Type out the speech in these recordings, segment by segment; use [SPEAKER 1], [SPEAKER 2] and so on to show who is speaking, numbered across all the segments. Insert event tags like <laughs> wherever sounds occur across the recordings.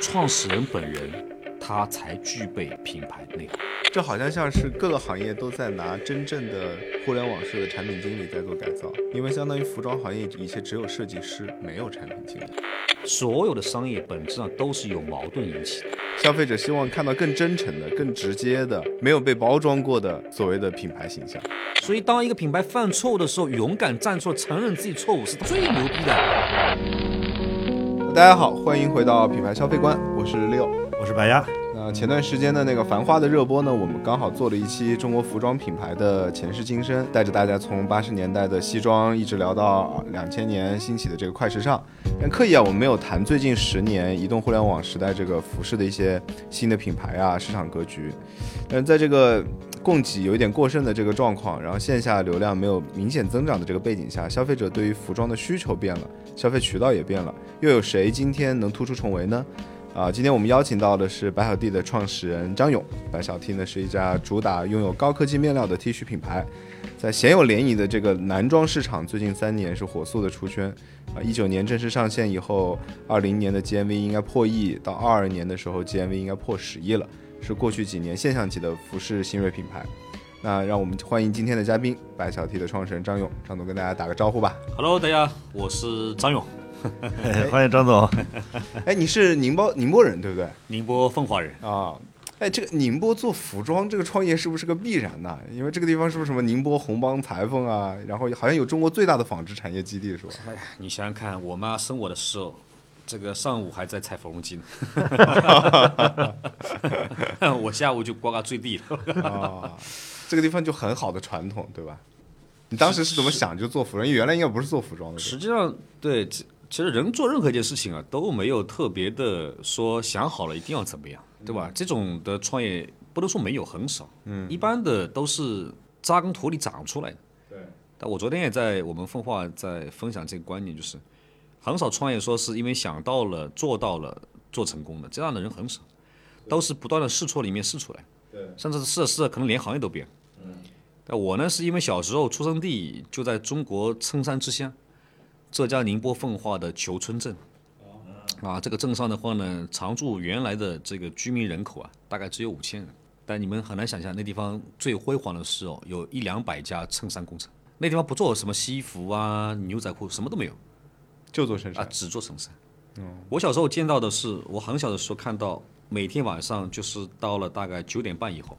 [SPEAKER 1] 创始人本人，他才具备品牌内核。
[SPEAKER 2] 这好像像是各个行业都在拿真正的互联网式的产品经理在做改造，因为相当于服装行业以前只有设计师，没有产品经理。
[SPEAKER 1] 所有的商业本质上都是由矛盾引起的。
[SPEAKER 2] 消费者希望看到更真诚的、更直接的、没有被包装过的所谓的品牌形象。
[SPEAKER 1] 所以，当一个品牌犯错误的时候，勇敢站错，承认自己错误是最牛逼的。 <laughs>
[SPEAKER 2] 大家好，欢迎回到品牌消费观，我是 Leo。
[SPEAKER 3] 我是白鸭，
[SPEAKER 2] 那前段时间的那个《繁花》的热播呢，我们刚好做了一期中国服装品牌的前世今生，带着大家从八十年代的西装一直聊到啊两千年兴起的这个快时尚。但刻意啊，我们没有谈最近十年移动互联网时代这个服饰的一些新的品牌啊、市场格局。但是在这个供给有一点过剩的这个状况，然后线下流量没有明显增长的这个背景下，消费者对于服装的需求变了，消费渠道也变了，又有谁今天能突出重围呢？啊，今天我们邀请到的是白小 T 的创始人张勇。白小 T 呢是一家主打拥有高科技面料的 T 恤品牌，在鲜有涟漪的这个男装市场，最近三年是火速的出圈。啊，一九年正式上线以后，二零年的 GMV 应该破亿，到二二年的时候 GMV 应该破十亿了，是过去几年现象级的服饰新锐品牌。那让我们欢迎今天的嘉宾白小 T 的创始人张勇，张总跟大家打个招呼吧。
[SPEAKER 1] Hello，大家，我是张勇，
[SPEAKER 3] <laughs> 欢迎张总。
[SPEAKER 2] 哎，你是宁波宁波人对不对？
[SPEAKER 1] 宁波奉化人。
[SPEAKER 2] 啊，哎，这个宁波做服装这个创业是不是个必然呐、因为这个地方是不是什么宁波红帮裁缝啊？然后好像有中国最大的纺织产业基地是吧？
[SPEAKER 1] 哎呀，你想想看，我妈生我的时候，这个上午还在裁缝纫机呢，我下午就呱呱坠地了。
[SPEAKER 2] 啊，这个地方就很好的传统，对吧？你当时是怎么想就做服装？因为原来应该不是做服装的，对吧
[SPEAKER 1] 实际上，对，其其实人做任何一件事情啊，都没有特别的说想好了一定要怎么样，对吧？这种的创业不能说没有，很少，嗯，一般的都是扎根土里长出来的。但我昨天也在我们奉化在分享这个观念，就是很少创业说是因为想到了做到了做成功的，这样的人很少，都是不断的试错里面试出来，对，甚至试着试着可能连行业都变。嗯，但我呢是因为小时候出生地就在中国琛山之乡，浙江宁波奉化的虬村镇。啊，这个镇上的话呢，常住原来的这个居民人口啊，大概只有五千人。但你们很难想象，那地方最辉煌的时候，有一两百家衬衫工厂。那地方不做什么西服啊、牛仔裤，什么都没有
[SPEAKER 2] 就做衬
[SPEAKER 1] 啊，
[SPEAKER 2] 衫。
[SPEAKER 1] 只做衬衫。我小时候见到的是，我很小的时候看到，每天晚上就是到了大概九点半以后，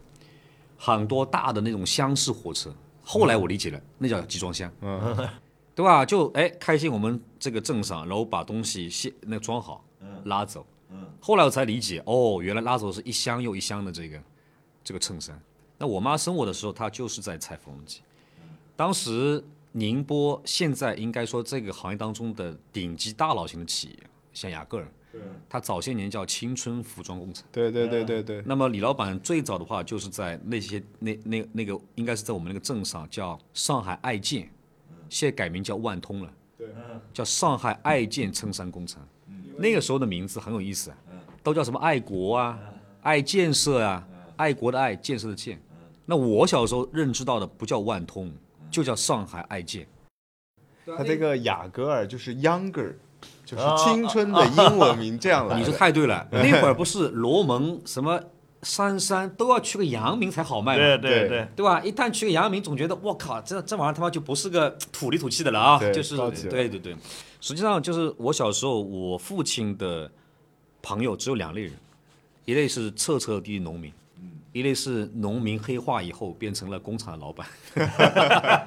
[SPEAKER 1] 很多大的那种厢式火车。后来我理解了，那叫集装箱。
[SPEAKER 2] 嗯，
[SPEAKER 1] <laughs> 对吧？就哎，开进我们这个镇上，然后把东西卸那装好，拉走。后来我才理解，哦，原来拉走是一箱又一箱的这个这个衬衫。那我妈生我的时候，她就是在裁缝纫机。当时宁波现在应该说这个行业当中的顶级大佬型的企业，像雅戈尔，它早些年叫青春服装工厂。
[SPEAKER 2] 对对对对对，
[SPEAKER 1] 那么李老板最早的话，就是在那些那那那个应该是在我们那个镇上叫上海爱建，现在改名叫万通了，叫上海爱建衬衫工厂。那个时候的名字很有意思啊，都叫什么爱国啊、爱建设啊、爱国的爱、建设的建。那我小时候认知到的不叫万通，就叫上海爱建。
[SPEAKER 2] 他这个雅戈尔就是 younger，就是青春的英文名这样来的。
[SPEAKER 1] 哎你说太对了，那会儿不是罗蒙什么杉杉都要取个洋名才好卖吗？
[SPEAKER 3] 对
[SPEAKER 2] 对
[SPEAKER 3] 对对，
[SPEAKER 1] 对吧？一旦去个阳明，总觉得我靠，这这玩意儿他妈就不是个土里土气的了啊！
[SPEAKER 2] 对
[SPEAKER 1] 就是
[SPEAKER 2] 高级了
[SPEAKER 1] 对对对，实际上就是我小时候，我父亲的朋友只有两类人，一类是彻彻底底农民，
[SPEAKER 3] 嗯
[SPEAKER 1] 一类是农民黑化以后变成了工厂的老板。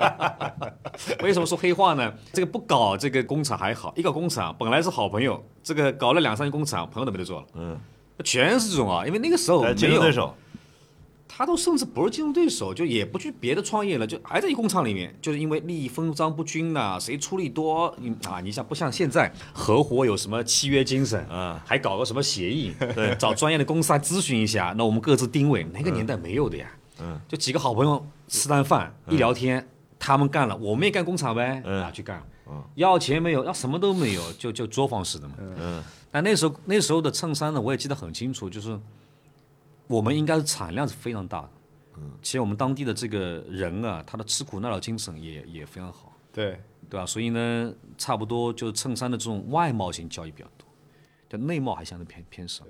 [SPEAKER 1] <laughs> 为什么说黑化呢？这个不搞这个工厂还好，一搞工厂本来是好朋友，这个搞了两三年工厂，朋友都没得做了。
[SPEAKER 3] 嗯，
[SPEAKER 1] 全是这种啊，因为那个时候
[SPEAKER 3] 哎竞争
[SPEAKER 1] 没有
[SPEAKER 3] 对手，
[SPEAKER 1] 他都甚至不是竞争对手，就也不去别的创业了，就还在一工厂里面，就是因为利益分赃不均呐、谁出力多，你啊，你像不像现在合伙有什么契约精神啊
[SPEAKER 3] 嗯
[SPEAKER 1] 还搞个什么
[SPEAKER 3] <laughs>
[SPEAKER 1] 协议，对，找专业的公司来咨询一下，那我们各自定位，那个年代没有的呀，
[SPEAKER 3] 嗯，
[SPEAKER 1] 就几个好朋友吃顿饭、一聊天，他们干了，我们也干工厂呗，
[SPEAKER 3] 嗯
[SPEAKER 1] 啊，去干，
[SPEAKER 3] 嗯
[SPEAKER 1] 要钱没有，要什么都没有，就就作坊式的嘛，
[SPEAKER 3] 嗯，
[SPEAKER 1] 但那时候那时候的衬衫呢，我也记得很清楚，就是我们应该是产量是非常大的，嗯，其实我们当地的这个人啊，他的吃苦耐劳精神也也非常好，
[SPEAKER 2] 对，
[SPEAKER 1] 对吧？所以呢，差不多就是衬衫的这种外贸型交易比较多。但内贸还相对偏偏少。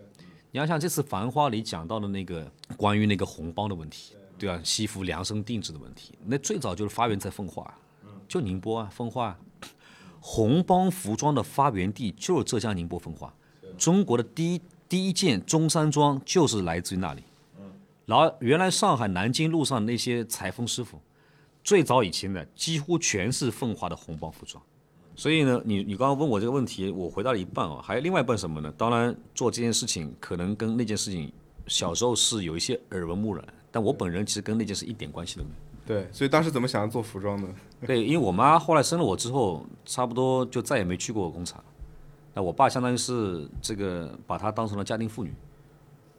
[SPEAKER 1] 你要像这次《繁花》里讲到的那个关于那个红帮的问题，对啊，西服量身定制的问题，那最早就是发源在奉化，就宁波啊，奉化啊，红帮服装的发源地就是浙江宁波奉化，中国的第一第一件中山装就是来自于那里。然后原来上海南京路上那些裁缝师傅，最早以前的几乎全是奉化的红帮服装。所以呢，你你刚刚问我这个问题，我回答了一半啊，还有另外一半什么呢？当然，做这件事情可能跟那件事情小时候是有一些耳闻目染，但我本人其实跟那件事一点关系都没有。
[SPEAKER 2] 对，所以当时怎么想要做服装呢？
[SPEAKER 1] 对，因为我妈后来生了我之后，差不多就再也没去过工厂。那我爸相当于是这个把她当成了家庭妇女，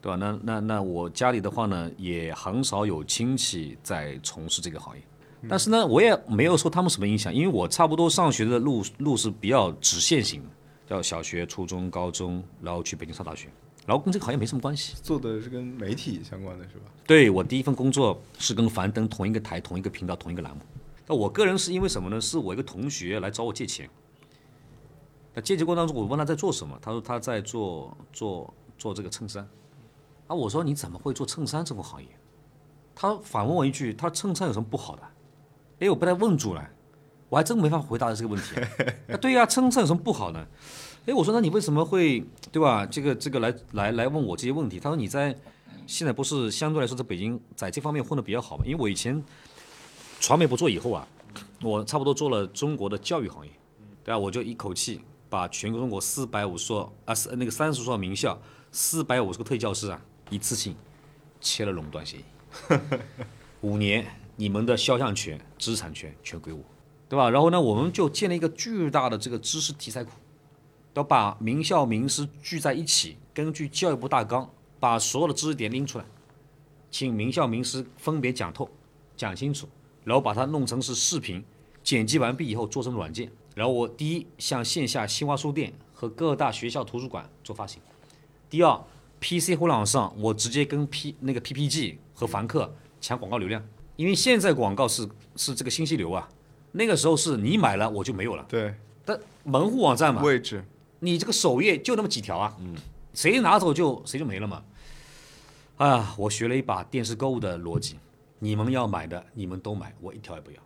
[SPEAKER 1] 对吧？那那那我家里的话呢，也很少有亲戚在从事这个行业。但是呢，我也没有受他们什么影响，因为我差不多上学的路路是比较直线型的，叫小学、初中、高中，然后去北京上大学，然后跟这个行业没什么关系。
[SPEAKER 2] 做的是跟媒体相关的是吧？
[SPEAKER 1] 对我第一份工作是跟樊登同一个台、同一个频道、同一个栏目。那我个人是因为什么呢？是我一个同学来找我借钱。那借钱过程当中，我问他在做什么，他说他在做做做这个衬衫。啊，我说你怎么会做衬衫这个行业？他反问我一句：“他衬衫有什么不好的？”哎，我被他问住了，我还真没法回答这个问题。那对呀、衬衫有什么不好呢？哎，我说那你为什么会对吧？这个这个来来来问我这些问题？他说你在现在不是相对来说在北京在这方面混得比较好嘛？因为我以前传媒不做以后啊，我差不多做了中国的教育行业，对啊，我就一口气把全国中国四百五十所啊是那个三十所名校四百五十个特教师啊一次性签了垄断协议，五年你们的肖像权、知识产权全归我，对吧？然后呢，我们就建了一个巨大的这个知识题材库。要把名校名师聚在一起，根据教育部大纲，把所有的知识点拎出来，请名校名师分别讲透、讲清楚，然后把它弄成是视频，剪辑完毕以后做成软件。然后我第一向线下新华书店和各大学校图书馆做发行，第二 PC 互联网上我直接跟 P 那个 PPG 和凡客抢广告流量，因为现在广告是是这个信息流啊，那个时候是你买了我就没有了，
[SPEAKER 2] 对，
[SPEAKER 1] 但门户网站嘛，
[SPEAKER 2] 位置
[SPEAKER 1] 你这个首页就那么几条啊，谁拿走就谁就没了嘛。啊，我学了一把电视购物的逻辑，你们要买的你们都买，我一条也不要。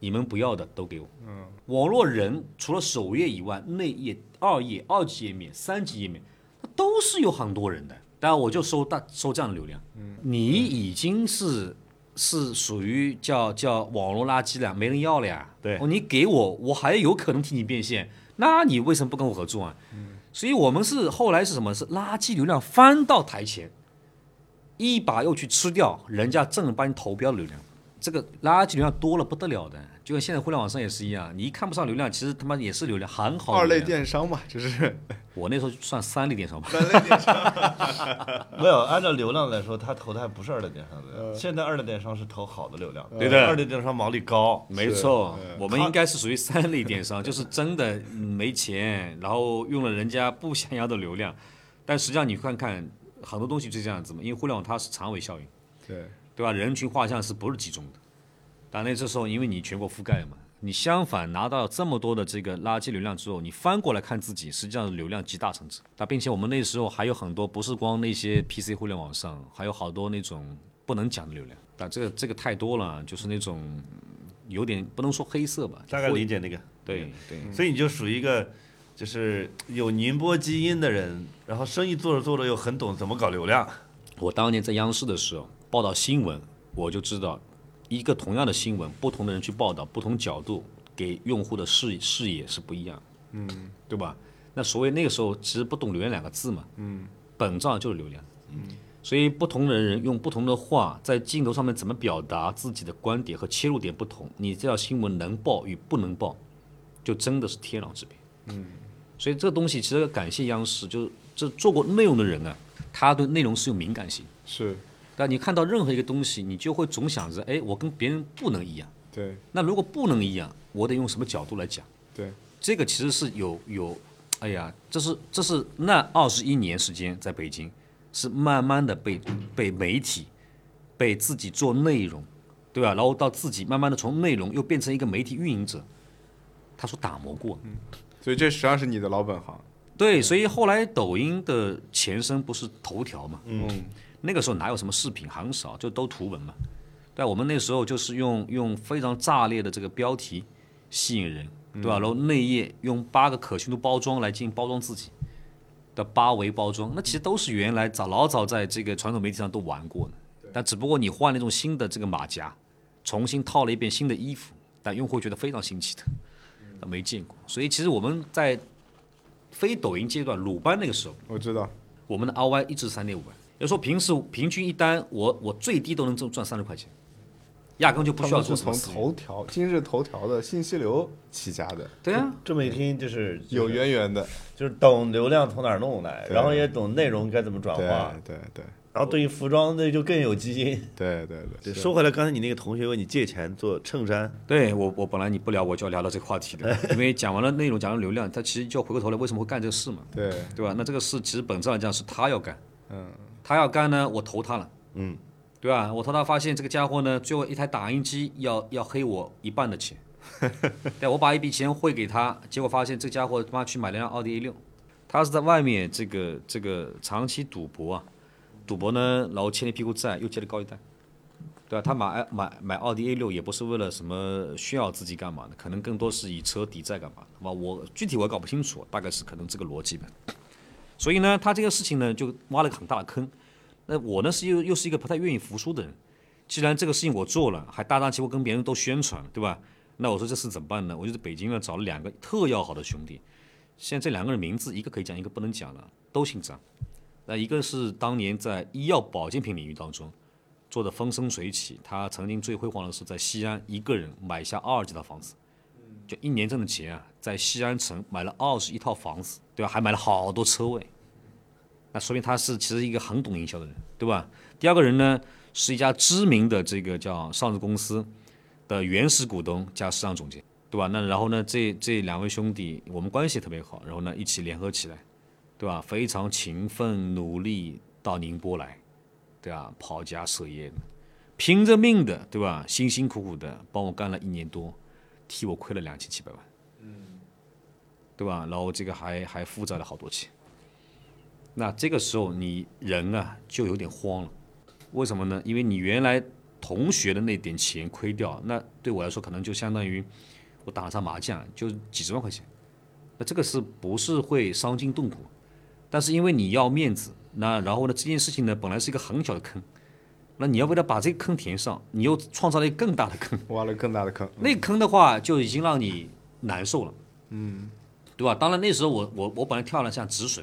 [SPEAKER 1] 你们不要的都给我。嗯，网络人除了首页以外，内页、二页、二级页面、三级页面，那都是有很多人的。当然，我就收大收这样的流量。嗯，你已经是是属于叫叫网络垃圾了，没人要了呀。
[SPEAKER 3] 对
[SPEAKER 1] 哦，你给我，我还有可能替你变现，那你为什么不跟我合作啊？所以我们是后来是什么？是垃圾流量翻到台前，一把又去吃掉人家正儿八经投标的流量。这个垃圾流量多了不得了的，就跟现在互联网上也是一样，你一看不上流量，其实他妈也是流量，很好的
[SPEAKER 2] 二
[SPEAKER 1] 流
[SPEAKER 2] 类
[SPEAKER 1] 量。
[SPEAKER 2] 电商嘛，这是
[SPEAKER 1] 我那时候就算三类电商吧。
[SPEAKER 3] 没有，按照流量来说，他投的还不是二类电商的，现在二类电商是投嗯好的流量，
[SPEAKER 1] 对的
[SPEAKER 3] 二类电商毛利高，
[SPEAKER 1] 没错，我们应该是属于三类电商，就是真的嗯没钱，然后用了人家不想要的流量，但实际上你看看很多东西就这样子嘛，因为互联网它是长尾效应，
[SPEAKER 2] 对
[SPEAKER 1] 对吧？人群画像是不是集中的？但那这时候因为你全国覆盖嘛，你相反拿到这么多的这个垃圾流量之后，你翻过来看自己，实际上流量集大成者。那并且我们那时候还有很多不是光那些 PC 互联网上，还有好多那种不能讲的流量。但这个这个太多了，就是那种嗯有点不能说黑色吧，
[SPEAKER 3] 大概
[SPEAKER 1] 灰
[SPEAKER 3] 理解那个。
[SPEAKER 1] 对对
[SPEAKER 3] 所以你就属于一个就是有宁波基因的人，然后生意做着做着又很懂怎么搞流量。
[SPEAKER 1] 我当年在央视的时候报道新闻，我就知道，一个同样的新闻，不同的人去报道，不同角度给用户的视视野是不一样，嗯，对吧？那所谓那个时候其实不懂流量两个字嘛，嗯，本质上就是流量，嗯，所以不同的人用不同的话，在镜头上面怎么表达自己的观点和切入点不同，你这条新闻能报与不能报，就真的是天壤之别。所以这个东西其实要感谢央视，就是这做过内容的人啊，他对内容是有敏感性。
[SPEAKER 2] 是，
[SPEAKER 1] 但你看到任何一个东西，你就会总想着，哎，我跟别人不能一样。
[SPEAKER 2] 对
[SPEAKER 1] 那如果不能一样，我得用什么角度来讲？
[SPEAKER 2] 对
[SPEAKER 1] 这个其实是有有，哎呀，这是这是那二十一年时间在北京，是慢慢的被被媒体，被自己做内容，对吧？然后到自己慢慢的从内容又变成一个媒体运营者，他所打磨过。
[SPEAKER 2] 所以这实际上是你的老本行，
[SPEAKER 1] 对，所以后来抖音的前身不是头条嘛，嗯，那个时候哪有什么视频，很少，就都图文嘛。对，我们那时候就是用用非常炸裂的这个标题吸引人，对吧？然后内页用八个可信度包装来进行包装自己的八维包装，那其实都是原来早老早在这个传统媒体上都玩过的，但只不过你换了一种新的这个马甲，重新套了一遍新的衣服，但用户觉得非常新奇的，但没见过。所以其实我们在非抖音阶段，鲁班那个时候，
[SPEAKER 2] 我知道，
[SPEAKER 1] 我们的 ROI 一直三点五万，也就是说平时平均一单，我我最低都能挣赚三十块钱，压根就不
[SPEAKER 2] 他
[SPEAKER 1] 需要
[SPEAKER 2] 们
[SPEAKER 1] 做
[SPEAKER 2] 是
[SPEAKER 1] 什
[SPEAKER 2] 从
[SPEAKER 1] 么私域
[SPEAKER 2] 头条今日头条的信息流起家的，
[SPEAKER 1] 对啊，
[SPEAKER 3] 这么一听就是
[SPEAKER 2] 有，渊源的，
[SPEAKER 3] 就是懂流量从哪儿弄来，然后也懂内容该怎么转
[SPEAKER 2] 对
[SPEAKER 3] 化，
[SPEAKER 2] 对对
[SPEAKER 3] 然后对于服装那就更有基因。
[SPEAKER 2] 对对对，
[SPEAKER 4] 说回来，刚才你那个同学问你借钱做衬衫，
[SPEAKER 1] 对我我本来你不聊，我就要聊到这个话题 <laughs> 的，因为讲完了内容，讲完流量，他其实就要回过头来为什么会干这个事嘛，
[SPEAKER 2] 对，
[SPEAKER 1] 对吧？那这个事其实本质上来讲是他要干，
[SPEAKER 2] 嗯，
[SPEAKER 1] 他要干呢，我投他了，嗯，对吧？我投他发现这个家伙呢，最后一台打印机要要黑我一半的
[SPEAKER 2] <laughs>
[SPEAKER 1] 钱，对，我把一笔钱汇给他，结果发现这家伙他妈去买了辆奥迪 A 六，他是在外面这个这个长期赌博啊，赌博呢，然后欠了一屁股债，又借了高利贷。对吧？他买买买奥迪 A 六也不是为了什么炫耀自己干嘛的，可能更多是以车抵债干嘛的，好吧？我具体我也搞不清楚，大概是可能这个逻辑吧。所以呢，他这个事情呢，就挖了个很大的坑。那我呢是又又是一个不太愿意服输的人，既然这个事情我做了，还大张旗鼓跟别人都宣传，对吧？那我说这事怎么办呢？我就在北京呢找了两个特要好的兄弟，现在这两个人名字一个可以讲，一个不能讲了，都姓张。那一个是当年在医药保健品领域当中做的风生水起，他曾经最辉煌的是在西安一个人买下二级的房子，就一年挣的钱啊，在西安城买了二十一套房子，对吧？还买了好多车位，那说明他是其实一个很懂营销的人，对吧？第二个人呢，是一家知名的这个叫上市公司的原始股东加市场总监，对吧？那然后呢，这这两位兄弟我们关系特别好，然后呢一起联合起来，对吧？非常勤奋努力到宁波来，对吧？跑家设业的，拼着命的，对吧？辛辛苦苦的帮我干了一年多，替我亏了两千七百万，嗯，对吧？然后这个还还负债了好多钱。那这个时候你人啊就有点慌了，为什么呢？因为你原来同学的那点钱亏掉，那对我来说可能就相当于我打了场麻将，就几十万块钱。那这个是不是会伤筋动骨？但是因为你要面子，那然后呢，这件事情呢本来是一个很小的坑，那你要为了把这个坑填上，你又创造了一个更大的坑。
[SPEAKER 2] 挖了更大的坑，
[SPEAKER 1] 那个坑嗯的话，就已经让你难受了，嗯，对吧？当然那时候我我我本来跳了像止损，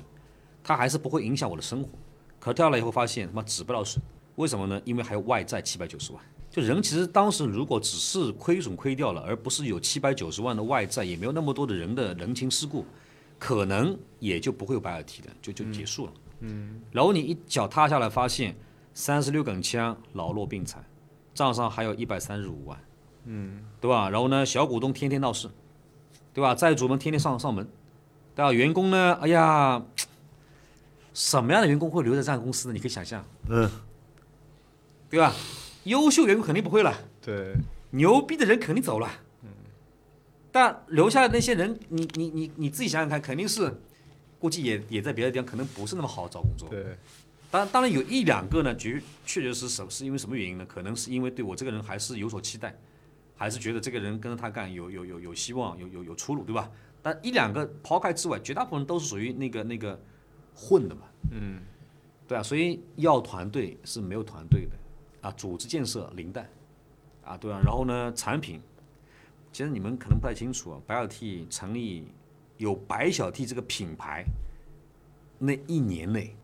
[SPEAKER 1] 它还是不会影响我的生活，可跳了以后发现他妈止不了损，为什么呢？因为还有外债七百九十万。就人其实当时如果只是亏损亏掉了，而不是有七百九十万的外债，也没有那么多的人的人情世故，可能也就不会有白耳提的，就就结束了。嗯，然后你一脚踏下来，发现三十六杆枪老弱病残，账上还有一百三十五万。对吧？然后呢，小股东天天闹事，对吧？债主们天天上上门，对吧？员工呢，哎呀，什么样的员工会留在这样的公司呢？你可以想象，
[SPEAKER 4] 嗯，
[SPEAKER 1] 对吧？优秀员工肯定不会了，
[SPEAKER 2] 对，
[SPEAKER 1] 牛逼的人肯定走了，但留下来的那些人，你你你你自己想想看，肯定是，估计也也在别的地方可能不是那么好找工作，
[SPEAKER 2] 对，
[SPEAKER 1] 当当然有一两个呢，确确实是什是因为什么原因呢？可能是因为对我这个人还是有所期待，还是觉得这个人跟着他干有有有有希望，有有有出路，对吧？但一两个抛开之外，绝大部分都是属于那个那个混的嘛，嗯，对啊，所以要团队是没有团队的啊，组织建设零蛋啊，对啊，然后呢，产品，其实你们可能不太清楚啊，白小 T 成立有白小 T 这个品牌那一年内。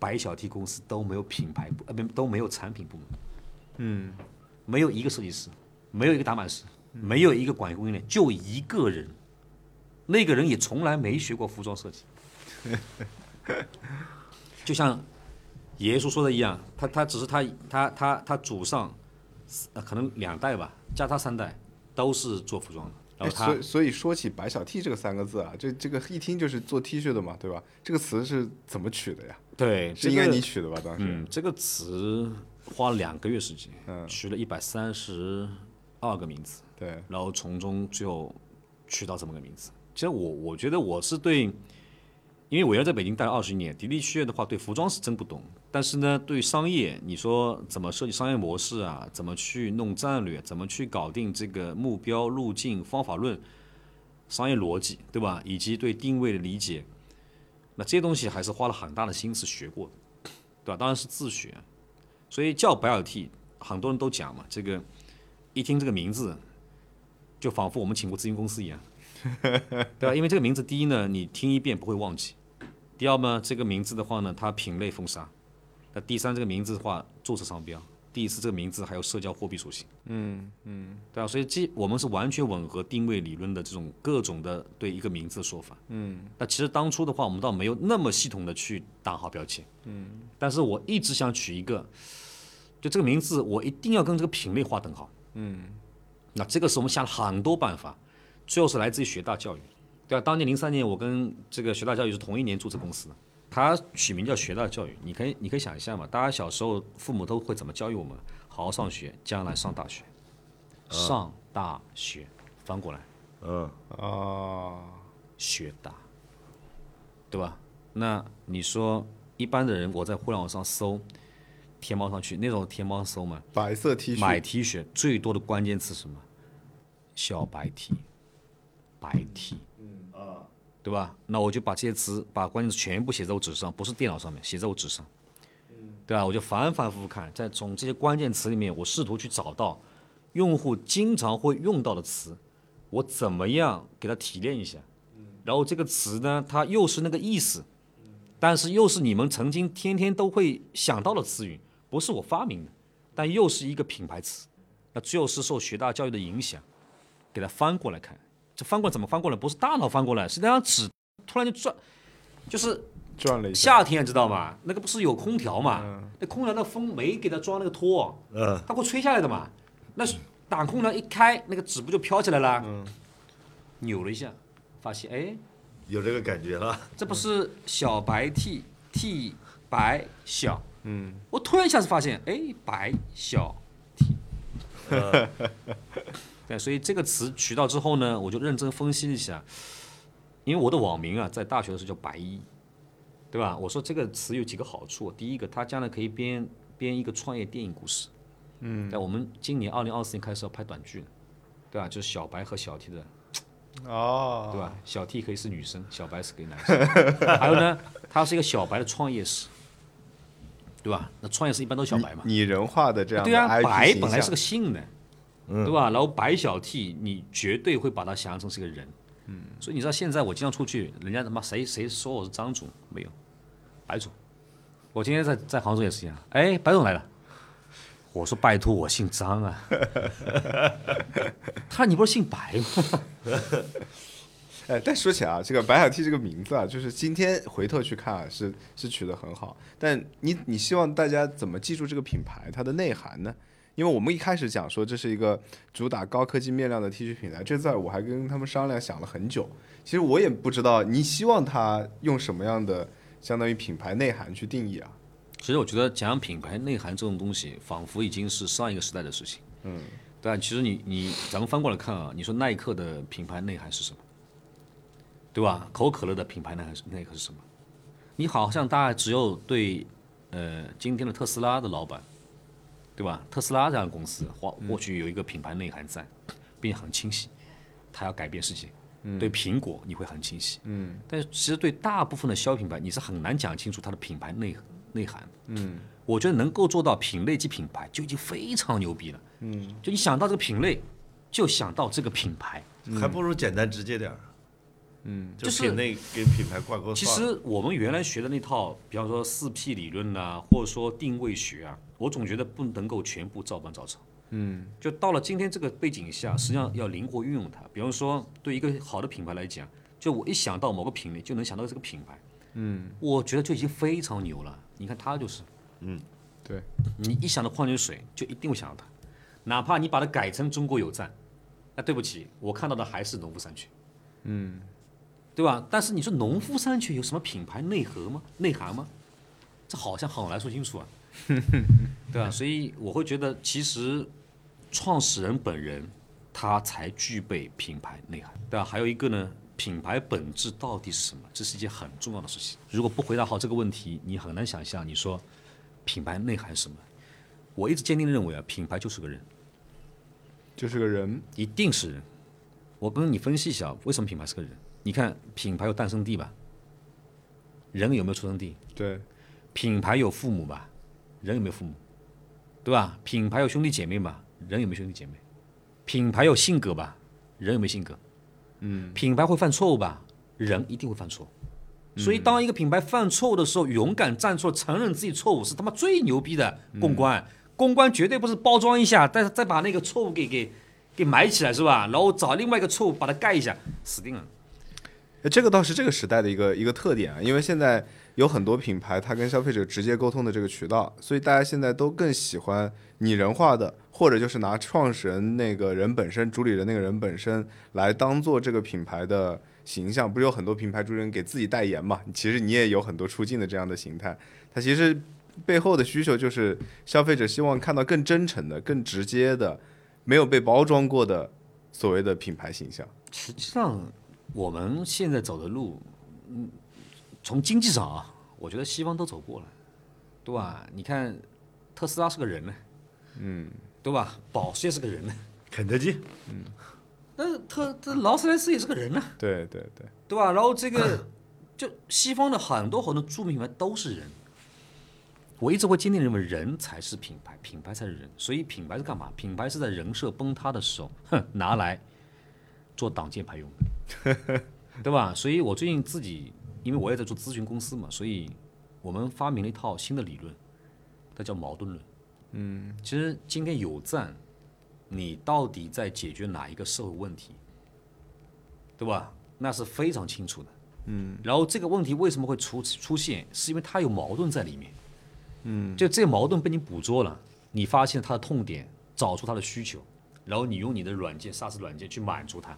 [SPEAKER 1] 白小 T 公司都没有品牌部，呃，不都没有产品部门，
[SPEAKER 2] 嗯，
[SPEAKER 1] 没有一个设计师，没有一个打版师，没有一个管理供应链，就一个人，那个人也从来没学过服装设计，就像爷叔说的一样，他他只是他他他他祖上，呃，可能两代吧，加他三代都是做服装的，然
[SPEAKER 2] 哎
[SPEAKER 1] 后他
[SPEAKER 2] 所以所以说起白小 T 这个三个字啊，这这个一听就是做 T 恤的嘛，对吧？这个词是怎么取的呀？
[SPEAKER 1] 对
[SPEAKER 2] 是应该你取的吧？当时，
[SPEAKER 1] 嗯，这个词花了两个月时间，
[SPEAKER 2] 嗯
[SPEAKER 1] 取了一百三十二个名字。
[SPEAKER 2] 对，
[SPEAKER 1] 然后从中最后取到这么个名字。其实我我觉得我是对因为我原来在北京待了二十年，的的确确的话，对服装是真不懂。但是呢，对于商业，你说怎么设计商业模式啊，怎么去弄战略，怎么去搞定这个目标、路径、方法论、商业逻辑，对吧？以及对定位的理解，那这些东西还是花了很大的心思学过的，对吧？当然是自学。所以叫白 LT，很多人都讲嘛，这个一听这个名字，就仿佛我们请过咨询公司一样， <laughs> 对吧？因为这个名字，第一呢，你听一遍不会忘记；第二呢，这个名字的话呢，它品类封杀；那第三，这个名字的话注册商标；第四，这个名字还有社交货币属性。嗯嗯，对啊，所以这我们是完全吻合定位理论的这种各种的对一个名字的说法。嗯，那其实当初的话，我们倒没有那么系统的去打好标签。嗯，但是我一直想取一个，就这个名字，我一定要跟这个品类划等号。嗯，那这个是我们想了很多办法，最后是来自于学大教育，对啊，当年零三年我跟这个学大教育是同一年注册公司的，它取名叫学大教育，你可以你可以想一下嘛，大家小时候父母都会怎么教育我们？好好上学，将来上大学，上大学，翻过来
[SPEAKER 4] 嗯，
[SPEAKER 2] 啊，
[SPEAKER 1] 学大，对吧？那你说一般的人，我在互联网上搜，天猫上去，那时候天猫搜嘛，
[SPEAKER 2] 白色 T 恤，
[SPEAKER 1] 买 T 恤最多的关键词是什么？小白 T，白 T，嗯啊，对吧？那我就把这些词，把关键词全部写在我纸上，不是电脑上面，写在我纸上，对吧？我就反反复复看，在从这些关键词里面，我试图去找到用户经常会用到的词，我怎么样给他提炼一下，然后这个词呢，它又是那个意思，但是又是你们曾经天天都会想到的词语，不是我发明的，但又是一个品牌词，那最后是受学大教育的影响，给它翻过来看，这翻过来怎么翻过来？不是大脑翻过来，是那张纸突然就转，就是
[SPEAKER 2] 转了一下，
[SPEAKER 1] 夏天知道吗？那个不是有空调嘛？那空调那风没给它装那个托，
[SPEAKER 4] 嗯
[SPEAKER 1] 它会吹下来的嘛。那打空调一开，那个纸不就飘起来了？扭了一下，发现哎，
[SPEAKER 4] 有这个感觉了。
[SPEAKER 1] 这不是小白 T T 白小，嗯，我突然一下子发现，哎，白小 <laughs> T，对，所以这个词取到之后呢，我就认真分析一下，因为我的网名啊，在大学的时候叫白衣，对吧？我说这个词有几个好处，啊第一个，它将来可以编编一个创业电影故事，嗯，但我们今年二零二四年开始要拍短剧了，对吧？就是小白和小 T 的
[SPEAKER 2] 哦，
[SPEAKER 1] 对吧？小 T 可以是女生，小白是给男
[SPEAKER 2] <laughs>
[SPEAKER 1] 生。还有呢，它是一个小白的创业史，对吧？那创业史一般都是小白嘛。
[SPEAKER 2] 拟人化嗯的这样的
[SPEAKER 1] 对啊，
[SPEAKER 2] IP
[SPEAKER 1] 白
[SPEAKER 2] 形
[SPEAKER 1] 本来
[SPEAKER 2] 象嗯
[SPEAKER 1] 是个姓呢，对吧？然后白小 T，你绝对会把它想象成是个人。嗯。所以你知道现在我经常出去，人家他妈谁谁说我是张总没有，白总。我今天在在杭州也是一样，哎，白总来了。我说拜托，我姓张
[SPEAKER 2] <laughs>
[SPEAKER 1] 啊。他说你不是姓白吗？
[SPEAKER 2] 哎，但说起来啊，这个白小 T 这个名字啊，就是今天回头去看啊，是是取得很好。但你你希望大家怎么记住这个品牌它的内涵呢？因为我们一开始讲说这是一个主打高科技面料的 T 恤品牌，这字儿我还跟他们商量想了很久。其实我也不知道你希望它用什么样的相当于品牌内涵去定义啊。
[SPEAKER 1] 其实我觉得讲品牌内涵这种东西，仿佛已经是上一个时代的事情。嗯，但其实你你咱们翻过来看啊，你说耐克的品牌内涵是什么？对吧？可口可乐的品牌内涵是内核是什么？你好像大家只有对呃今天的特斯拉的老板，对吧？特斯拉这样的公司或或许有一个品牌内涵在，并且很清晰，它要改变世界。对苹果你会很清晰，嗯，但是其实对大部分的消费品牌，你是很难讲清楚它的品牌内内涵。我觉得能够做到品类及品牌就已经非常牛逼了。嗯，就你想到这个品类，就想到这个品牌。
[SPEAKER 3] 嗯
[SPEAKER 4] 还不如简单直接点儿。嗯，就
[SPEAKER 1] 就是
[SPEAKER 4] 品类跟品牌挂钩。
[SPEAKER 1] 其，实我们原来学的那套，比方说四 P 理论呐、或者说定位学啊，我总觉得不能够全部照搬照抄。嗯，就到了今天这个背景下，实际上要灵活运用它。比方说，对一个好的品牌来讲，就我一想到某个品类，就能想到这个品牌。嗯，我觉得就已经非常牛了。你看它就是，嗯
[SPEAKER 2] 对，
[SPEAKER 1] 你一想到矿泉水，就一定会想到它，哪怕你把它改成中国有赞，那对不起，我看到的还是农夫山泉，嗯，对吧？但是你说农夫山泉有什么品牌内核吗？内涵吗？这好像很难说清楚啊， <laughs> 对吧？所以我会觉得，其实创始人本人他才具备品牌内涵，对吧？还有一个呢，品牌本质到底是什么，这是一件很重要的事情。如果不回答好这个问题，你很难想象你说品牌内涵是什么。我一直坚定的认为啊，品牌就是个人，
[SPEAKER 2] 就是个人，
[SPEAKER 1] 一定是人。我跟你分析一下，为什么品牌是个人？你看品牌有诞生地吧，人有没有出生地？
[SPEAKER 2] 对，
[SPEAKER 1] 品牌有父母吧，人有没有父母？对吧？品牌有兄弟姐妹吧，人有没有兄弟姐妹？品牌有性格吧，人有没有性格？嗯，品牌会犯错误吧，人一定会犯错。所以，当一个品牌犯错误的时候，勇敢站错，承认自己错误，是他妈最牛逼的公关。公关绝对不是包装一下，但是再把那个错误给给给埋起来，是吧？然后找另外一个错误把它盖一下，死定了。
[SPEAKER 2] 哎这个倒是这个时代的一个一个特点啊，因为现在有很多品牌，它跟消费者直接沟通的这个渠道，所以大家现在都更喜欢拟人化的，或者就是拿创始人那个人本身、主理人那个人本身来当做这个品牌的形象。不是有很多品牌主理人给自己代言嘛？其实你也有很多出镜的这样的形态，它其实背后的需求就是消费者希望看到更真诚的、更直接的、没有被包装过的所谓的品牌形象。
[SPEAKER 1] 实际上，我们现在走的路，嗯，从经济上啊，我觉得西方都走过了，对吧？你看，特斯拉是个人呢，嗯，对吧？保时捷是个人呢，
[SPEAKER 4] 肯德基
[SPEAKER 1] 那特这劳斯莱斯也是个人呢，
[SPEAKER 2] 对对对。
[SPEAKER 1] 对吧？然后这个就西方的很多很多著名品牌都是人，我一直会坚定地认为人才是品牌，品牌才是人。所以品牌是干嘛？品牌是在人设崩塌的时候，哼，拿来做挡箭牌用的，对吧？所以我最近自己，因为我也在做咨询公司嘛，所以我们发明了一套新的理论，它叫矛盾论。嗯，其实今天有赞，你到底在解决哪一个社会问题？对吧？那是非常清楚的。嗯，然后这个问题为什么会出出现，是因为它有矛盾在里面。嗯，就这个矛盾被你捕捉了，你发现它的痛点，找出它的需求，然后你用你的软件 SaaS 软件去满足它。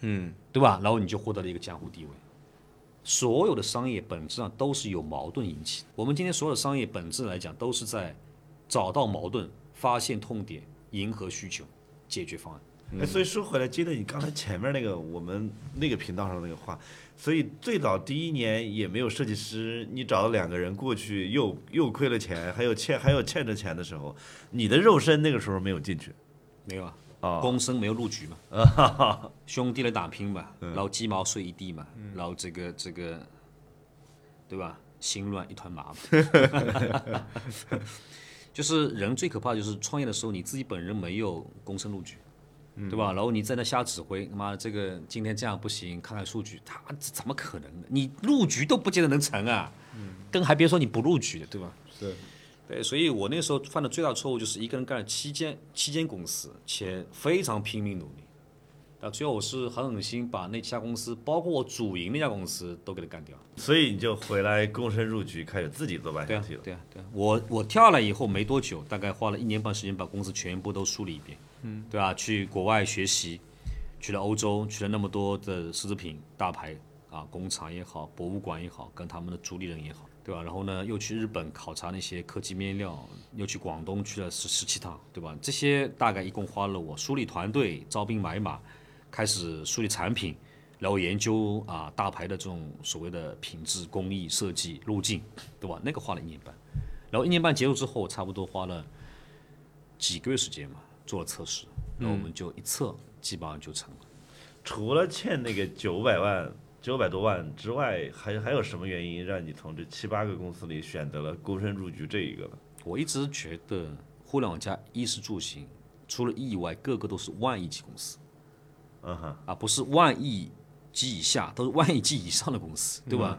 [SPEAKER 1] 嗯，对吧？然后你就获得了一个江湖地位。所有的商业本质上都是由矛盾引起的。我们今天所有的商业本质来讲，都是在找到矛盾、发现痛点、迎合需求、解决方案。
[SPEAKER 3] 嗯
[SPEAKER 4] 哎，所以说回来，接着你刚才前面那个我们那个频道上那个话，所以最早第一年也没有设计师，你找了两个人过去，又又亏了钱，还有欠还有欠着钱的时候，你的肉身那个时候没有进去，
[SPEAKER 1] 没有啊，
[SPEAKER 4] 哦
[SPEAKER 1] 公生没有入局嘛，兄弟来打拼嘛，然后鸡毛碎一地嘛，然后这个这个，对吧？心乱一团麻嘛，就是人最可怕的就是创业的时候你自己本人没有公生入局，对吧？然后你在那瞎指挥，他妈的这个今天这样不行，看看数据，他怎么可能呢？你入局都不见得能成啊，更还别说你不入局了，对吧？对，所以我那时候犯的最大错误就是一个人干了七间七间公司，且非常拼命努力，但最后我是狠狠心把那七家公司，包括我主营那家公司都给它干掉。
[SPEAKER 4] 所以你就回来躬身入局，开始自己做半
[SPEAKER 1] 对
[SPEAKER 4] 导
[SPEAKER 1] 啊
[SPEAKER 4] 体了，。
[SPEAKER 1] 对啊，对啊，我我跳下来以后没多久，大概花了一年半时间把公司全部都梳理一遍，嗯，对啊，去国外学习，去了欧洲，去了那么多的奢侈品大牌啊，工厂也好，博物馆也好，跟他们的主理人也好，对吧、然后呢，又去日本考察那些科技面料，又去广东去了十十七趟，对吧？这些大概一共花了我梳理团队、招兵买马，开始梳理产品。然后研究啊大牌的这种所谓的品质、工艺、设计路径，对吧？那个花了一年半，然后一年半结束之后，我差不多花了几个月时间嘛，做了测试，然后我们就一测，基本上就成了。
[SPEAKER 4] 除了欠那个九百万、九百多万之外，还还有什么原因让你从这七八个公司里选择了躬身入局这一个呢？
[SPEAKER 1] 我一直觉得互联网加衣食住行，除了亿以外，个个都是万亿级公司。
[SPEAKER 4] 嗯哼，
[SPEAKER 1] 啊，不是万亿及以下，都是万亿及以上的公司，对吧？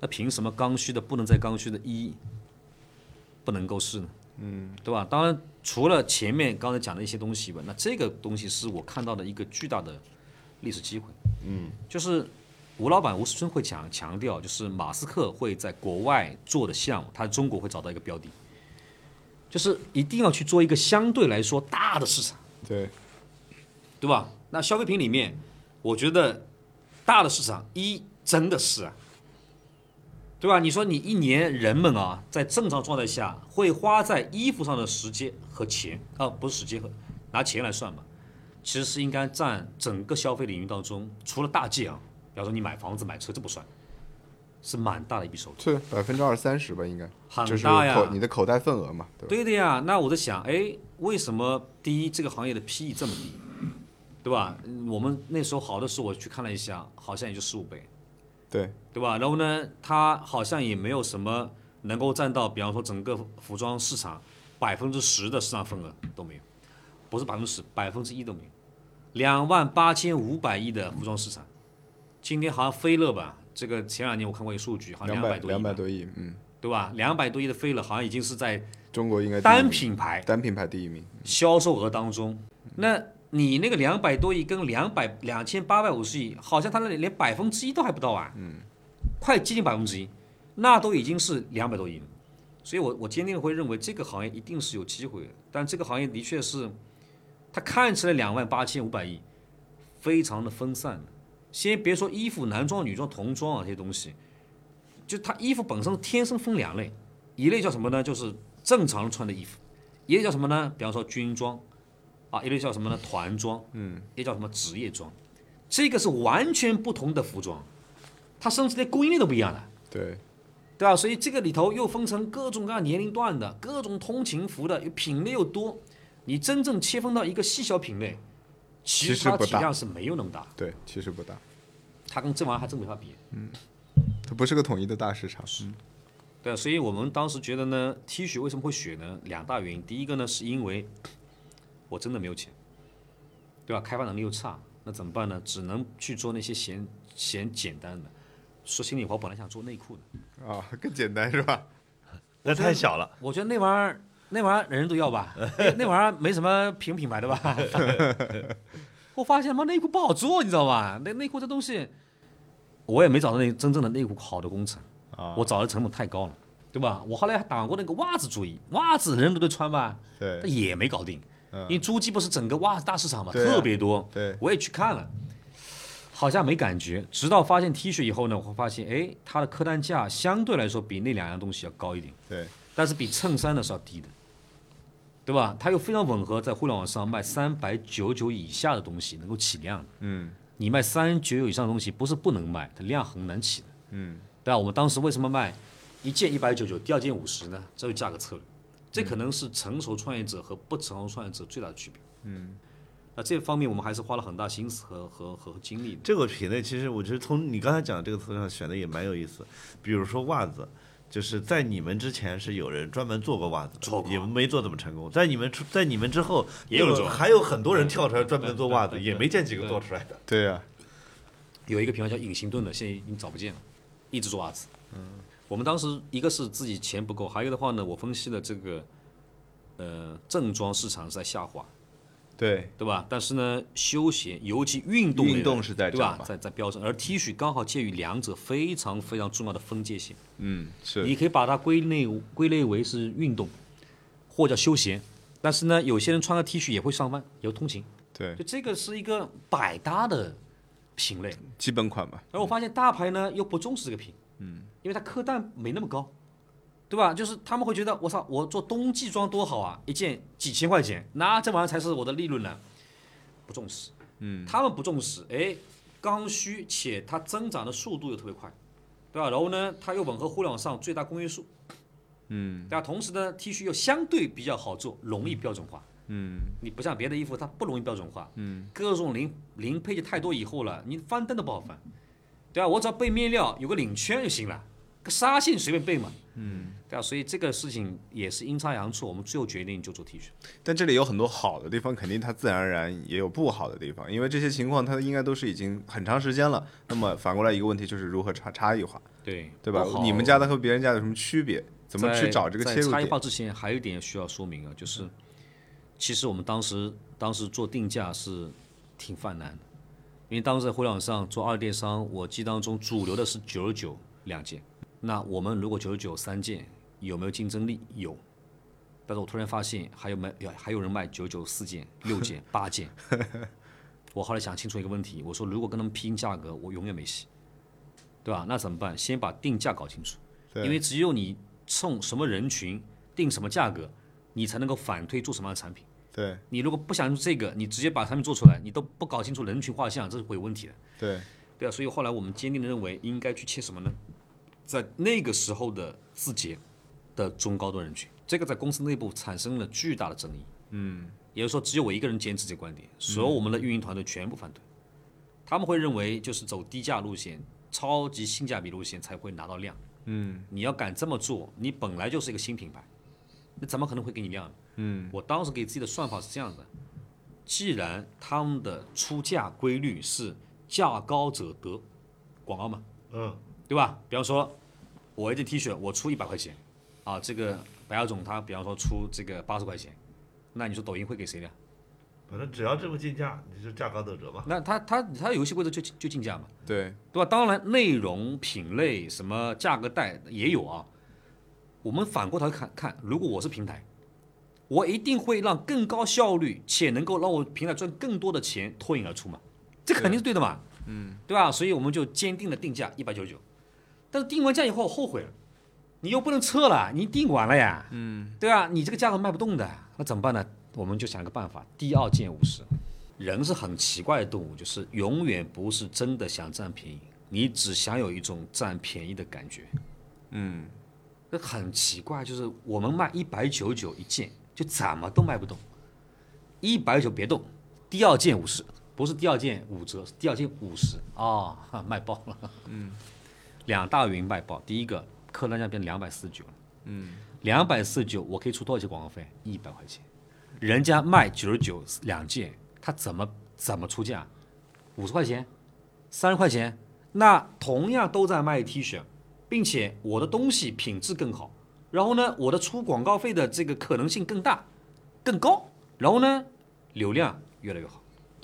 [SPEAKER 1] 那凭什么刚需的不能在刚需的一不能够是呢？嗯，对吧？当然，除了前面刚才讲的一些东西吧，那这个东西是我看到的一个巨大的历史机会。嗯，就是吴老板吴世春会强强调，就是马斯克会在国外做的项目，他中国会找到一个标的，就是一定要去做一个相对来说大的市场。
[SPEAKER 2] 对，
[SPEAKER 1] 对吧？那消费品里面，我觉得大的市场一真的是啊，对吧？你说你一年人们啊，在正常状态下会花在衣服上的时间和钱啊，不是时间和拿钱来算吧，其实是应该占整个消费领域当中，除了大件啊，比方说你买房子、买车，这不算，是蛮大的一笔收入。
[SPEAKER 2] 对，百分之二三十吧，应该，
[SPEAKER 1] 很
[SPEAKER 2] 就是
[SPEAKER 1] 大呀
[SPEAKER 2] 口你的口袋份额嘛，对吧？
[SPEAKER 1] 对的呀，那我在想，哎，为什么第一这个行业的 PE 这么低，对吧？嗯我们那时候好的时候我去看了一下，好像也就十五倍，
[SPEAKER 2] 对，
[SPEAKER 1] 对吧？然后呢，它好像也没有什么能够占到，比方说整个服装市场百分之十的市场份额都没有，不是百分之十，百分之一都没有。两万八千五百亿的服装市场，今天好像飞乐吧，这个前两年我看过一个数据，好像
[SPEAKER 2] 两
[SPEAKER 1] 百
[SPEAKER 2] 百
[SPEAKER 1] 多亿吧，
[SPEAKER 2] 两百多亿，嗯，
[SPEAKER 1] 对吧？两百多亿的飞乐好像已经是在
[SPEAKER 2] 中国应该第一
[SPEAKER 1] 单
[SPEAKER 2] 名
[SPEAKER 1] 品牌
[SPEAKER 2] 单品牌第一名，
[SPEAKER 1] 销售额当中，那你那个两百多亿跟两百两千八百五十亿，好像它那里连百分之一都还不到啊，嗯，快接近百分之一，那都已经是两百多亿了，所以我我坚定地会认为这个行业一定是有机会的，但这个行业的确是，它看起来两万八千五百亿，非常的分散的，先别说衣服、男装、女装、童装啊这些东西，就它衣服本身天生分两类，一类叫什么呢？就是正常穿的衣服。一类叫什么呢？比方说军装，啊，一类叫什么呢？团装，嗯，一类叫什么职业装，这个是完全不同的服装，它甚至连供应链都不一样的，
[SPEAKER 2] 对，
[SPEAKER 1] 对吧？所以这个里头又分成各种各样年龄段的、各种通勤服的，品类又多，你真正切分到一个细小品类，其
[SPEAKER 2] 其
[SPEAKER 1] 实
[SPEAKER 2] 实
[SPEAKER 1] 它
[SPEAKER 2] 不
[SPEAKER 1] 体
[SPEAKER 2] 大
[SPEAKER 1] 量是没有那么大，
[SPEAKER 2] 对，其实不大，
[SPEAKER 1] 它跟这玩意儿还真没法比。
[SPEAKER 2] 它不是个统一的大市场，
[SPEAKER 1] 嗯对，啊所以我们当时觉得呢，T 恤为什么会选呢？两大原因，第一个呢，是因为我真的没有钱，对吧？开发能力又差，那怎么办呢？只能去做那些嫌嫌简单的。说心里话，我本来想做内裤的，
[SPEAKER 2] 啊，更简单是吧？
[SPEAKER 4] 那太小了，
[SPEAKER 1] 我觉得那玩意儿，那玩意儿人人都要
[SPEAKER 2] <laughs>
[SPEAKER 1] 吧，那那玩意儿没什么品品牌的吧。我发现他妈内裤不好做，你知道吧？那内裤这东西，我也没找到那真正的内裤好的工厂，
[SPEAKER 2] 啊，
[SPEAKER 1] 我找的成本太高了，对吧？我后来还打过那个袜子主意，袜子人人都得穿吧，但
[SPEAKER 2] 对
[SPEAKER 1] 也没搞定。
[SPEAKER 2] 嗯
[SPEAKER 1] 因为诸暨不是整个袜子大市场嘛，
[SPEAKER 2] 对啊
[SPEAKER 1] 特别多，
[SPEAKER 2] 对，
[SPEAKER 1] 我也去看了，好像没感觉。直到发现 T 恤以后呢，我会发现，哎，它的客单价相对来说比那两样东西要高一点，
[SPEAKER 2] 对
[SPEAKER 1] 但是比衬衫呢是要低的，对吧？它又非常吻合，在互联网上卖三百九九以下的东西能够起量的，
[SPEAKER 2] 嗯
[SPEAKER 1] 你卖三九九以上的东西不是不能卖，它量很难起的。
[SPEAKER 2] 嗯，
[SPEAKER 1] 对吧？我们当时为什么卖一件一百九九，第二件五十呢？这是价格策略，这可能是成熟创业者和不成熟创业者最大的区别。嗯，那这方面我们还是花了很大心思和和和精力的。
[SPEAKER 4] 这个品类其实我觉得从你刚才讲的这个词上选的也蛮有意思，比如说袜子。就是在你们之前是有人专门做过袜子
[SPEAKER 1] 做
[SPEAKER 4] 的，
[SPEAKER 1] 过
[SPEAKER 4] 也没做怎么成功。在你们出，在你们之后，
[SPEAKER 1] 也有
[SPEAKER 4] 又
[SPEAKER 1] 做
[SPEAKER 4] 还有嗯很多人跳出来专门做袜
[SPEAKER 1] 对
[SPEAKER 4] 子，
[SPEAKER 1] 对对
[SPEAKER 4] 也没见几个做出来的。
[SPEAKER 2] 对啊呀，
[SPEAKER 1] 有一个品牌叫隐形盾的，现在已经找不见了，一直做袜子。嗯，我们当时一个是自己钱不够，还有一个的话呢，我分析了这个，呃，正装市场是在下滑，
[SPEAKER 2] 对
[SPEAKER 1] 对吧？但是呢，休闲尤其运动类的
[SPEAKER 4] 运动是在
[SPEAKER 1] 对
[SPEAKER 4] 涨
[SPEAKER 1] 吧，
[SPEAKER 4] 吧
[SPEAKER 1] 在在飙升，而 T 恤刚好介于两者非常非常重要的分界线。
[SPEAKER 2] 嗯是，
[SPEAKER 1] 你可以把它归类归类为是运动，或叫休闲。但是呢，有些人穿个 T 恤也会上班，也会通勤，
[SPEAKER 2] 对
[SPEAKER 1] 就这个是一个百搭的品类。
[SPEAKER 2] 基本款吧，
[SPEAKER 1] 而我发现大牌呢又不重视这个品，嗯，因为它客单没那么高，对吧？就是他们会觉得我操，我做冬季装多好啊，一件几千块钱，那这玩意儿才是我的利润呢，不重视，嗯，他们不重视，哎，刚需且它增长的速度又特别快，对吧？然后呢，它又吻合互联网上最大公约数，嗯，对吧？同时呢，T 恤又相对比较好做，容易标准化。嗯，你不像别的衣服，它不容易标准化。嗯，各种零零配件太多以后了，你翻灯都不好翻。对啊，我只要备面料有个领圈就行了，个纱线随便备嘛。嗯，对啊，所以这个事情也是阴差阳错，我们最后决定就做 T 恤。
[SPEAKER 2] 但这里有很多好的地方，肯定它自然而然也有不好的地方，因为这些情况它应该都是已经很长时间了。那么反过来一个问题就是如何差差异化，
[SPEAKER 1] 对，
[SPEAKER 2] 对吧
[SPEAKER 1] 不？好
[SPEAKER 2] 你们家的和别人家有什么区别？怎么去找这个
[SPEAKER 1] 在
[SPEAKER 2] 切入
[SPEAKER 1] 在差异
[SPEAKER 2] 点？
[SPEAKER 1] 化之前，还有一点需要说明啊，就是其实我们当时当时做定价是挺犯难的，因为当时在互联网上做二电商，我记当中主流的是九十九两件，那我们如果九十九三件，有没有竞争力？有。但是我突然发现还有卖，还有人卖九九四件、六件、八件。 <laughs> 我后来想清楚一个问题，我说如果跟他们拼价格，我永远没戏，对吧？那怎么办？先把定价搞清楚，
[SPEAKER 2] 对
[SPEAKER 1] 因为只有你冲什么人群定什么价格，你才能够反推做什么样的产品。
[SPEAKER 2] 对
[SPEAKER 1] 你如果不想用这个，你直接把产品做出来，你都不搞清楚人群画像，这是会有问题的。
[SPEAKER 2] 对
[SPEAKER 1] 对啊，所以后来我们坚定的认为应该去切什么呢？在那个时候的字节的中高端人群，这个在公司内部产生了巨大的争议。嗯，也就是说，只有我一个人坚持这个观点，所有我们的运营团队全部反对。他们会认为，就是走低价路线、超级性价比路线才会拿到量。嗯，你要敢这么做，你本来就是一个新品牌，那怎么可能会给你量呢？嗯，我当时给自己的算法是这样的：既然他们的出价规律是价高者得，广告嘛，
[SPEAKER 4] 嗯，
[SPEAKER 1] 对吧？比方说，我一件 T 恤我出一百块钱，啊，这个白亚总他比方说出这个八十块钱，那你说抖音会给谁呢？
[SPEAKER 4] 反正只要这么竞价，你就价高者得吧。
[SPEAKER 1] 那他他他游戏规则就就竞价嘛，
[SPEAKER 2] 对，
[SPEAKER 1] 对吧？当然，内容品类什么价格带也有啊。我们反过头看看，如果我是平台，我一定会让更高效率且能够让我平台赚更多的钱脱颖而出嘛，这肯定是对的嘛，嗯，对吧？所以我们就坚定的定价一百九十九，但是定完价以后后悔了，你又不能撤了，你定完了呀，嗯，对吧？你这个价格卖不动的，那怎么办呢？我们就想个办法，第二件五十。人是很奇怪的动物，就是永远不是真的想占便宜，你只享有一种占便宜的感觉。嗯，这很奇怪，就是我们卖一百九九一件，就怎么都卖不动。一百九别动，第二件五十，不是第二件五折，是第二件五十啊， <laughs> 哈卖爆了。嗯，两大原因卖爆，第一个客单价变两百四十九了。嗯，两百四十九，我可以出多少钱广告费？一百块钱。人家卖九十九两件，他怎么怎么出价？五十块钱，三十块钱，那同样都在卖 T 恤，并且我的东西品质更好，然后呢，我的出广告费的这个可能性更大，更高，然后呢，流量越来越好。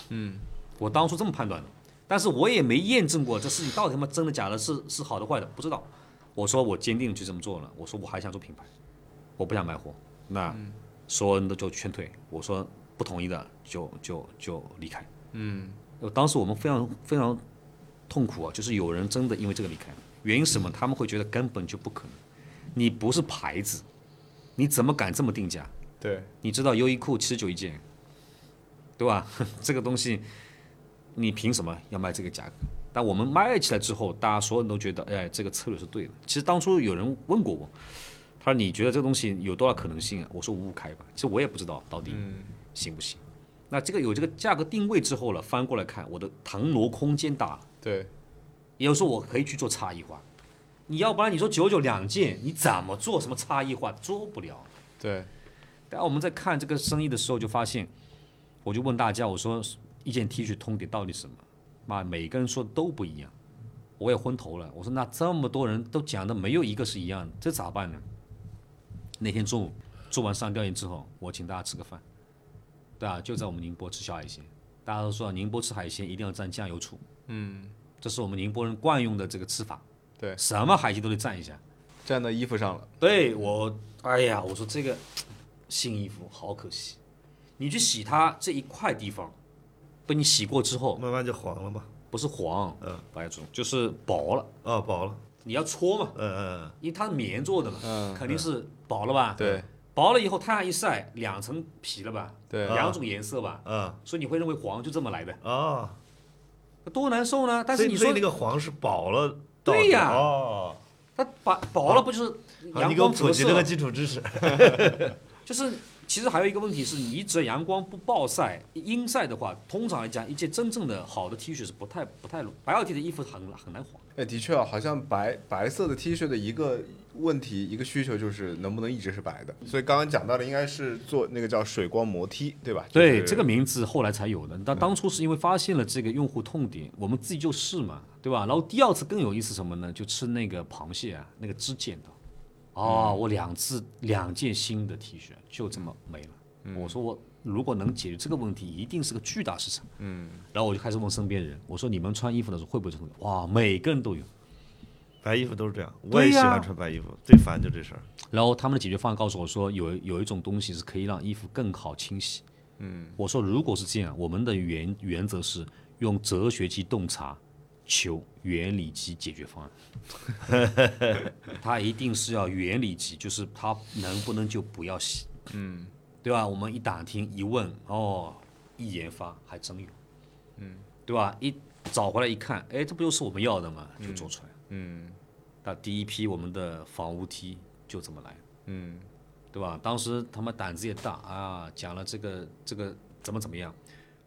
[SPEAKER 1] 嗯，我当初这么判断的，但是我也没验证过这事情到底他妈真的假的，是是好的坏的，不知道。我说我坚定地去这么做了，我说我还想做品牌，我不想卖货。那所有人都就劝退，我说不同意的就就就离开。嗯，当时我们非常非常痛苦啊，就是有人真的因为这个离开，原因是什么？他们会觉得根本就不可能，你不是牌子，你怎么敢这么定价？
[SPEAKER 2] 对，
[SPEAKER 1] 你知道优衣库七十九一件，对吧？ <laughs> 这个东西你凭什么要卖这个价格？但我们卖起来之后，大家所有人都觉得，哎，这个策略是对的。其实当初有人问过我，他说你觉得这个东西有多少可能性啊？我说五五开吧。其实我也不知道到底行不行。那这个有这个价格定位之后了，翻过来看，我的腾挪空间大了，
[SPEAKER 2] 对，
[SPEAKER 1] 也就是说我可以去做差异化。你要不然你说九九两件，你怎么做什么差异化？做不了。
[SPEAKER 2] 对，
[SPEAKER 1] 但我们在看这个生意的时候，就发现，我就问大家，我说一件 T 恤通底到底是什么？妈，每个人说的都不一样，我也昏头了。我说那这么多人都讲的没有一个是一样的，这咋办呢？那天中午做完上调研之后，我请大家吃个饭，对啊，就在我们宁波吃小海鲜。大家都说宁波吃海鲜一定要蘸酱油醋，嗯，这是我们宁波人惯用的这个吃法，
[SPEAKER 2] 对
[SPEAKER 1] 什么海鲜都得蘸一下。
[SPEAKER 2] 站到衣服上了，
[SPEAKER 1] 对我，哎呀，我说这个新衣服好可惜，你去洗它这一块地方，被你洗过之后
[SPEAKER 4] 慢慢就黄了嘛。
[SPEAKER 1] 不是黄，嗯，白种就是薄了，
[SPEAKER 4] 啊，薄了。
[SPEAKER 1] 你要搓嘛，
[SPEAKER 4] 嗯嗯
[SPEAKER 1] 因为它是棉做的嘛，
[SPEAKER 2] 嗯
[SPEAKER 1] 肯定是薄了吧？
[SPEAKER 2] 对，
[SPEAKER 1] 薄了以后太阳一晒，两层皮了吧？
[SPEAKER 2] 对
[SPEAKER 1] 两种颜色吧，
[SPEAKER 4] 嗯。
[SPEAKER 1] 所以你会认为黄就这么来的，
[SPEAKER 4] 哦，
[SPEAKER 1] 多难受呢？但是
[SPEAKER 4] 所以
[SPEAKER 1] 你说
[SPEAKER 4] 所以那个黄是薄了到的，
[SPEAKER 1] 对呀
[SPEAKER 4] 哦，
[SPEAKER 1] 它薄薄了不就是
[SPEAKER 4] 啊好，你
[SPEAKER 1] 阳
[SPEAKER 4] 给我
[SPEAKER 1] 光
[SPEAKER 4] 普
[SPEAKER 1] 折
[SPEAKER 4] 及
[SPEAKER 1] 射
[SPEAKER 4] 了个基础知
[SPEAKER 1] <laughs>
[SPEAKER 4] 识。
[SPEAKER 1] 就是其实还有一个问题是，你只要阳光不暴晒、阴晒的话，通常来讲，一件真正的好的 T 恤是不太不太白袄 T 的衣服很很难黄。
[SPEAKER 2] 哎，的确啊，好像白白色的 T 恤的一个问题，一个需求就是能不能一直是白的。所以刚刚讲到的应该是做那个叫水光摩 T，对吧？
[SPEAKER 1] 对，
[SPEAKER 2] 就是嗯
[SPEAKER 1] 这个名字后来才有的。但当初是因为发现了这个用户痛点，我们自己就试嘛，对吧？然后第二次更有意思什么呢？就吃那个螃蟹啊，那个支箭的。哦，
[SPEAKER 2] 嗯
[SPEAKER 1] 我两次两件新的 T 恤就这么没了。
[SPEAKER 2] 嗯
[SPEAKER 1] 我说我如果能解决这个问题，一定是个巨大市场。嗯，然后我就开始问身边人，我说你们穿衣服的时候会不会这种？哇，每个人都有。
[SPEAKER 4] 白衣服都是这样，我
[SPEAKER 1] 对
[SPEAKER 4] 也喜
[SPEAKER 1] 呀
[SPEAKER 4] 欢穿白衣服，最烦就这事儿。
[SPEAKER 1] 然后他们的解决方案告诉我说，有有一种东西是可以让衣服更好清洗。嗯，我说如果是这样，我们的原原则是用哲学级洞察求原理级解决方案，它一定是要原理级，就是它能不能就不要洗。嗯，对吧？我们一打听一问，哦，一研发还真有。嗯，对吧？一找回来一看，哎，这不就是我们要的吗？就做出来。
[SPEAKER 2] 嗯
[SPEAKER 1] 那第一批我们的房屋梯就这么来，
[SPEAKER 2] 嗯
[SPEAKER 1] 对吧？当时他们胆子也大啊，讲了这个这个怎么怎么样，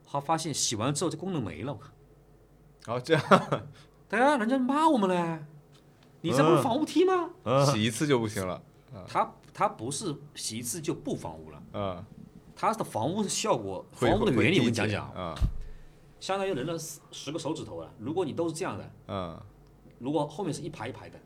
[SPEAKER 1] 他发现洗完之后这功能没了，
[SPEAKER 2] 然后这样
[SPEAKER 1] 对啊，人家骂我们嘞，你这不
[SPEAKER 2] 嗯
[SPEAKER 1] 是房屋梯吗？
[SPEAKER 2] 洗一次就不行了，
[SPEAKER 1] 他他不是洗一次就不房屋了，
[SPEAKER 2] 啊，
[SPEAKER 1] 他的房屋的效果，
[SPEAKER 2] 会
[SPEAKER 1] 房屋的
[SPEAKER 2] 会
[SPEAKER 1] 原理我跟
[SPEAKER 2] 会理
[SPEAKER 1] 你讲
[SPEAKER 2] 解
[SPEAKER 1] 讲，
[SPEAKER 2] 啊
[SPEAKER 1] 相当于人的十十个手指头啊，如果你都是这样的，
[SPEAKER 2] 啊
[SPEAKER 1] 如果后面是一排一排的，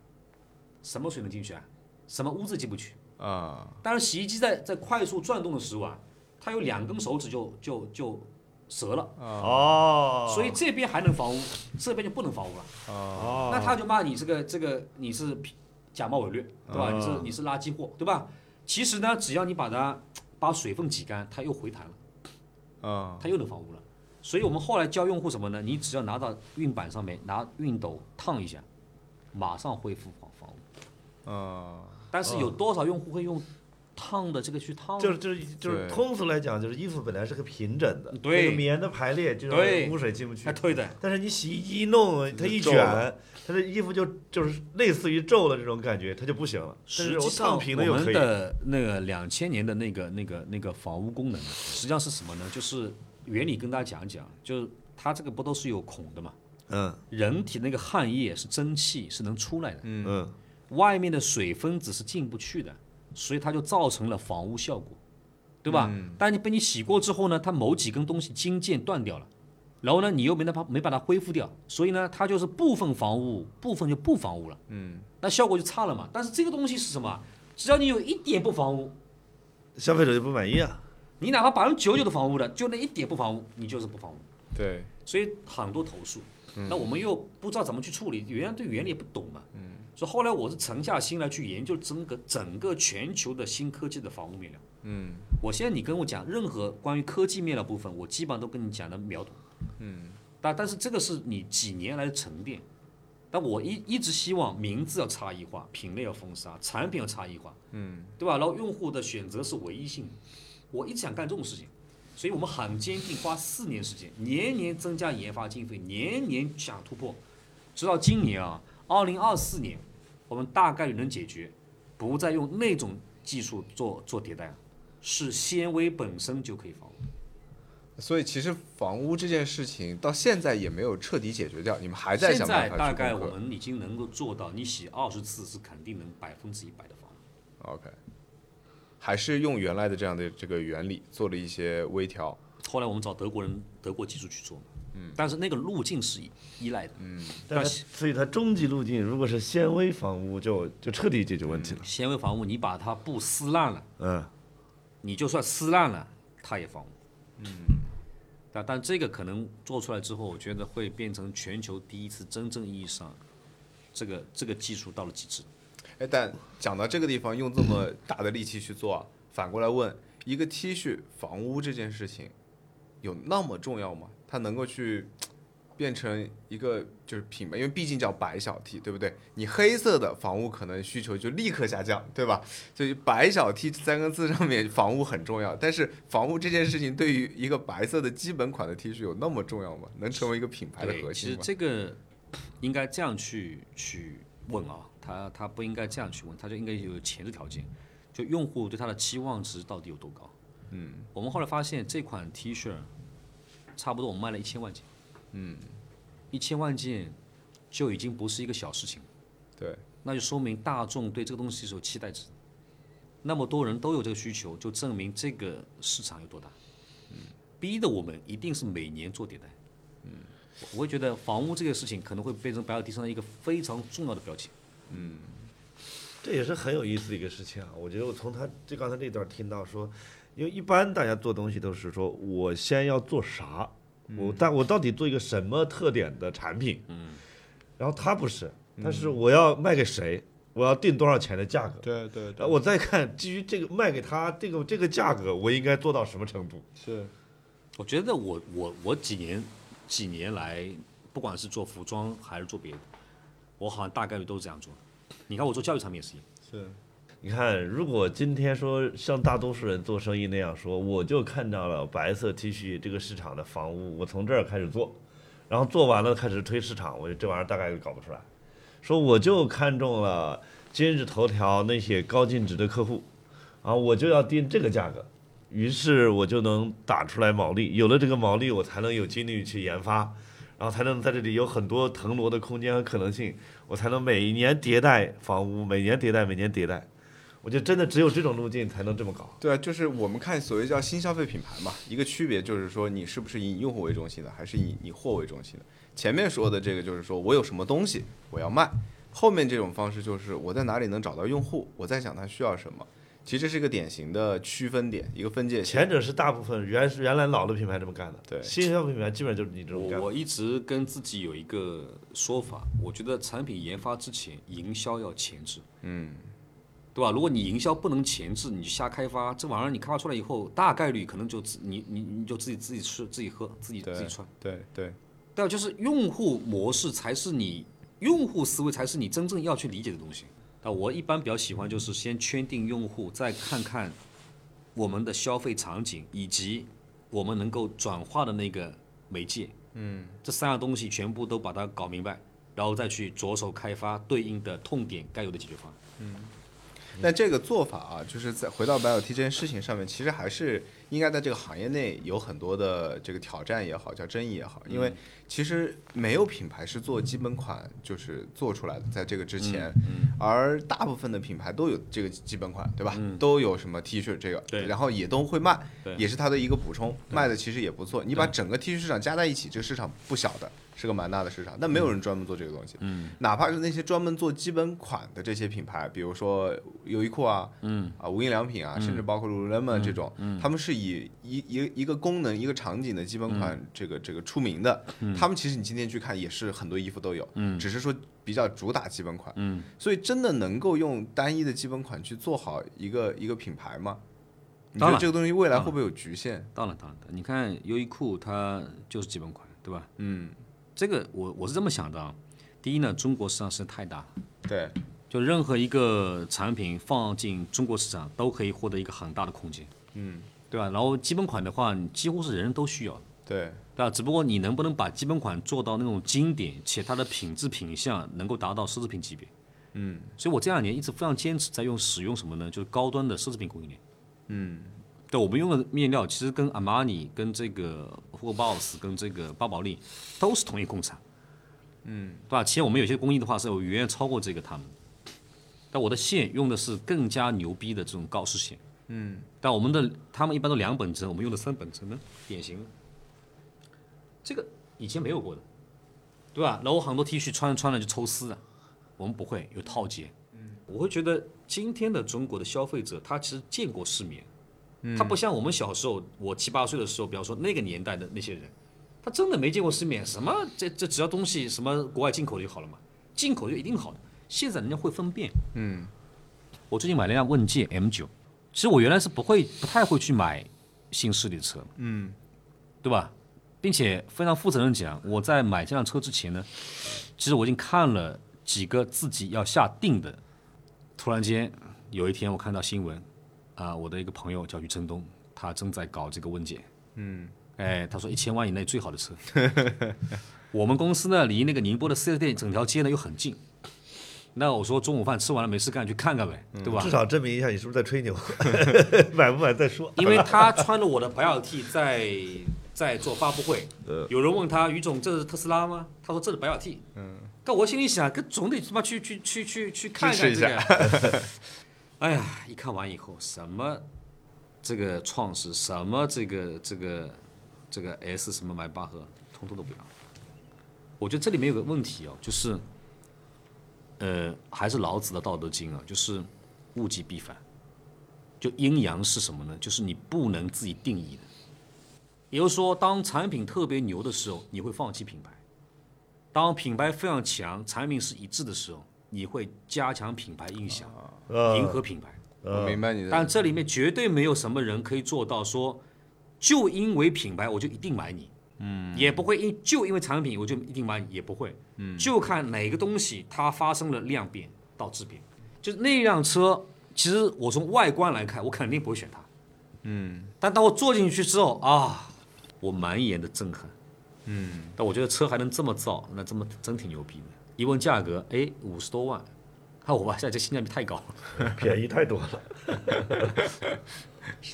[SPEAKER 1] 什么水能进去啊？什么污渍进不去？
[SPEAKER 2] 啊
[SPEAKER 1] 但是洗衣机在在快速转动的时候啊，它有两根手指就就就折了，
[SPEAKER 4] 哦，
[SPEAKER 1] 所以这边还能房屋，这边就不能房屋了。
[SPEAKER 4] 哦，
[SPEAKER 1] 那他就骂你这个这个你是假冒伪劣，对吧？你
[SPEAKER 4] 哦
[SPEAKER 1] 是你是垃圾货，对吧？其实呢，只要你把它把水分挤干，它又回弹了，
[SPEAKER 4] 哦
[SPEAKER 2] 啊
[SPEAKER 1] 它又能房屋了。所以我们后来教用户什么呢？你只要拿到熨板上面拿熨斗烫一下，马上恢复房房屋。
[SPEAKER 2] 啊，
[SPEAKER 1] 但是有多少用户会用烫的这个去烫呢？
[SPEAKER 4] 哦就是就是就是
[SPEAKER 2] 对
[SPEAKER 4] 通俗来讲，就是衣服本来是个平整的，
[SPEAKER 1] 对
[SPEAKER 4] 那个棉的排列，就是
[SPEAKER 1] 对
[SPEAKER 4] 污水进不去
[SPEAKER 1] 哎，。对的，
[SPEAKER 4] 但是你洗衣机一弄，它一
[SPEAKER 2] 皱
[SPEAKER 4] 卷
[SPEAKER 2] 了，
[SPEAKER 4] 它的衣服就就是类似于皱了这种感觉，它就不行了。但
[SPEAKER 1] 实
[SPEAKER 4] 是
[SPEAKER 1] 际
[SPEAKER 4] 我
[SPEAKER 1] 上
[SPEAKER 4] 烫平了又
[SPEAKER 1] 我
[SPEAKER 4] 可
[SPEAKER 1] 们
[SPEAKER 4] 以。
[SPEAKER 1] 的那个两千年的那个那个那个房屋功能，实际上是什么呢？就是原理跟大家讲一讲，就是它这个不都是有孔的嘛？
[SPEAKER 4] 嗯
[SPEAKER 1] 人体那个汗液是蒸汽是能出来的，
[SPEAKER 4] 嗯，
[SPEAKER 1] 外面的水分子是进不去的，所以它就造成了房屋效果，对吧？
[SPEAKER 4] 嗯
[SPEAKER 1] 但你被你洗过之后呢，它某几根东西筋腱断掉了，然后呢，你又没能把没把它恢复掉，所以呢，它就是部分房屋，部分就不房屋了，嗯，那效果就差了嘛。但是这个东西是什么？啊只要你有一点不房屋，
[SPEAKER 4] 消费者就不满意啊。
[SPEAKER 1] 你哪怕百分之九九的房屋的，就那一点不房屋，你就是不房屋。
[SPEAKER 2] 对，
[SPEAKER 1] 所以很多投诉。
[SPEAKER 2] 嗯
[SPEAKER 1] 那我们又不知道怎么去处理，原来对原理也不懂嘛。所以后来我是沉下心来去研究整个整个全球的新科技的房屋面料。
[SPEAKER 2] 嗯
[SPEAKER 1] 我现在你跟我讲任何关于科技面料部分，我基本上都跟你讲的秒懂。
[SPEAKER 2] 嗯
[SPEAKER 1] 但但是这个是你几年来的沉淀。但我一一直希望名字要差异化，品类要封杀，产品要差异化，
[SPEAKER 2] 嗯
[SPEAKER 1] 对吧？然后用户的选择是唯一性的，我一直想干这种事情，所以我们很坚定，花四年时间，年年增加研发经费，年年想突破，直到今年啊，二零二四年，我们大概率能解决，不再用那种技术做做迭代了，是纤维本身就可以防。
[SPEAKER 2] 所以其实房屋这件事情到现在也没有彻底解决掉，你们还在
[SPEAKER 1] 现
[SPEAKER 2] 想
[SPEAKER 1] 在
[SPEAKER 2] 办法
[SPEAKER 1] 大
[SPEAKER 2] 去
[SPEAKER 1] 概
[SPEAKER 2] 攻
[SPEAKER 1] 我
[SPEAKER 2] 克。
[SPEAKER 1] 们已经能够做到，你洗二十次是肯定能百分之一百的防。
[SPEAKER 2] OK，还是用原来的这样的这个原理做了一些微调。
[SPEAKER 1] 后来我们找德国人、德国技术去做嘛，嗯，但是那个路径是依依赖的，嗯，
[SPEAKER 4] 但
[SPEAKER 1] 但
[SPEAKER 4] 是所以它终极路径如果是纤维房屋，就就彻底解决问题了。
[SPEAKER 1] 纤维房屋，你把它布撕烂了，
[SPEAKER 4] 嗯，
[SPEAKER 1] 你就算撕烂了，它也防污。嗯，但但这个可能做出来之后，我觉得会变成全球第一次真正意义上，这个这个技术到了极致。
[SPEAKER 2] 哎，但讲到这个地方，用这么大的力气去做啊，反过来问，一个 T 恤房屋这件事情有那么重要吗？它能够去变成一个就是品牌，因为毕竟叫白小 T，对不对？你黑色的房屋可能需求就立刻下降，对吧？所以白小 T 这三个字上面房屋很重要，但是房屋这件事情对于一个白色的基本款的 T 恤有那么重要吗？能成为一个品牌的
[SPEAKER 1] 对，
[SPEAKER 2] 核
[SPEAKER 1] 其实
[SPEAKER 2] 心吗？
[SPEAKER 1] 这个应该这样去去问啊，他他不应该这样去问，他就应该有前置条件，就用户对它的期望值到底有多高。嗯，我们后来发现这款 T 恤，差不多我们卖了一千万件。嗯，一千万件就已经不是一个小事情了。
[SPEAKER 2] 对，
[SPEAKER 1] 那就说明大众对这个东西是有期待值的。那么多人都有这个需求，就证明这个市场有多大。嗯逼得我们一定是每年做迭代。嗯，我会觉得房屋这个事情可能会变成白小 T 上的一个非常重要的标签。
[SPEAKER 4] 这也是很有意思的一个事情啊。我觉得我从他这刚才这段听到说，因为一般大家做东西都是说我先要做啥，我但我到底做一个什么特点的产品，嗯，然后他不是，他是我要卖给谁，我要定多少钱的价格。
[SPEAKER 2] 对对
[SPEAKER 4] 然后我再看，基于这个卖给他这个这个价格，我应该做到什么程度？
[SPEAKER 2] 是，
[SPEAKER 1] 我觉得我我我几年几年来，不管是做服装还是做别的，我好像大概率都是这样做。你看我做教育产品也是一样。
[SPEAKER 4] 你看，如果今天说像大多数人做生意那样说，我就看到了白色 T 恤这个市场的房屋，我从这儿开始做，然后做完了开始推市场，我就这玩意儿大概就搞不出来。说我就看中了今日头条那些高净值的客户，啊，我就要定这个价格，于是我就能打出来毛利。有了这个毛利，我才能有精力去研发，然后才能在这里有很多腾挪的空间和可能性，我才能每年迭代房屋，每年迭代，每年迭代。我觉得真的只有这种路径才能这么搞。
[SPEAKER 2] 对啊，就是我们看所谓叫新消费品牌嘛，一个区别就是说你是不是以用户为中心的，还是以你货为中心的。前面说的这个就是说我有什么东西我要卖，后面这种方式就是我在哪里能找到用户，我在想他需要什么。其实这是一个典型的区分点，一个分界线。
[SPEAKER 4] 前者是大部分原原来老的品牌这么干的，
[SPEAKER 2] 对
[SPEAKER 4] 新消费品牌基本就是你这种
[SPEAKER 1] 我
[SPEAKER 4] 干的。
[SPEAKER 1] 我一直跟自己有一个说法，我觉得产品研发之前，营销要前置，嗯，对吧？如果你营销不能前置，你瞎开发，这玩意儿你开发出来以后，大概率可能就自你你你就自己自己吃自己喝自己自己穿，
[SPEAKER 2] 对对
[SPEAKER 1] 对啊，就是用户模式才是你用户思维才是你真正要去理解的东西。啊，我一般比较喜欢就是先圈定用户，再看看我们的消费场景以及我们能够转化的那个媒介。嗯，这三样东西全部都把它搞明白，然后再去着手开发对应的痛点该有的解决方案。
[SPEAKER 2] 那这个做法啊，就是在回到 BLT 这件事情上面，其实还是应该在这个行业内有很多的这个挑战也好，叫争议也好，因为
[SPEAKER 1] 嗯
[SPEAKER 2] 其实没有品牌是做基本款就是做出来的，在这个之前，
[SPEAKER 1] 嗯
[SPEAKER 2] 而大部分的品牌都有这个基本款，对吧？都有什么 T 恤这个，
[SPEAKER 1] 嗯对
[SPEAKER 2] 然后也都会卖
[SPEAKER 1] 对，
[SPEAKER 2] 也是它的一个补充，卖的其实也不错。你把整个 T 恤市场加在一起，这个市场不小的，是个蛮大的市场，但
[SPEAKER 1] 嗯
[SPEAKER 2] 没有人专门做这个东西。哪怕是那些专门做基本款的这些品牌，比如说优衣库啊，嗯，啊无印良品啊，甚至包括
[SPEAKER 1] 嗯
[SPEAKER 2] lululemon 这种，他们是以一一一个功能、一个场景的基本款
[SPEAKER 1] 嗯
[SPEAKER 2] 这个这个出名的。他们其实你今天去看也是很多衣服都有，
[SPEAKER 1] 嗯
[SPEAKER 2] 只是说比较主打基本款。所以真的能够用单一的基本款去做好一个一个品牌吗？你觉
[SPEAKER 1] 当
[SPEAKER 2] 得
[SPEAKER 1] 然
[SPEAKER 2] 这个东西未来会不会有局限？
[SPEAKER 1] 当然，当然，当然你看优衣库它就是基本款，对吧？嗯，这个我我是这么想的啊。第一呢，中国市场实在太大了。
[SPEAKER 2] 对，
[SPEAKER 1] 就任何一个产品放进中国市场，都可以获得一个很大的空间，嗯，对吧？然后基本款的话，你几乎是人人都需要的，
[SPEAKER 2] 对，
[SPEAKER 1] 对吧？只不过你能不能把基本款做到那种经典，且它的品质品相能够达到奢侈品级别，嗯，所以我这两年一直非常坚持在用使用什么呢？就是高端的奢侈品供应链，嗯，对，我们用的面料其实跟阿玛尼、跟这个 Hugo Boss、跟这个巴宝莉都是同一工厂，嗯，对吧？其实我们有些工艺的话是有远远超过这个他们的。但我的线用的是更加牛逼的这种高视线。嗯，但我们的他们一般都两本针，我们用的三本针呢，典型的。这个以前没有过的，对吧？然后很多 T 恤穿着穿着就抽丝了，我们不会有套结。嗯，我会觉得今天的中国的消费者，他其实见过世面，他不像我们小时候，我七八岁的时候，比方说那个年代的那些人，他真的没见过世面，什么这这只要东西什么国外进口的就好了嘛，进口就一定好的。现在人家会分辨，我最近买了一辆问界 M 九，其实我原来是不会、不太会去买新势力的车，嗯，对吧？并且非常负责任地讲，我在买这辆车之前呢，其实我已经看了几个自己要下定的。突然间有一天我看到新闻，啊、我的一个朋友叫于振东，他正在搞这个问界，嗯，哎，他说一千万以内最好的车。 <laughs> 我们公司呢离那个宁波的四 S 店整条街呢又很近，那我说中午饭吃完了没事干去看看呗，对吧？
[SPEAKER 4] 至少证明一下你是不是在吹牛， <laughs> 买不买再说。
[SPEAKER 1] 因为他穿着我的 L T 在在做发布会，有人问他于总这是特斯拉吗？他说这是 L T。嗯，但我心里想，可总得他妈去去去去去看看这
[SPEAKER 2] 支持一
[SPEAKER 1] 个。 <laughs> 哎呀，一看完以后，什么这个创始，什么这个这个这个 S 什么迈巴赫，通通都不要。我觉得这里面有个问题哦，就是，呃，还是老子的《道德经》啊，就是物极必反。就阴阳是什么呢？就是你不能自己定义的。也就是说，当产品特别牛的时候，你会放弃品牌；当品牌非常强、产品是一致的时候，你会加强品牌印象，迎合品牌。
[SPEAKER 2] 我明白你的。
[SPEAKER 1] 但这里面绝对没有什么人可以做到说，就因为品牌我就一定买你，嗯，也不会因就因为产品我就一定买你，也不会，嗯，就看哪个东西它发生了量变到质变，就是那辆车，其实我从外观来看，我肯定不会选它，嗯，但当我坐进去之后啊，我满眼的憎恨，嗯，但我觉得车还能这么造，那这么真挺牛逼的。一问价格，哎，五十多万，看我吧，现在这性价比太高了。
[SPEAKER 4] 便宜太多了。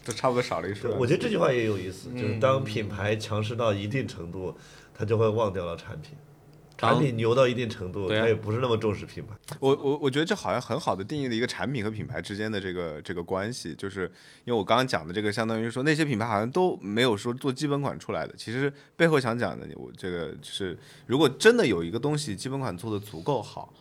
[SPEAKER 2] 都差不多少了一说。
[SPEAKER 4] 我觉得这句话也有意
[SPEAKER 1] 嗯
[SPEAKER 4] 思，就是当品牌强势到一定程度，它就会忘掉了产品。产品牛到一定程度，
[SPEAKER 1] 对啊
[SPEAKER 4] 它也不是那么重视品牌。
[SPEAKER 2] 我我我觉得这好像很好的定义了一个产品和品牌之间的这个这个关系，就是因为我刚刚讲的这个，相当于说那些品牌好像都没有说做基本款出来的。其实背后想讲的，我这个就是如果真的有一个东西基本款做的足够好，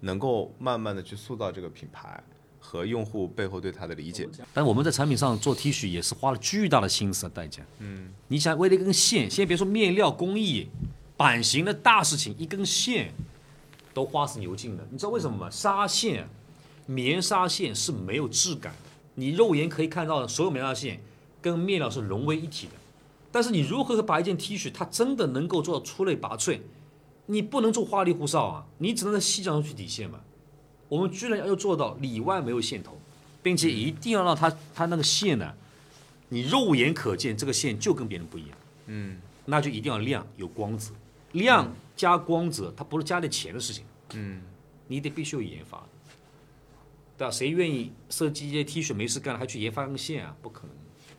[SPEAKER 2] 能够慢慢的去塑造这个品牌和用户背后对它的理解。
[SPEAKER 1] 但我们在产品上做 T 恤也是花了巨大的心思和代价。嗯，你想为了一根线，先别说面料工艺、版型的大事情，一根线都花死牛劲的。你知道为什么吗？纱线、棉纱线是没有质感的，你肉眼可以看到的所有棉纱线跟面料是融为一体的。但是你如何把一件 T 恤它真的能够做到出类拔萃？你不能做花里胡哨啊，你只能在细节上去体现嘛。我们居然要做到里外没有线头，并且一定要让它它那个线呢，你肉眼可见这个线就跟别人不一样。嗯，那就一定要亮有光泽，亮加光泽，它不是加点钱的事情。嗯，你得必须有研发，对吧、谁愿意设计一些 T 恤没事干了还去研发根线啊？不可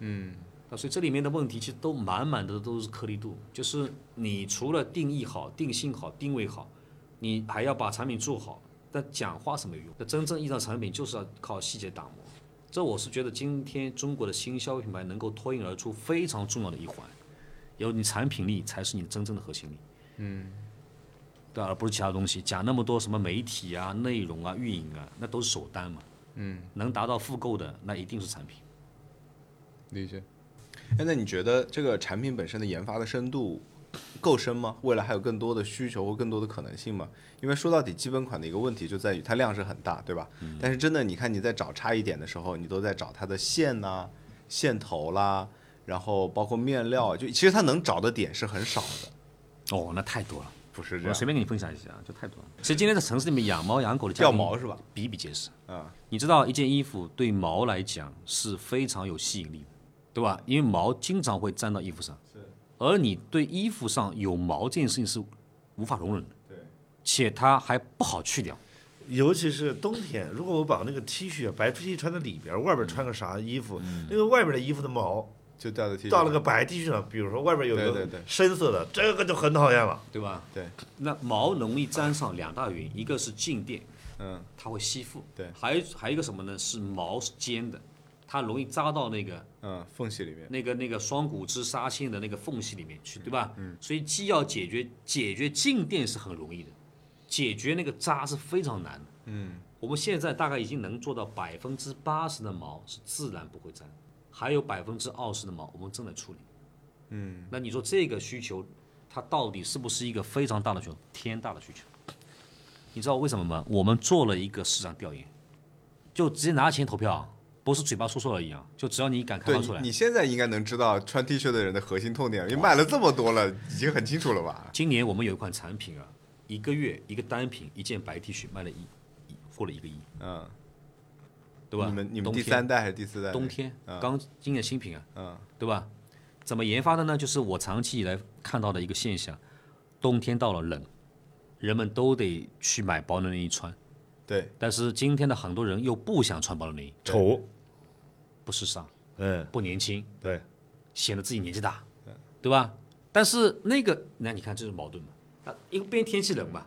[SPEAKER 1] 能。那所以这里面的问题其实都满满的都是颗粒度，就是你除了定义好、定性好、定位好，你还要把产品做好。但讲话是没有用，那真正意义上产品就是要靠细节打磨。这我是觉得今天中国的新消费品牌能够脱颖而出非常重要的一环，有你产品力才是你真正的核心力。嗯，对啊吧，而不是其他东西。讲那么多什么媒体啊、内容啊、运营啊，那都是首单嘛。嗯，能达到复购的那一定是产品。
[SPEAKER 2] 理解。哎，那你觉得这个产品本身的研发的深度够深吗？未来还有更多的需求或更多的可能性吗？因为说到底，基本款的一个问题就在于它量是很大，对吧？但是真的，你看你在找差异点的时候，你都在找它的线呐、线头啦，然后包括面料啊，就其实它能找的点是很少的，
[SPEAKER 1] 哦，那太多了。
[SPEAKER 2] 不是这
[SPEAKER 1] 我
[SPEAKER 2] 样
[SPEAKER 1] 随。便给你分享一下，就太多了。其实今天在城市里面养猫养狗的家
[SPEAKER 2] 掉
[SPEAKER 1] 庭
[SPEAKER 2] 毛是吧？
[SPEAKER 1] 比比皆是。
[SPEAKER 2] 啊，
[SPEAKER 1] 你知道一件衣服对毛来讲是非常有吸引力的，对吧？因为毛经常会粘到衣服上，而你对衣服上有毛这件事情是无法容忍的，对，且它还不好去掉。
[SPEAKER 4] 尤其是冬天，如果我把那个 T 恤白 T 恤穿在里边儿，外边儿穿个啥衣服，
[SPEAKER 1] 嗯
[SPEAKER 4] 那个外边儿的衣服的毛
[SPEAKER 2] 就掉的 T 恤
[SPEAKER 4] 到了个白 T 恤上，比如说外边儿有
[SPEAKER 2] 对
[SPEAKER 4] 个
[SPEAKER 2] 对对
[SPEAKER 4] 深色的，这个就很讨厌了。
[SPEAKER 1] 对吧？
[SPEAKER 2] 对。
[SPEAKER 1] 那毛容易沾上两大原因，一个是静电，
[SPEAKER 2] 嗯，
[SPEAKER 1] 它会吸附；
[SPEAKER 2] 对
[SPEAKER 1] 还有还有一个什么呢？是毛是尖的，它容易扎到那个
[SPEAKER 2] 嗯，缝隙里面，
[SPEAKER 1] 那个那个双股织纱线的那个缝隙里面去，对吧？嗯，所以既要解决解决静电是很容易的，解决那个渣是非常难的。嗯，我们现在大概已经能做到百分之八十的毛是自然不会粘，还有百分之二十的毛我们正在处理。嗯，那你说这个需求，它到底是不是一个非常大的需求？天大的需求。你知道为什么吗？我们做了一个市场调研，就直接拿钱投票啊，不是嘴巴说说而已啊，就只要你敢开
[SPEAKER 2] 对
[SPEAKER 1] 发出来，
[SPEAKER 2] 你现在应该能知道穿 T 恤的人的核心痛点，因为卖了这么多了，已经很清楚了吧？
[SPEAKER 1] 今年我们有一款产品啊，一个月一个单品一件白 T 恤卖了一一过了一个亿，
[SPEAKER 2] 嗯，
[SPEAKER 1] 对吧？
[SPEAKER 2] 你们你们
[SPEAKER 1] 冬
[SPEAKER 2] 第
[SPEAKER 1] 天
[SPEAKER 2] 三代还是第四代？
[SPEAKER 1] 冬天、
[SPEAKER 2] 嗯
[SPEAKER 1] 刚今年新品啊，
[SPEAKER 2] 嗯，
[SPEAKER 1] 对吧？怎么研发的呢？就是我长期以来看到的一个现象，冬天到了冷，人们都得去买保暖内衣穿，
[SPEAKER 2] 对，
[SPEAKER 1] 但是今天的很多人又不想穿保暖内衣，
[SPEAKER 4] 丑，
[SPEAKER 1] 不时尚，
[SPEAKER 4] 嗯，
[SPEAKER 1] 不年轻，
[SPEAKER 4] 对，
[SPEAKER 1] 显得自己年纪大，对吧？但是那个，那你看这是矛盾嘛？啊，一边天气冷嘛，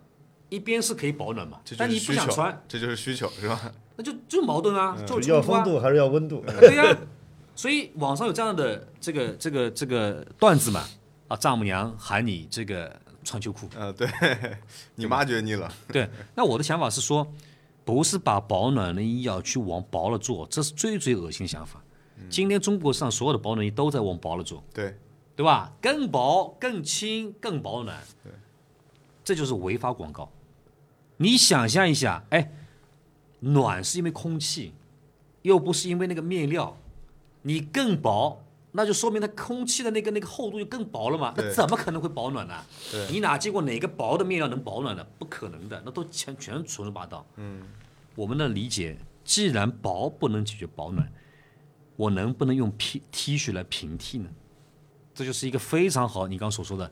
[SPEAKER 1] 一边是可以保暖嘛
[SPEAKER 2] 这，就
[SPEAKER 1] 但
[SPEAKER 2] 是
[SPEAKER 1] 你不
[SPEAKER 2] 需
[SPEAKER 1] 想
[SPEAKER 2] 求
[SPEAKER 1] 穿，，
[SPEAKER 2] 这就是需求是吧？ <laughs>
[SPEAKER 1] 那就就矛盾啊，就冲
[SPEAKER 4] 要
[SPEAKER 1] 突
[SPEAKER 4] 风
[SPEAKER 1] 啊，
[SPEAKER 4] 度还是要温度？
[SPEAKER 1] 对呀、所以网上有这样的这个这个这个段子嘛，啊，丈母娘喊你这个穿秋裤，
[SPEAKER 2] 呃，对，你妈觉得腻了，
[SPEAKER 1] <laughs> 对，那我的想法是说，不是把保暖内衣要去往薄了做，这是最最恶心的想法。今天中国市场所有的保暖内衣都在往薄了做，
[SPEAKER 2] 对，
[SPEAKER 1] 对吧？更薄、更轻、更保暖，这就是违法广告。你想象一下，哎，暖是因为空气，又不是因为那个面料，你更薄，那就说明它空气的那个那个厚度就更薄了嘛，那
[SPEAKER 2] 对
[SPEAKER 1] 怎么可能会保暖呢、
[SPEAKER 2] 对
[SPEAKER 1] 你哪见过哪个薄的面料能保暖的？不可能的，那都全全是纯八道。嗯，我们的理解，既然薄不能解决保暖，我能不能用 P T 恤来平替呢？这就是一个非常好，你刚刚所说的，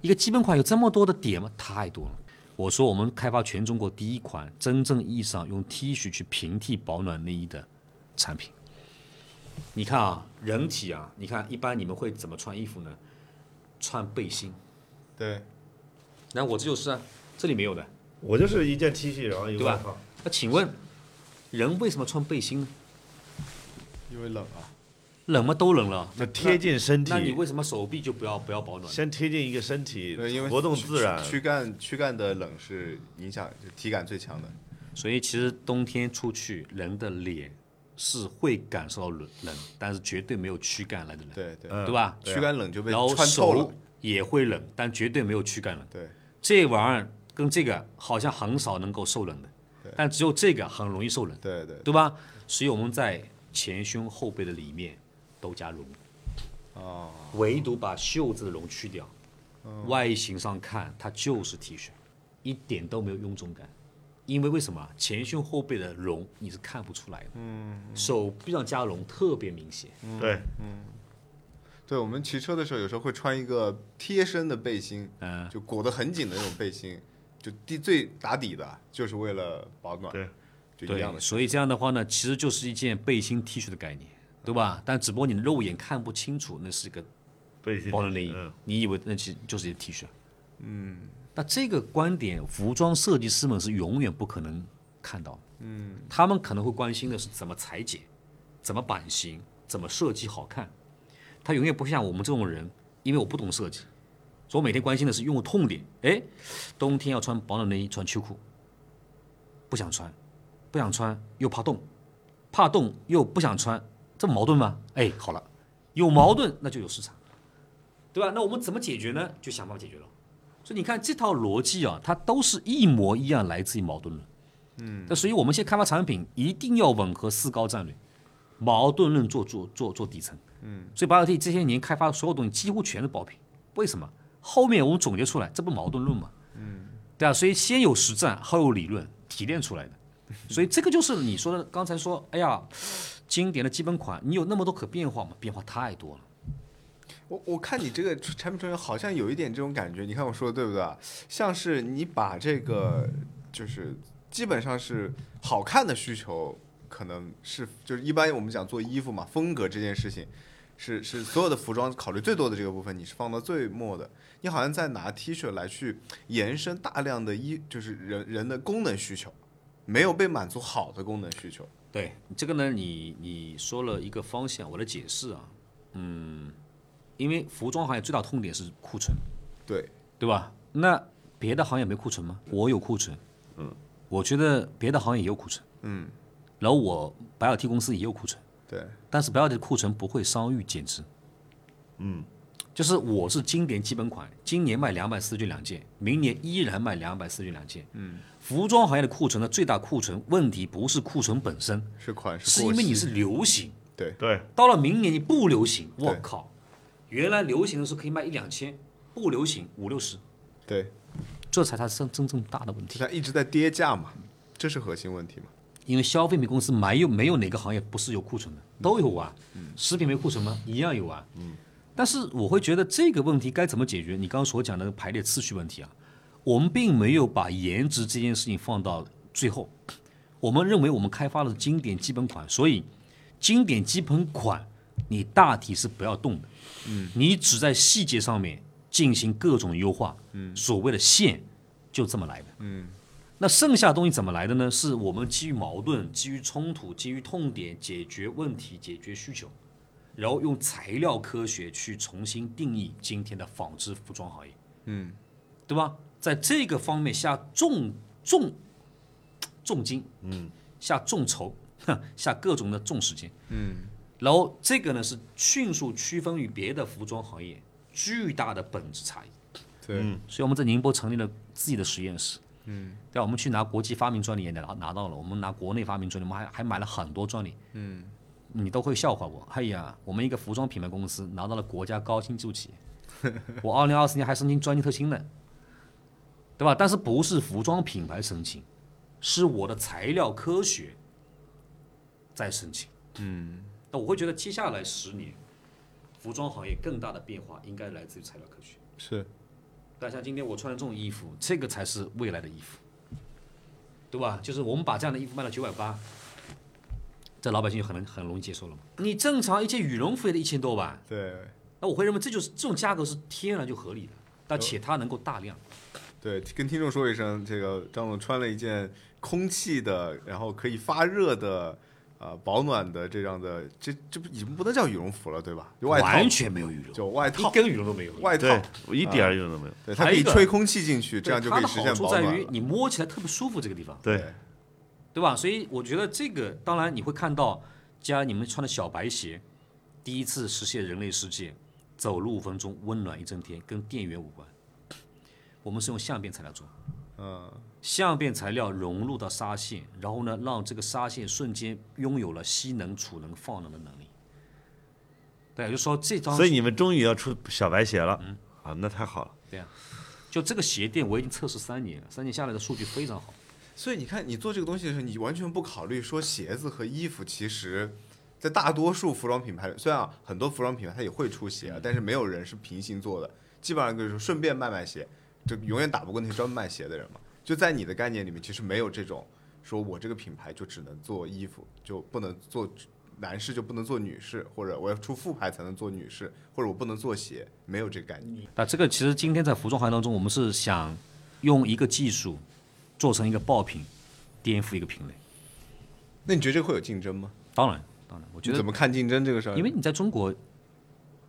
[SPEAKER 1] 一个基本款有这么多的点吗？太多了。我说我们开发全中国第一款真正意义上用 T 恤去平替保暖内衣的产品。你看啊，人体啊，你看一般你们会怎么穿衣服呢？穿背心。
[SPEAKER 2] 对，
[SPEAKER 1] 然后我这就是啊，这里没有的。
[SPEAKER 4] 我就是一件 T 恤，然后一个
[SPEAKER 1] 对吧
[SPEAKER 4] 外套。
[SPEAKER 1] 那请问，人为什么穿背心呢？
[SPEAKER 2] 因为冷啊。
[SPEAKER 1] 冷吗？都冷了。
[SPEAKER 4] 那贴近身
[SPEAKER 1] 那你
[SPEAKER 4] 体，
[SPEAKER 1] 为什么手臂就不要不要保暖？
[SPEAKER 4] 先贴近一个身体
[SPEAKER 2] 对，因为，
[SPEAKER 4] 活动自然。
[SPEAKER 2] 躯干躯干的冷是影响就体感最强的。
[SPEAKER 4] 嗯
[SPEAKER 1] 所以其实冬天出去，人的脸是会感受到冷冷，但是绝对没有躯干来的冷，
[SPEAKER 2] 对对，
[SPEAKER 4] 嗯
[SPEAKER 1] 对吧？
[SPEAKER 2] 躯干冷就被
[SPEAKER 1] 然后
[SPEAKER 2] 穿透
[SPEAKER 1] 手
[SPEAKER 2] 了。
[SPEAKER 1] 也会冷，但绝对没有躯干冷。
[SPEAKER 2] 对，
[SPEAKER 1] 这玩意儿跟这个好像很少能够受冷的，但只有这个很容易受冷，
[SPEAKER 2] 对对
[SPEAKER 1] 对吧？所以我们在前胸后背的里面都加绒，
[SPEAKER 2] 哦，
[SPEAKER 1] 唯独把袖子的绒去掉，外形上看它就是 T 恤，一点都没有臃肿感。因为为什么啊前胸后背的绒你是看不出来的，
[SPEAKER 2] 嗯
[SPEAKER 1] 手臂上加绒特别明显，
[SPEAKER 4] 对，
[SPEAKER 2] 对我们骑车的时候，有时候会穿一个贴身的背心，
[SPEAKER 1] 嗯，
[SPEAKER 2] 就裹得很紧的那种背心，就地最打底的，就是为了保暖。
[SPEAKER 4] 对，
[SPEAKER 2] 就一样
[SPEAKER 1] 对，
[SPEAKER 2] 的。
[SPEAKER 1] 所以这样的话呢，其实就是一件背心 T 恤的概念，对吧？但只不过你肉眼看不清楚，那是一个
[SPEAKER 4] 背心
[SPEAKER 1] 保暖内衣
[SPEAKER 4] 嗯，，
[SPEAKER 1] 你以为那其实就是一件 T 恤。嗯，那这个观点，服装设计师们是永远不可能看到的。嗯，他们可能会关心的是怎么裁剪、怎么版型、怎么设计好看。他永远不像我们这种人，因为我不懂设计，所以我每天关心的是用户痛点。哎，冬天要穿保暖内衣，穿秋裤，不想穿，不想穿又怕冻，怕冻又不想穿，这不矛盾吗？哎，好了，有矛盾那就有市场。对吧？那我们怎么解决呢？就想办法解决了。所以你看这套逻辑啊，它都是一模一样，来自于矛盾论。嗯，那所以我们现在开发产品一定要吻合四高战略，矛盾论做做做做底层。嗯，所以保有 T 这些年开发的所有东西几乎全是爆品，为什么？后面我们总结出来，这不矛盾论吗？嗯，对啊，所以先有实战，后有理论提炼出来的。所以这个就是你说的刚才说，哎呀，经典的基本款，你有那么多可变化吗？变化太多了。
[SPEAKER 2] 我我看你这个产品创新好像有一点这种感觉，你看我说的对不对啊？像是你把这个就是基本上是好看的需求，可能是就是一般我们讲做衣服嘛，风格这件事情是是所有的服装考虑最多的这个部分，你是放到最末的。你好像在拿 T 恤来去延伸大量的衣，就是人人的功能需求，没有被满足好的功能需求。
[SPEAKER 1] 对这个呢，你你说了一个方向，我的解释啊，嗯，因为服装行业最大痛点是库存，
[SPEAKER 2] 对，
[SPEAKER 1] 对吧？那别的行业没库存吗？我有库存，嗯，我觉得别的行业也有库存，嗯，然后我白小 T 公司也有库存，
[SPEAKER 2] 对，
[SPEAKER 1] 但是白小 T 的库存不会商誉减值，嗯，就是我是经典基本款，今年卖两百四十件两件，明年依然卖两百四十件两件，嗯，服装行业的库存的最大库存问题不是库存本身，
[SPEAKER 2] 是款式
[SPEAKER 1] 是
[SPEAKER 2] 过
[SPEAKER 1] 因为你
[SPEAKER 2] 期
[SPEAKER 1] 是流行，
[SPEAKER 2] 对
[SPEAKER 4] 对，
[SPEAKER 1] 到了明年你不流行，我
[SPEAKER 2] 对
[SPEAKER 1] 靠！原来流行的时候可以卖一两千，不流行五六十，
[SPEAKER 2] 对，
[SPEAKER 1] 这才是真真正大的问
[SPEAKER 2] 就
[SPEAKER 1] 题。
[SPEAKER 2] 它一直在跌价嘛，这是核心问题嘛。
[SPEAKER 1] 因为消费品公司没有没有哪个行业不是有库存的，都有啊。食品没库存吗？一样有啊。但是我会觉得这个问题该怎么解决？你刚刚所讲的排列次序问题啊，我们并没有把颜值这件事情放到最后。我们认为我们开发的是经典基本款，所以经典基本款你大体是不要动的，嗯，你只在细节上面进行各种优化，嗯，所谓的线就这么来的，嗯。那剩下的东西怎么来的呢？是我们基于矛盾、基于冲突、基于痛点解决问题、解决需求，然后用材料科学去重新定义今天的纺织服装行业，嗯，对吧？在这个方面下重重重金，嗯，下重筹，哼下各种的重时间，嗯，然后这个呢是迅速区分于别的服装行业巨大的本质差异，
[SPEAKER 2] 对，
[SPEAKER 1] 所以我们在宁波成立了自己的实验室，嗯，对吧，我们去拿国际发明专利也拿拿到了，我们拿国内发明专利，我们还还买了很多专利，嗯，你都会笑话我，哎呀，我们一个服装品牌公司拿到了国家高新技术 <laughs> 企业，我二零二四年还申请专利特新呢，对吧？但是不是服装品牌申请，是我的材料科学在申请，嗯，那我会觉得接下来十年，服装行业更大的变化应该来自于材料科学。
[SPEAKER 2] 是，
[SPEAKER 1] 但像今天我穿的这种衣服，这个才是未来的衣服，对吧？就是我们把这样的衣服卖到九百八，这老百姓就很很容易接受了嘛。你正常一件羽绒服也得一千多吧？
[SPEAKER 2] 对
[SPEAKER 1] 那我会认为这就是这种价格是天然就合理的，但且它能够大量。
[SPEAKER 2] 对，跟听众说一声，这个张总穿了一件空气的，然后可以发热的。呃，保暖的这样的，这这不已经不能叫羽绒服了，对吧？就外套，
[SPEAKER 1] 完全没有羽绒，
[SPEAKER 2] 就外套
[SPEAKER 1] 一，根羽绒都没有。
[SPEAKER 2] 外套，
[SPEAKER 4] 对，我一点儿用都没有。
[SPEAKER 2] 对，它
[SPEAKER 1] 还
[SPEAKER 2] 可
[SPEAKER 1] 有一
[SPEAKER 2] 以
[SPEAKER 1] 个
[SPEAKER 2] 吹空气进
[SPEAKER 1] 对
[SPEAKER 2] 去，这样就可以实
[SPEAKER 1] 它的
[SPEAKER 2] 现
[SPEAKER 1] 好处
[SPEAKER 2] 保
[SPEAKER 1] 在
[SPEAKER 2] 暖
[SPEAKER 1] 于
[SPEAKER 2] 了。
[SPEAKER 1] 你摸起来特别舒服这个地方，
[SPEAKER 4] 对，
[SPEAKER 1] 对吧？所以我觉得这个，当然你会看到，既然你们穿的小白鞋，第一次实现人类世界走路五分钟温暖一整天，跟电源无关。我们是用相变材料做，
[SPEAKER 2] 嗯，
[SPEAKER 1] 相变材料融入到纱线，然后呢，让这个纱线瞬间拥有了吸能、储能、放能的能力。对，啊也就是说这张
[SPEAKER 4] 所以你们终于要出小白鞋了，
[SPEAKER 2] 嗯
[SPEAKER 4] 啊，那太好了。
[SPEAKER 1] 对呀、就这个鞋垫我已经测试三年了，三年下来的数据非常好。
[SPEAKER 2] 所以你看，你做这个东西的时候，你完全不考虑说鞋子和衣服，其实，在大多数服装品牌，虽然啊很多服装品牌它也会出鞋啊，但是没有人是平行做
[SPEAKER 1] 嗯
[SPEAKER 2] 的，基本上就是顺便卖卖鞋，就永远打不过那些专门卖鞋的人嘛。就在你的概念里面，其实没有这种说我这个品牌就只能做衣服，就不能做男士，就不能做女士，或者我要出副牌才能做女士，或者我不能做鞋，没有这个概念。
[SPEAKER 1] 那这个其实今天在服装行业当中，我们是想用一个技术做成一个爆品，颠覆一个品类。
[SPEAKER 2] 那你觉得这会有竞争吗？
[SPEAKER 1] 当然，当然，我觉
[SPEAKER 2] 你
[SPEAKER 1] 得
[SPEAKER 2] 怎，么看竞争这个事儿？
[SPEAKER 1] 因为你在中国，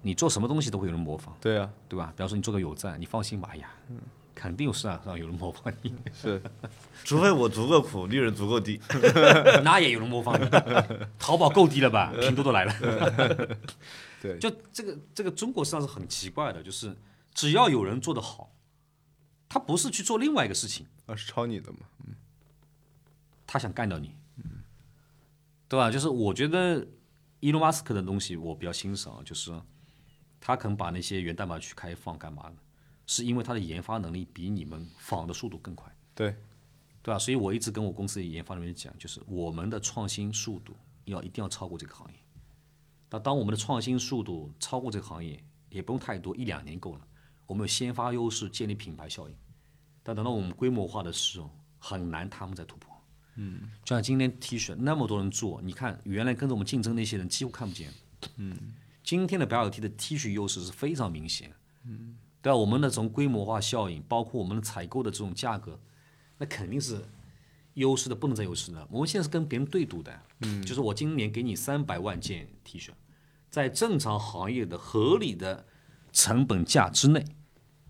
[SPEAKER 1] 你做什么东西都会有人模仿，
[SPEAKER 2] 对啊，
[SPEAKER 1] 对吧？比方说你做个有赞，你放心吧，哎呀，肯定有市场上有人模仿你，
[SPEAKER 2] 是
[SPEAKER 4] 除非我足够苦，利润足够低。
[SPEAKER 1] 那也有人模仿你。淘宝够低了吧？拼多多来了。
[SPEAKER 2] 对
[SPEAKER 1] 就这个这个中国市场是很奇怪的，就是只要有人做得好，他不是去做另外一个事情。
[SPEAKER 2] 啊，是抄你的嘛？
[SPEAKER 1] 他想干掉你，对吧？就是我觉得伊隆马斯克的东西我比较欣赏，就是他肯把那些源代码去开放干嘛的，是因为他的研发能力比你们仿的速度更快，
[SPEAKER 2] 对，
[SPEAKER 1] 对吧？所以我一直跟我公司的研发人员讲，就是我们的创新速度要一定要超过这个行业。那当我们的创新速度超过这个行业，也不用太多，一两年够了。我们有先发优势，建立品牌效应。但等到我们规模化的时候，很难他们再突破。就像今天 T 恤那么多人做，你看原来跟着我们竞争那些人几乎看不见。嗯，今天的白小 T 的 T 恤优势是非常明显。嗯，对啊，我们的从规模化效应，包括我们的采购的这种价格，那肯定是优势的不能再优势的。我们现在是跟别人对赌的，嗯，就是我今年给你三百万件 T 恤，在正常行业的合理的成本价之内，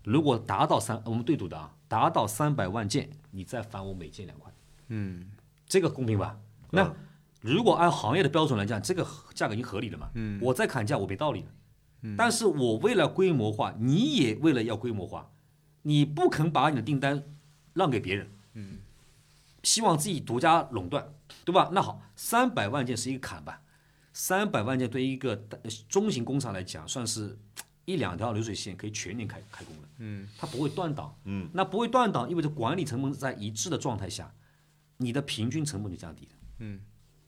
[SPEAKER 1] 如果达到三，我们对赌的啊，达到三百万件，你再返我每件两块。嗯这个公平吧？那如果按行业的标准来讲，这个价格已经合理了嘛？嗯，我再砍价我没道理了。但是我为了规模化，你也为了要规模化，你不肯把你的订单让给别人，嗯，希望自己独家垄断，对吧？那好，三百万件是一个坎吧，三百万件对于一个大中型工厂来讲，算是一两条流水线可以全年开开工了，嗯，它不会断档，嗯，那不会断档意味着管理成本在一致的状态下，你的平均成本就降低了。嗯，嗯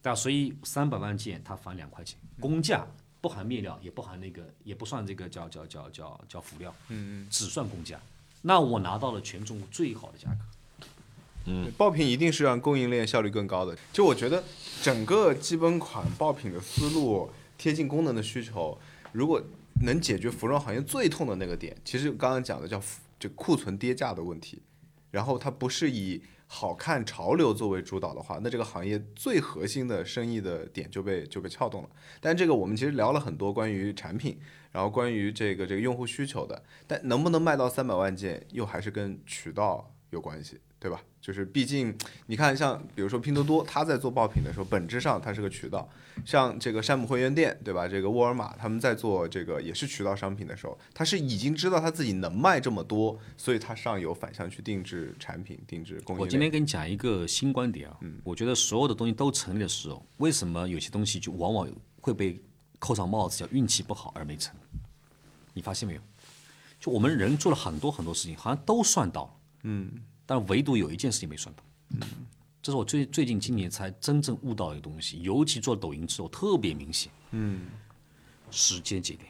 [SPEAKER 1] 对啊，所以三百万件它返两块钱，工价不含面料，也不含那个，也不算这个叫叫叫叫叫辅料，嗯嗯，只算工价。那我拿到了全中国最好的价格。
[SPEAKER 2] 爆品一定是让供应链效率更高的。就我觉得整个基本款爆品的思路贴近功能的需求，如果能解决服装行业最痛的那个点，其实刚刚讲的叫服这库存跌价的问题，然后它不是以好看潮流作为主导的话，那这个行业最核心的生意的点就被就被撬动了。但这个我们其实聊了很多关于产品，然后关于这个这个用户需求的，但能不能卖到三百万件，又还是跟渠道有关系，对吧？就是毕竟你看，像比如说拼多多，它在做爆品的时候，本质上它是个渠道；像这个山姆会员店，对吧？这个沃尔玛他们在做这个也是渠道商品的时候，它是已经知道它自己能卖这么多，所以它上游反向去定制产品、定制供应链。
[SPEAKER 1] 我今天跟你讲一个新观点啊，我觉得所有的东西都成立的时候，为什么有些东西就往往会被扣上帽子叫运气不好而没成？你发现没有？就我们人做了很多很多事情，好像都算到了，嗯，但唯独有一件事情没算到，嗯，这是我最最近今年才真正悟到的一个东西，尤其做抖音之后特别明显，嗯，时间节点，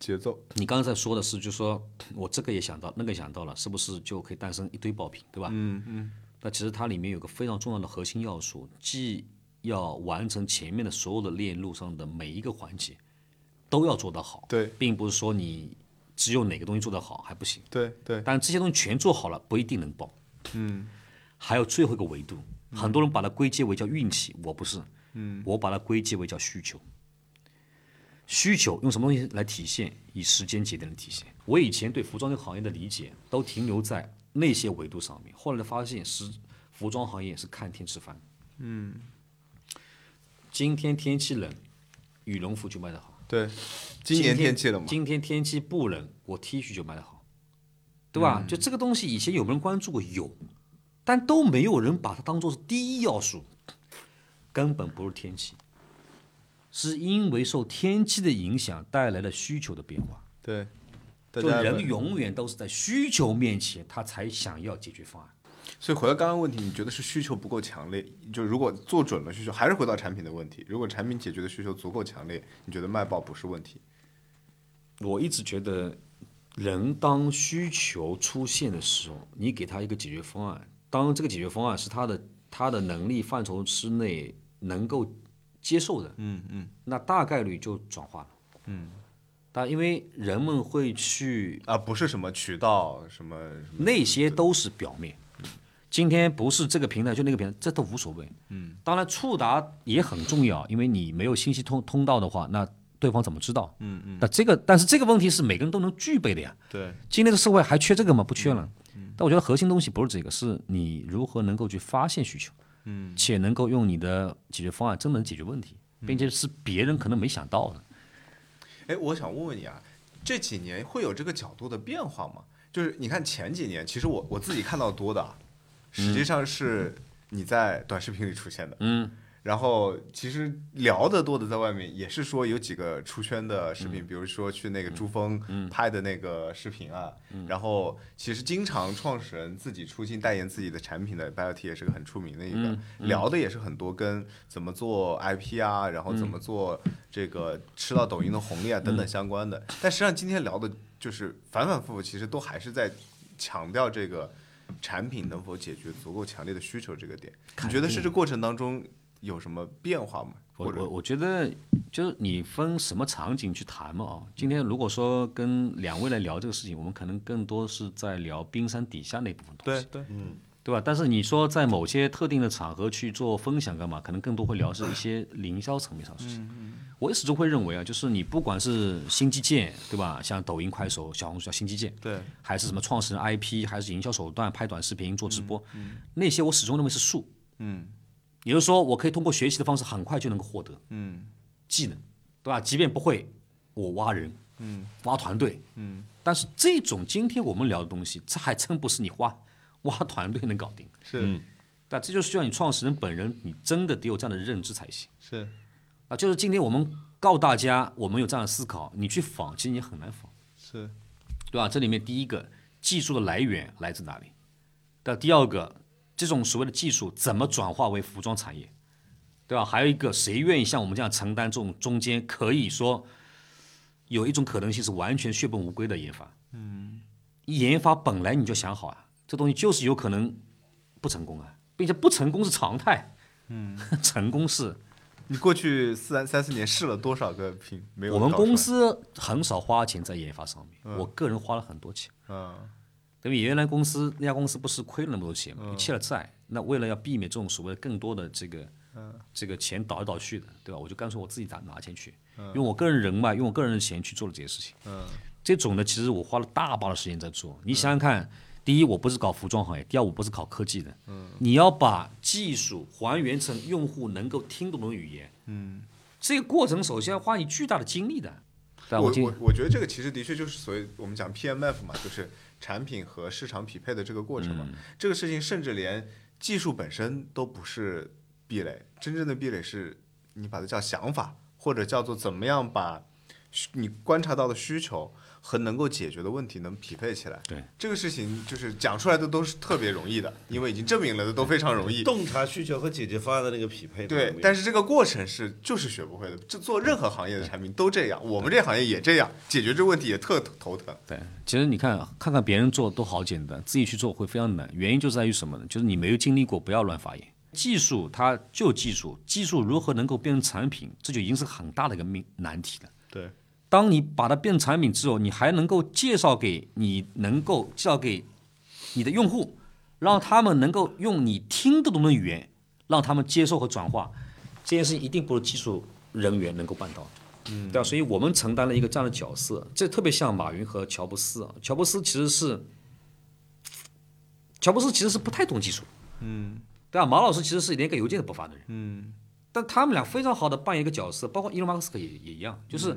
[SPEAKER 2] 节奏，
[SPEAKER 1] 你刚才说的是，就说我这个也想到，那个也想到了，是不是就可以诞生一堆爆品，对吧？嗯嗯。那其实它里面有个非常重要的核心要素，既要完成前面的所有的链路上的每一个环节，都要做得好。
[SPEAKER 2] 对，
[SPEAKER 1] 并不是说你只有哪个东西做得好还不行，
[SPEAKER 2] 对对，
[SPEAKER 1] 但这些东西全做好了不一定能爆。嗯。还有最后一个维度，很多人把它归结为叫运气，我不是。嗯。我把它归结为叫需求。需求用什么东西来体现？以时间节点来体现。我以前对服装这个行业的理解都停留在那些维度上面，后来发现是服装行业是看天吃饭。嗯，今天天气冷，羽绒服就卖得好。
[SPEAKER 2] 对，今年天气冷嘛，
[SPEAKER 1] 今天天气不冷，我 T 恤就卖得好，对吧？
[SPEAKER 2] 嗯
[SPEAKER 1] 就这个东西，以前有没有人关注过？有，但都没有人把它当做是第一要素，根本不是天气，是因为受天气的影响带来了需求的变化。
[SPEAKER 2] 对，大
[SPEAKER 1] 就
[SPEAKER 2] 家
[SPEAKER 1] 人永远都是在需求面前，他才想要解决方案。
[SPEAKER 2] 所以回到刚刚问题，你觉得是需求不够强烈？就如果做准了需求，还是回到产品的问题。如果产品解决的需求足够强烈，你觉得卖爆不是问题？
[SPEAKER 1] 我一直觉得，人当需求出现的时候，你给他一个解决方案，当这个解决方案是他的他的能力范畴之内能够接受的，嗯嗯，那大概率就转化了，嗯。但因为人们会去，
[SPEAKER 2] 啊，不是什么渠道什么什么，
[SPEAKER 1] 那些都是表面。今天不是这个平台，就那个平台，这都无所谓。嗯，当然触达也很重要，因为你没有信息通通道的话，那对方怎么知道？嗯嗯。那这个，但是这个问题是每个人都能具备的呀。
[SPEAKER 2] 对，
[SPEAKER 1] 今天的社会还缺这个吗？不缺了。但我觉得核心东西不是这个，是你如何能够去发现需求，嗯，且能够用你的解决方案真能解决问题，并且是别人可能没想到的。
[SPEAKER 2] 哎，我想问问你啊，这几年会有这个角度的变化吗？就是你看前几年，其实我我自己看到多的啊，实际上是你在短视频里出现的，
[SPEAKER 1] 嗯，
[SPEAKER 2] 然后其实聊得多的在外面也是说有几个出圈的视频，比如说去那个珠峰拍的那个视频啊，然后其实经常创始人自己出镜代言自己的产品的 BioT 也是个很出名的一个，聊的也是很多跟怎么做 IP 啊，然后怎么做这个吃到抖音的红利啊等等相关的。但实际上今天聊的就是反反复复，其实都还是在强调这个。产品能否解决足够强烈的需求这个点，你觉得是这过程当中有什么变化吗？
[SPEAKER 1] 我
[SPEAKER 2] 或者
[SPEAKER 1] 我我觉得就是你分什么场景去谈嘛啊、今天如果说跟两位来聊这个事情，我们可能更多是在聊冰山底下那部分东西，
[SPEAKER 2] 对，
[SPEAKER 1] 对吧？但是你说在某些特定的场合去做分享干嘛，可能更多会聊是一些营销层面上的事
[SPEAKER 2] 嗯
[SPEAKER 1] 情。我始终会认为啊，就是你不管是新基建，对吧？像抖音、快手、小红书叫新基建，
[SPEAKER 2] 对，
[SPEAKER 1] 还是什么创始人 IP，还是营销手段，拍短视频、做直播，那些我始终认为是术。嗯，也就是说，我可以通过学习的方式很快就能够获得，嗯，技能，对吧？即便不会，我挖人，嗯，挖团队，嗯，但是这种今天我们聊的东西，这还真不是你挖 <laughs> 挖团队能搞定，
[SPEAKER 2] 是
[SPEAKER 1] 但这就需要你创始人本人，你真的得有这样的认知才行。
[SPEAKER 2] 是，
[SPEAKER 1] 啊，就是今天我们告诉大家，我们有这样的思考，你去仿，其实也很难仿，
[SPEAKER 2] 是
[SPEAKER 1] 对吧？这里面第一个，技术的来源来自哪里？那第二个，这种所谓的技术怎么转化为服装产业，对吧？还有一个，谁愿意像我们这样承担这种中间可以说有一种可能性是完全血本无归的研发？嗯，研发本来你就想好啊，这东西就是有可能不成功啊，并且不成功是常态，嗯， <laughs> 成功是
[SPEAKER 2] 你过去四三三四年试了多少个品？没有
[SPEAKER 1] 我们
[SPEAKER 2] 找出来
[SPEAKER 1] 公，司很少花钱在研发上面，我个人花了很多钱，
[SPEAKER 2] 嗯，
[SPEAKER 1] 因为原来公司那家公司不是亏了那么多钱嘛，也欠了债。那为了要避免这种所谓的更多的这个，
[SPEAKER 2] 嗯
[SPEAKER 1] 这个钱倒来倒去的，对吧？我就干脆我自己拿拿钱去，
[SPEAKER 2] 嗯
[SPEAKER 1] 用我个人人脉，用我个人的钱去做了这些事情。这种呢，其实我花了大把的时间在做。你
[SPEAKER 2] 嗯
[SPEAKER 1] 想想看，第一，我不是搞服装行业；第二，我不是搞科技的。
[SPEAKER 2] 嗯
[SPEAKER 1] 你要把技术还原成用户能够听懂的语言。嗯，这个过程首先要花你巨大的精力的。但
[SPEAKER 2] 我
[SPEAKER 1] 今
[SPEAKER 2] 我我觉得这个其实的确就是所谓我们讲 PMF 嘛，就是产品和市场匹配的这个过程
[SPEAKER 1] 嗯
[SPEAKER 2] 嘛。这个事情甚至连技术本身都不是壁垒，真正的壁垒是你把它叫想法，或者叫做怎么样把需你观察到的需求和能够解决的问题能匹配起来。
[SPEAKER 1] 对
[SPEAKER 2] 这个事情，就是讲出来的都是特别容易的，因为已经证明了的都非常容易。
[SPEAKER 4] 洞察需求和解决方案的那个匹配。
[SPEAKER 2] 对，但是这个过程是就是学不会的，这做任何行业的产品都这样，我们这行业也这样，解决这问题也特头疼。
[SPEAKER 1] 对，其实你看，看看别人做都好简单，自己去做会非常难。原因就在于什么呢？就是你没有经历过，不要乱发言。技术它就技术，技术如何能够变成产品，这就已经是很大的一个命难题了。
[SPEAKER 4] 对，
[SPEAKER 1] 当你把它变成产品之后，你还能够介绍给你能够介绍给你的用户，让他们能够用你听得懂的语言，让他们接受和转化，这件事情一定不是技术人员能够办到的。嗯，对啊，所以我们承担了一个这样的角色，这特别像马云和乔布斯啊。乔布斯其实是，乔布斯其实是不太懂技术，嗯，对啊，马老师其实是连个邮件都不发的人，嗯，但他们俩非常好的扮演一个角色，包括伊隆马斯克也也一样，就是。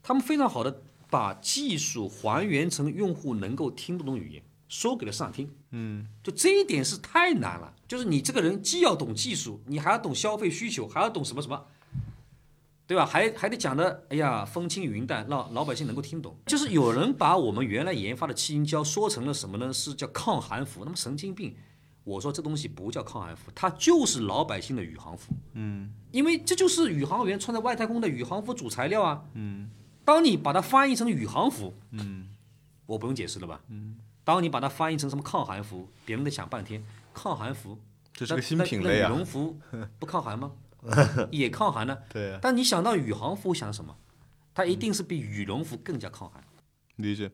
[SPEAKER 1] 他们非常好的把技术还原成用户能够听得懂语言，说给了市场听。嗯，就这一点是太难了。就是你这个人既要懂技术，你还要懂消费需求，还要懂什么什么，对吧？还还得讲的，哎呀，风轻云淡，让老百姓能够听懂。就是有人把我们原来研发的气凝胶说成了什么呢？是叫抗寒服，那么神经病！我说这东西不叫抗寒服，它就是老百姓的宇航服。嗯，因为这就是宇航员穿在外太空的宇航服主材料啊。当你把它翻译成宇航服，嗯，我不用解释了吧？嗯，当你把它翻译成什么抗寒服，别人得想半天。抗寒服，
[SPEAKER 2] 这是个
[SPEAKER 1] 那
[SPEAKER 2] 新品
[SPEAKER 1] 那那
[SPEAKER 2] 类
[SPEAKER 1] 羽
[SPEAKER 2] 啊！
[SPEAKER 1] 绒服不抗寒
[SPEAKER 2] <laughs>
[SPEAKER 1] 吗？也抗寒呢。对
[SPEAKER 2] 啊
[SPEAKER 1] 但你想到宇航服，想什么？它一定是比羽绒服更加抗寒。
[SPEAKER 2] 理解。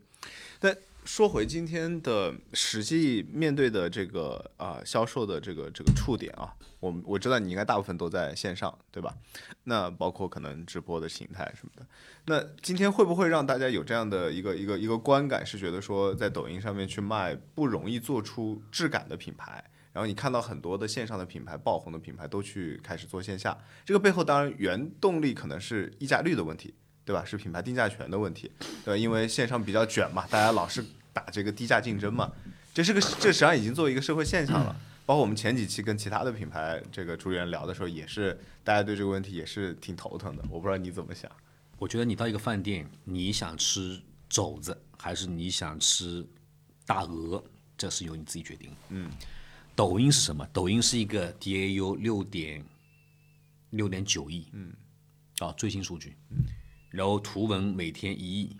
[SPEAKER 2] 但说回今天的实际面对的这个啊、销售的这个这个触点啊，我们我知道你应该大部分都在线上，对吧？那包括可能直播的形态什么的。那今天会不会让大家有这样的一个一个一个观感，是觉得说在抖音上面去卖不容易做出质感的品牌？然后你看到很多的线上的品牌爆红的品牌都去开始做线下，这个背后当然原动力可能是溢价率的问题，对吧？是品牌定价权的问题，对吧？因为线上比较卷嘛，大家老是打这个低价竞争嘛，这是个这实际上已经作为一个社会现象了。包括我们前几期跟其他的品牌这个主理人聊的时候，也是大家对这个问题也是挺头疼的。我不知道你怎么想。
[SPEAKER 1] 我觉得你到一个饭店，你想吃肘子还是你想吃大鹅，这是由你自己决定。嗯，抖音是什么？抖音是一个 DAU 六点六点九亿，嗯，啊，最新数据，嗯，然后图文每天一亿，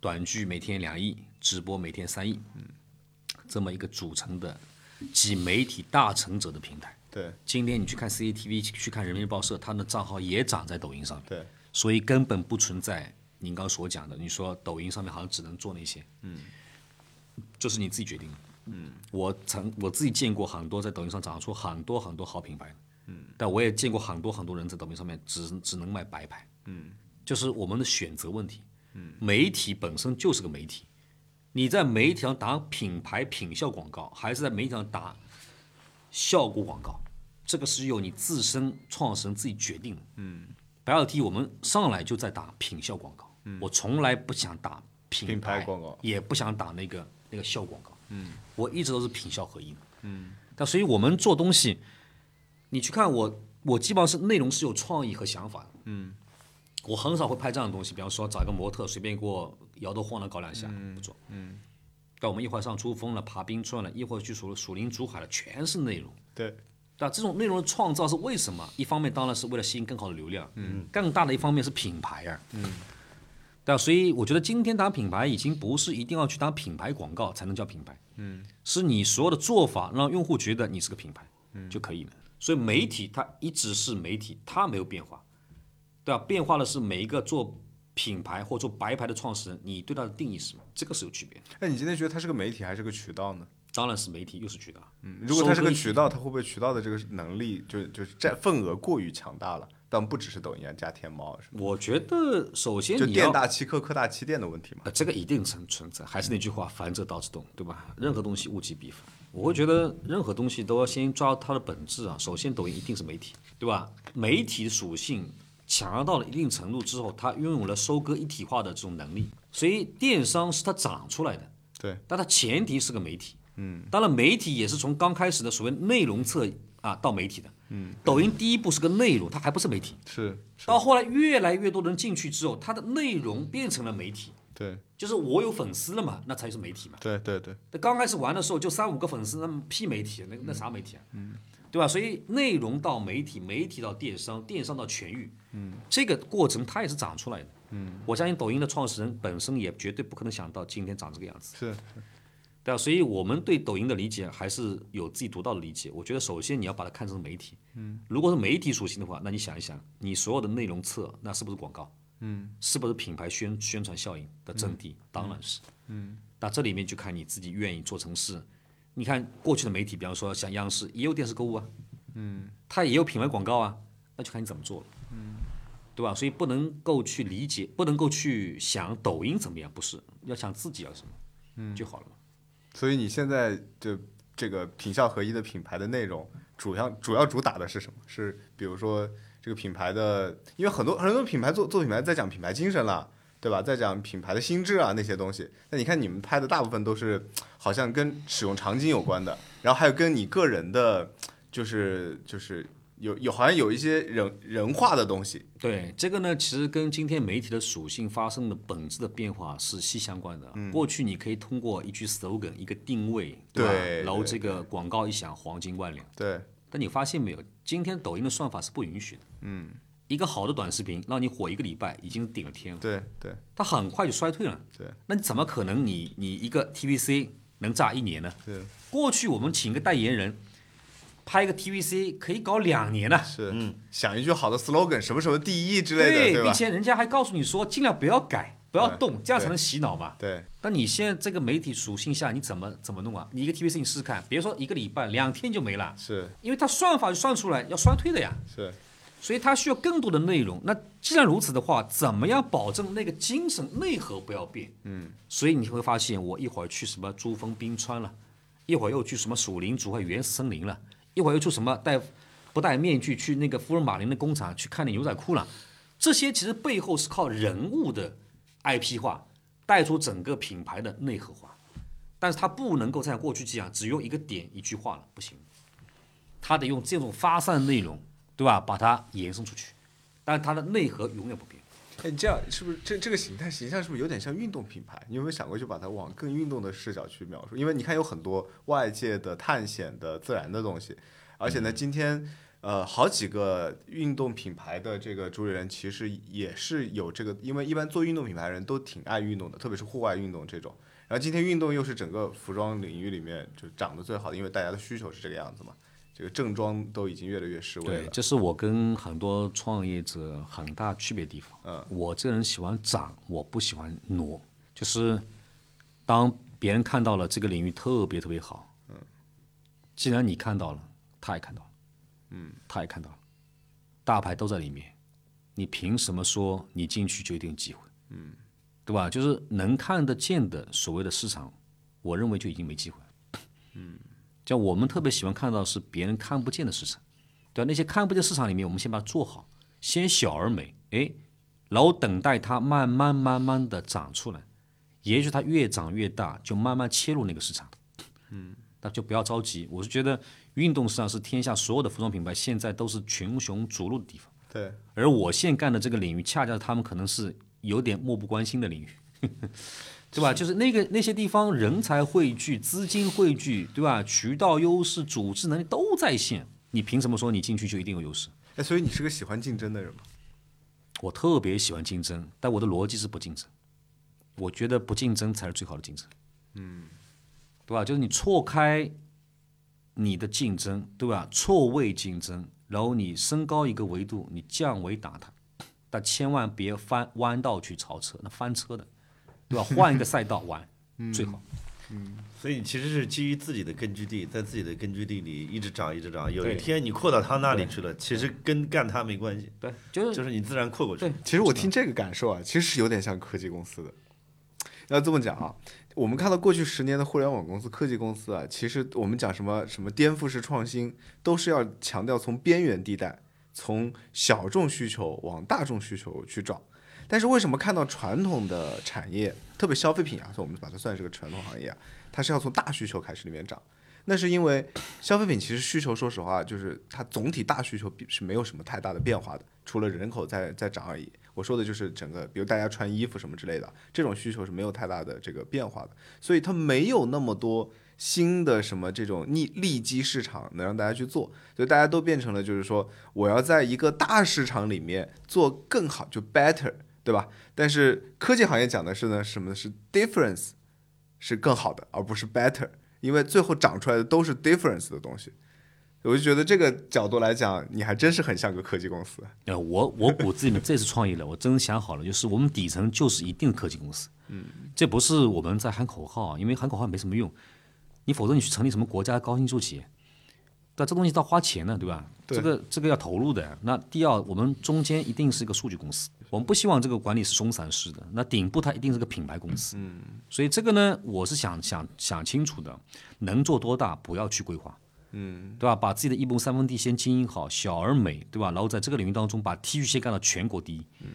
[SPEAKER 1] 短剧每天两亿，直播每天三亿，嗯，这么一个组成的集媒体大成者的平台。
[SPEAKER 2] 对
[SPEAKER 1] 今天你去看 CCTV，去看人民日报社，他们的账号也长在抖音上面。
[SPEAKER 2] 对，
[SPEAKER 1] 所以根本不存在您刚所讲的，你说抖音上面好像只能做那些，嗯，就是你自己决定的，嗯，我曾我自己见过很多在抖音上长出很多很多好品牌，嗯，但我也见过很多很多人在抖音上面只只能卖白牌，嗯，就是我们的选择问题，嗯，媒体本身就是个媒体，你在媒体上打品牌品效广告，还是在媒体上打效果广告，这个是由你自身创始人自己决定的，
[SPEAKER 2] 嗯
[SPEAKER 1] 白尔 T 我们上来就在打品效广告，我从来不想打品
[SPEAKER 2] 嗯品牌广告，
[SPEAKER 1] 也不想打那个那个效广告，嗯，我一直都是品效合一的，嗯，但所以我们做东西，你去看我，我基本上是内容是有创意和想法的，嗯，我很少会拍这样的东西，比方说找一个模特随便给我摇头晃脑搞两下，不做，嗯，但我们一会儿上珠峰了，爬冰川了，一会儿去蜀蜀林竹海了，全是内容，
[SPEAKER 2] 对
[SPEAKER 1] 对吧？这种内容的创造是为什么？一方面当然是为了吸引更好的流量，嗯，更大的一方面是品牌呀、嗯，对吧？所以我觉得今天打品牌已经不是一定要去打品牌广告才能叫品牌，嗯，是你所有的做法让用户觉得你是个品牌，嗯，就可以了。所以媒体它一直是媒体，它没有变化，对吧？变化的是每一个做品牌或做白牌的创始人，你对它的定义是什么？这个是有区别的。
[SPEAKER 2] 那哎你今天觉得它是个媒体还是个渠道呢？
[SPEAKER 1] 当然是媒体，又是渠道，
[SPEAKER 2] 嗯如果它是个渠道，它会不会渠道的这个能力就就是占份额过于强大了？但不只是抖音啊，加天猫啊什么
[SPEAKER 1] 我觉得首先
[SPEAKER 2] 的，就
[SPEAKER 1] 你要
[SPEAKER 2] 店大欺客，客大欺店的问题嘛。
[SPEAKER 1] 呃，这个一定存存在。还是那句话，凡者道之动，对吧？任何东西物极必反。我会觉得任何东西都要先抓它的本质啊。首先，抖音一定是媒体，对吧？媒体的属性强到了一定程度之后，它拥有了收割一体化的这种能力，所以电商是它长出来的。
[SPEAKER 2] 对，
[SPEAKER 1] 但它前提是个媒体。嗯，当然，媒体也是从刚开始的所谓内容侧啊到媒体的，嗯，抖音第一步是个内容，它还不是媒体。
[SPEAKER 2] 是，
[SPEAKER 1] 到后来越来越多人进去之后，它的内容变成了媒体，
[SPEAKER 2] 对
[SPEAKER 1] 就是我有粉丝了嘛，那才是媒体嘛。
[SPEAKER 2] 对对对，
[SPEAKER 1] 那刚开始玩的时候就三五个粉丝，那么屁媒体，那那啥媒体啊？嗯，对吧？所以内容到媒体，媒体到电商，电商到全域，嗯，这个过程它也是长出来的。嗯，我相信抖音的创始人本身也绝对不可能想到今天长这个样子，
[SPEAKER 2] 是
[SPEAKER 1] 对啊吧？所以我们对抖音的理解还是有自己独到的理解。我觉得首先你要把它看成媒体，嗯，如果是媒体属性的话，那你想一想，你所有的内容侧那是不是广告？嗯，是不是品牌宣宣传效应的阵地？当然是。那这里面就看你自己愿意做成事。你看过去的媒体，比方说像央视，也有电视购物啊，嗯，它也有品牌广告啊，那就看你怎么做了，嗯，对吧？所以不能够去理解，不能够去想抖音怎么样，不是要想自己要什么，嗯，就好了嘛。
[SPEAKER 2] 所以你现在就这个品效合一的品牌的内容，主要主要主打的是什么？是比如说这个品牌的，因为很多很多品牌做做品牌在讲品牌精神啦，对吧？在讲品牌的心智啊那些东西。那你看你们拍的大部分都是好像跟使用场景有关的，然后还有跟你个人的，就是就是有有好像有一些人人化的东西。
[SPEAKER 1] 对这个呢，其实跟今天媒体的属性发生的本质的变化是息息相关的。过去你可以通过一句 slogan、一个定位，吧？
[SPEAKER 2] 对
[SPEAKER 1] 然后
[SPEAKER 2] 对
[SPEAKER 1] 这个广告一响，黄金万两。
[SPEAKER 2] 对，
[SPEAKER 1] 但你发现没有，今天抖音的算法是不允许的。嗯，一个好的短视频让你火一个礼拜已经顶了天了，
[SPEAKER 2] 对对
[SPEAKER 1] 它很快就衰退了。
[SPEAKER 2] 对，
[SPEAKER 1] 那你怎么可能你你一个 TVC 能炸一年呢？
[SPEAKER 2] 对，
[SPEAKER 1] 过去我们请一个代言人拍一个 TVC 可以搞两年呢、
[SPEAKER 2] 是，想一句好的 slogan，什么什么第一之类
[SPEAKER 1] 嗯
[SPEAKER 2] 的，
[SPEAKER 1] 对，
[SPEAKER 2] 对吧
[SPEAKER 1] 并？且人家还告诉你说尽量不要改，不要动，这样才能洗脑嘛。
[SPEAKER 2] 对，
[SPEAKER 1] 那你现在这个媒体属性下，你怎么怎么弄啊？你一个 TVC 你试试看，别说一个礼拜，两天就没了，
[SPEAKER 2] 是
[SPEAKER 1] 因为它算法就算出来要衰退的呀。
[SPEAKER 2] 是，
[SPEAKER 1] 所以它需要更多的内容。那既然如此的话，怎么样保证那个精神内核不要变？嗯，所以你会发现，我一会儿去什么珠峰冰川了，一会儿又去什么蜀林组和原始森林了，一会儿又去什么戴不戴面具去那个福尔马林的工厂去看那牛仔裤了。这些其实背后是靠人物的 IP 化带出整个品牌的内核化，但是它不能够像过去这样只用一个点一句话了，不行。他得用这种发散内容，对吧？把它延伸出去，但是它的内核永远不变。
[SPEAKER 2] 哎，你这样是不是这这个形态形象是不是有点像运动品牌？你有没有想过去把它往更运动的视角去描述？因为你看有很多外界的探险的自然的东西，而且呢，今天呃好几个运动品牌的这个主理人其实也是有这个，因为一般做运动品牌的人都挺爱运动的，特别是户外运动这种。然后今天运动又是整个服装领域里面就涨得最好的，因为大家的需求是这个样子嘛。这个正装都已经越来越失位
[SPEAKER 1] 对，
[SPEAKER 2] 了，
[SPEAKER 1] 这是我跟很多创业者很大区别的地方。
[SPEAKER 2] 嗯，
[SPEAKER 1] 我这个人喜欢涨，我不喜欢挪。就是当别人看到了这个领域特别特别好，嗯，既然你看到了，他也看到了，嗯，他也看到了，大牌都在里面，你凭什么说你进去就一定有机会？嗯，对吧？就是能看得见的所谓的市场，我认为就已经没机会了。嗯，像我们特别喜欢看到是别人看不见的市场。对吧那些看不见市场里面，我们先把它做好，先小而美，哎，然后等待它慢慢慢慢的长出来，也许它越长越大，就慢慢切入那个市场。嗯，那就不要着急。我是觉得运动市场是天下所有的服装品牌现在都是群雄逐鹿的地方，
[SPEAKER 2] 对
[SPEAKER 1] 而我现干的这个领域，恰恰是他们可能是有点漠不关心的领域。 <laughs> 对吧？就是那个那些地方人才汇聚、资金汇聚，对吧？渠道优势、组织能力都在线，你凭什么说你进去就一定有优势？
[SPEAKER 2] 哎，所以你是个喜欢竞争的人吗？
[SPEAKER 1] 我特别喜欢竞争，但我的逻辑是不竞争。我觉得不竞争才是最好的竞争。嗯，对吧？就是你错开你的竞争，对吧？错位竞争，然后你升高一个维度，你降维打它，但千万别翻弯道去超车，那翻车的，对吧？换一个赛道玩、最好。
[SPEAKER 4] 所以你其实是基于自己的根据地，在自己的根据地里一直涨，一直涨。有
[SPEAKER 1] 对
[SPEAKER 4] 一天你扩到他那里去了，其实跟干他没关系，
[SPEAKER 1] 对，
[SPEAKER 2] 嗯
[SPEAKER 1] 就是
[SPEAKER 4] 就是你自然扩过去
[SPEAKER 1] 对。
[SPEAKER 2] 其实我听这个感受啊，其实是有点像科技公司的。要这么讲啊，我们看到过去十年的互联网公司、科技公司啊，其实我们讲什么什么颠覆式创新，都是要强调从边缘地带、从小众需求往大众需求去找。但是为什么看到传统的产业，特别消费品啊，所以我们把它算是个传统行业啊，它是要从大需求开始里面涨。那是因为消费品其实需求，说实话，就是它总体大需求比是没有什么太大的变化的，除了人口在在涨而已。我说的就是整个，比如大家穿衣服什么之类的，这种需求是没有太大的这个变化的，所以它没有那么多新的什么这种逆利基市场能让大家去做，所以大家都变成了就是说，我要在一个大市场里面做更好，就 better，对吧？但是科技行业讲的是呢，什么呢是 difference，是更好的，而不是 better，因为最后长出来的都是 difference 的东西。我就觉得这个角度来讲，你还真是很像个科技公司。
[SPEAKER 1] 呃，我 <laughs> 我骨子里面这次创业了，我真想好了，就是我们底层就是一定科技公司，嗯，这不是我们在喊口号，啊因为喊口号没什么用，你否则你去成立什么国家高新技术企业，但这东西到花钱呢，对吧？这个这个要投入的。那第二，我们中间一定是一个数据公司，我们不希望这个管理是松散式的，那顶部它一定是个品牌公司，嗯，所以这个呢，我是想想想清楚的，能做多大不要去规划，对吧？把自己的一亩三分地先经营好，小而美，对吧？然后在这个领域当中，把 T 恤鞋干到全国第一，
[SPEAKER 2] 嗯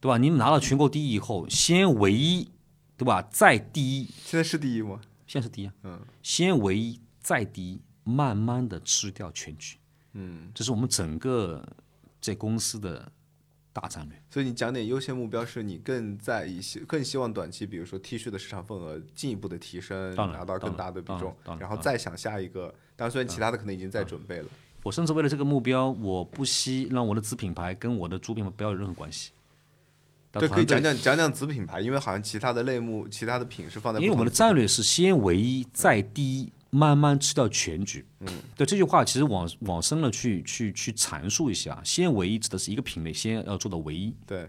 [SPEAKER 1] 对吧？你们拿到全国第一以后，先唯一，对吧？再第一，
[SPEAKER 2] 现在是第一吗？
[SPEAKER 1] 现在是第一、啊，嗯，先唯一，再第一，慢慢的吃掉全局，嗯，这是我们整个这公司的大战略。
[SPEAKER 2] 所以你讲点优先目标，是你更在意希更希望短期，比如说 T 恤的市场份额进一步的提升，
[SPEAKER 1] 当然
[SPEAKER 2] 拿到更大的比
[SPEAKER 1] 当然
[SPEAKER 2] 重
[SPEAKER 1] 当，然
[SPEAKER 2] 然后再想下一个。当然，虽然其他的可能已经在准备了，
[SPEAKER 1] 我甚至为了这个目标，我不惜让我的子品牌跟我的主品牌不要有任何关系。但
[SPEAKER 2] 对，可以
[SPEAKER 1] 团队
[SPEAKER 2] 讲讲讲讲子品牌，因为好像其他的类目、其他的品是放在
[SPEAKER 1] 因为我们的
[SPEAKER 2] 的
[SPEAKER 1] 战略是先唯一，再第一，慢慢吃掉全局。嗯，对这句话其实往往深了去去去阐述一下，先唯一指的是一个品类先要做到唯一，
[SPEAKER 2] 对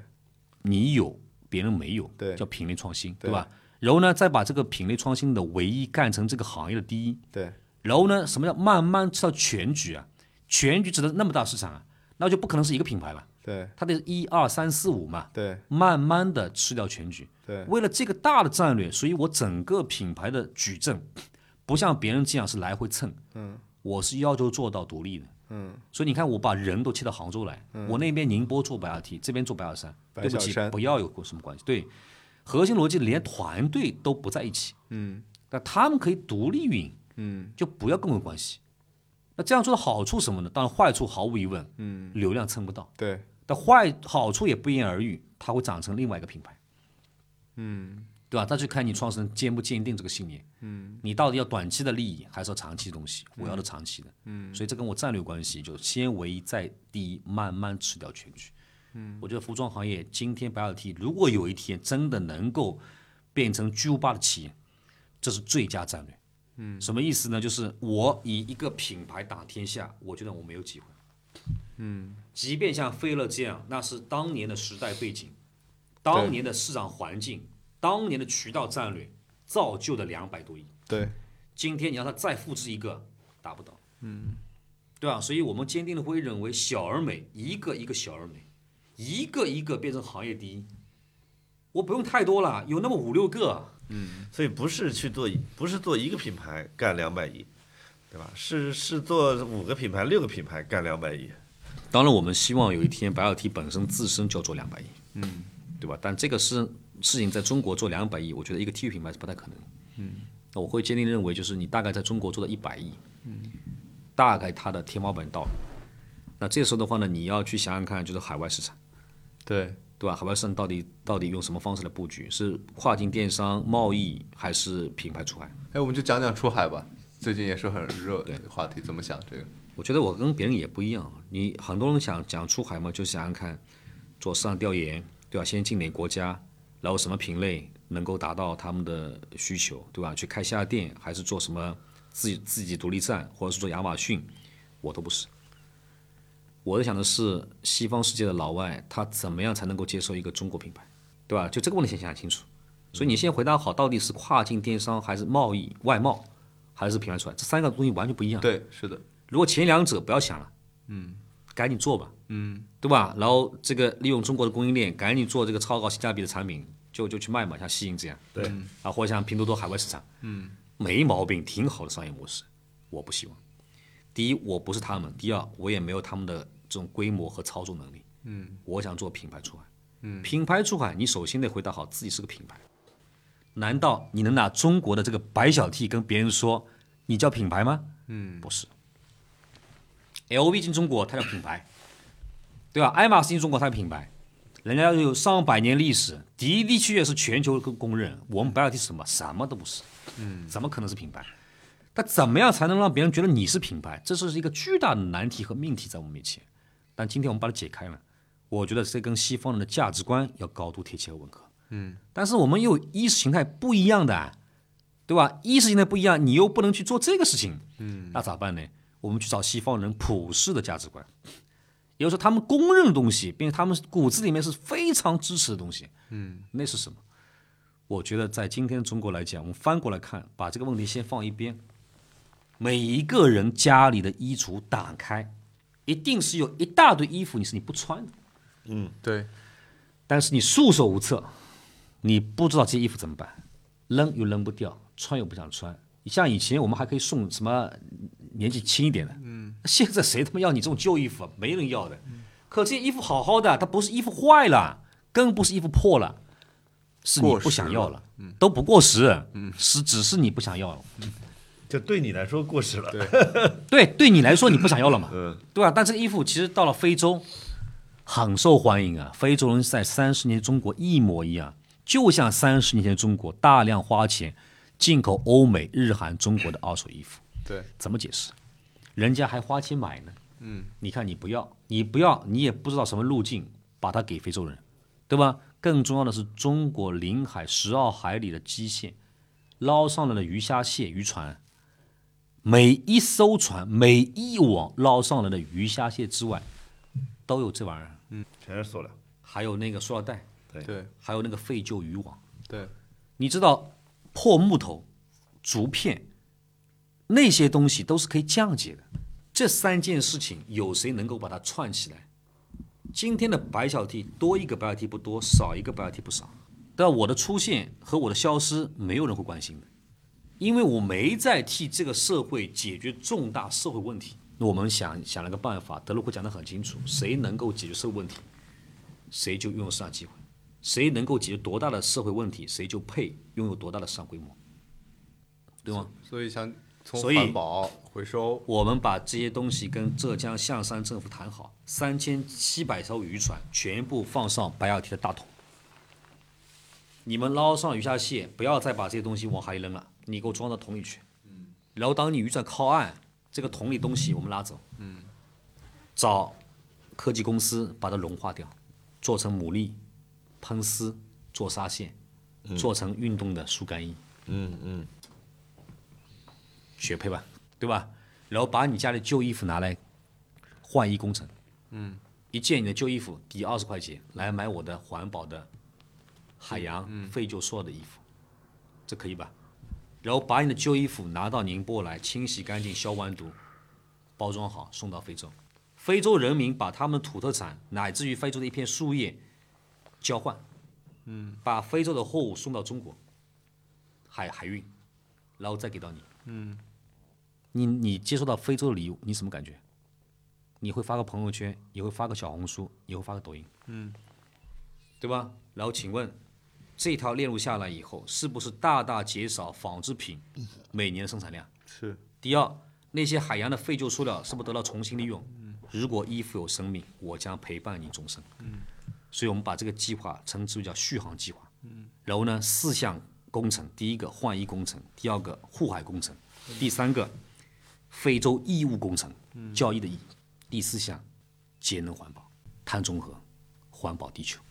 [SPEAKER 1] 你有别人没有，
[SPEAKER 2] 对
[SPEAKER 1] 叫品类创新，对吧？然后呢，再把这个品类创新的唯一干成这个行业的第一。
[SPEAKER 2] 对
[SPEAKER 1] 然后呢，什么叫慢慢吃到全局啊？全局指的是那么大市场啊，那就不可能是一个品牌了，
[SPEAKER 2] 对
[SPEAKER 1] 它得是一二三四五嘛。
[SPEAKER 2] 对
[SPEAKER 1] 慢慢的吃掉全局。
[SPEAKER 2] 对，
[SPEAKER 1] 为了这个大的战略，所以我整个品牌的矩阵不像别人这样是来回蹭。嗯，我是要求做到独立的。嗯，所以你看，我把人都切到杭州来，我那边宁波做白二 T，这边做白二三，
[SPEAKER 2] 白
[SPEAKER 1] 对不
[SPEAKER 2] 小
[SPEAKER 1] 起，
[SPEAKER 2] 山
[SPEAKER 1] 不要有什么关系。对，核心逻辑连团队都不在一起。嗯，那他们可以独立运营。嗯，就不要跟我有关系。那这样做的好处是什么呢？当然，坏处毫无疑问，嗯，流量蹭不到。
[SPEAKER 2] 对
[SPEAKER 1] 但坏好处也不言而喻，它会长成另外一个品牌。嗯，对吧？那就看你创始人坚不坚定这个信念。嗯，你到底要短期的利益，还是要长期的东西？我要的长期的。嗯，所以这跟我战略有关系，就先唯一再第一，慢慢吃掉全局。嗯，我觉得服装行业今天白 LT 如果有一天真的能够变成巨无霸的企业，这是最佳战略。嗯，什么意思呢？就是我以一个品牌打天下，我觉得我没有机会。即便像菲乐这样，那是当年的时代背景，当年的市场环境，当年的渠道战略造就的两百多亿。
[SPEAKER 2] 对
[SPEAKER 1] 今天你让它再复制一个，达不到。嗯，对吧？所以我们坚定的会认为，小而美，一个一个小而美，一个一个变成行业第一。我不用太多了，有那么五六个，
[SPEAKER 4] 所以不是去做，不是做一个品牌干两百亿，对吧？是是做五个品牌、六个品牌干两百亿。
[SPEAKER 1] 当然，我们希望有一天白 LT 本身自身就要做两百亿，嗯，对吧？但这个事事情在中国做两百亿，我觉得一个体育品牌是不太可能，嗯。那我会坚定地认为，就是你大概在中国做到一百亿，嗯，大概它的天花板到了。那这时候的话呢，你要去想想看，就是海外市场，
[SPEAKER 2] 对
[SPEAKER 1] <laughs> 对吧？海外市场到底到底用什么方式来布局？是跨境电商、贸易，还是品牌出海？
[SPEAKER 5] 哎，我们就讲讲出海吧，最近也是很热的话题，怎么想这个？
[SPEAKER 1] 我觉得我跟别人也不一样，你很多人想讲出海嘛，就想想看，做市场调研，对吧？先进哪个国家，然后什么品类能够达到他们的需求，对吧？去开下店，还是做什么自己自己独立站，或者是做亚马逊，我都不是。我在想的是，西方世界的老外他怎么样才能够接受一个中国品牌，对吧？就这个问题先想清楚。所以你先回答好，到底是跨境电商还是贸易外贸，还是品牌出来？这三个东西完全不一
[SPEAKER 4] 嗯
[SPEAKER 1] 样。
[SPEAKER 5] 对，是的，
[SPEAKER 1] 如果前两者不要想了，嗯，赶紧做吧，嗯，对吧？然后这个利用中国的供应链，赶紧做这个超高性价比的产品，就就去卖嘛，像西银这样，对，啊，或者像拼多多海外市场，嗯，没毛病，挺好的商业模式，我不希望。第一，我不是他们；第二，我也没有他们的这种规模和操作能力。嗯，我想做品牌出海。嗯，品牌出海，你首先得回答好自己是个品牌。难道你能拿中国的这个白小 T 跟别人说你叫品牌吗？嗯，不是。LV 进中国，它叫品牌，对吧？爱马仕进中国，它是品牌，人家有上百年历史，迪迪区也是全球公公认。我们白小 T 是什么？什么都不是，嗯，怎么可能是品牌？但怎么样才能让别人觉得你是品牌？这是一个巨大的难题和命题在我们面前。但今天我们把它解开了，我觉得这跟西方人的价值观要高度贴切和吻合。嗯，但是我们又有意识形态不一样的、啊，对吧？意识形态不一样，你又不能去做这个事情，嗯，那咋办呢？我们去找西方人普世的价值观，也就是说他们公认的东西，并且他们骨子里面是非常支持的东西，嗯，那是什么？我觉得在今天的中国来讲，我们翻过来看，把这个问题先放一边，每一个人家里的衣橱打开，一定是有一大堆衣服你是你不穿的，
[SPEAKER 4] 嗯
[SPEAKER 5] 对，
[SPEAKER 1] 但是你束手无策，你不知道这些衣服怎么办，扔又扔不掉，穿又不想穿。像以前我们还可以送什么年纪轻一点的，嗯，现在谁他妈要你这种旧衣服啊？没人要的。可这些衣服好好的，它不是衣服坏了，更不是衣服破了，是你
[SPEAKER 5] 过时
[SPEAKER 1] 不想要了，都不过时，是只是你不想要了。
[SPEAKER 4] 就对你来说过时了。
[SPEAKER 1] 对，对你来说你不想要了嘛，对吧、啊但这个衣服其实到了非洲很受欢迎啊，非洲人在三十年中国一模一样，就像三十年前中国大量花钱进口欧美、日韩、中国的二手衣服，
[SPEAKER 5] 对，
[SPEAKER 1] 怎么解释？人家还花钱买呢，嗯，你看你不要，你不要，你也不知道什么路径把它给非洲人，对吧？更重要的是，中国临海十二海里的基线捞上来的鱼虾蟹、渔船，每一艘船、每一网捞上来的鱼虾蟹之外，都有这玩意儿，
[SPEAKER 4] 全是塑料，
[SPEAKER 1] 还有那个塑料袋，
[SPEAKER 5] 对，
[SPEAKER 1] 还有那个废旧渔网。
[SPEAKER 5] 对，
[SPEAKER 1] 你知道破木头、竹片那些东西都是可以降解的。这三件事情有谁能够把它串起来？今天的白小 T 多一个白小 T 不多，少一个白小 T 不少。但我的出现和我的消失，没有人会关心的，因为我没在替这个社会解决重大社会问题。我们想想了个办法，德鲁克讲得很清楚，谁能够解决社会问题，谁就拥有市场机会。谁能够解决多大的社会问题，谁就配拥有多大的市场规模，对吗？
[SPEAKER 5] 所以想从
[SPEAKER 1] 所以
[SPEAKER 5] 环保回收，
[SPEAKER 1] 我们把这些东西跟浙江象山政府谈好，三千七百艘渔船全部放上白小提的大桶。你们捞上鱼虾蟹，不要再把这些东西往海里扔了，你给我装到桶里去。然后当你渔船靠岸，这个桶里东西我们拉走。找科技公司把它融化掉，做成牡蛎、喷丝，做纱线，做成运动的速干衣。
[SPEAKER 4] 嗯嗯，
[SPEAKER 1] 学配吧，对吧？然后把你家里旧衣服拿来换衣工程，嗯，一件你的旧衣服抵二十块钱来买我的环保的海洋废旧塑料的衣服，这可以吧？然后把你的旧衣服拿到宁波来清洗干净、消完毒，包装好送到非洲，非洲人民把他们的土特产乃至于非洲的一片树叶交换，嗯，把非洲的货物送到中国海海运，然后再给到你。你你接收到非洲的礼物，你什么感觉？你会发个朋友圈，也会发个小红书，也会发个抖音，嗯，对吧？然后请问，这条链路下来以后，是不是大大减少纺织品每年的生产量？
[SPEAKER 5] 是。
[SPEAKER 1] 第二，那些海洋的废旧塑料是不是得到重新利用？如果衣服有生命，我将陪伴你终生。嗯，所以我们把这个计划称之为叫续航计划。嗯，然后呢，四项工程：第一个换衣工程，第二个护海工程，第三个非洲义务工程，教育的义。第四项，节能环保、碳中和、环保地球。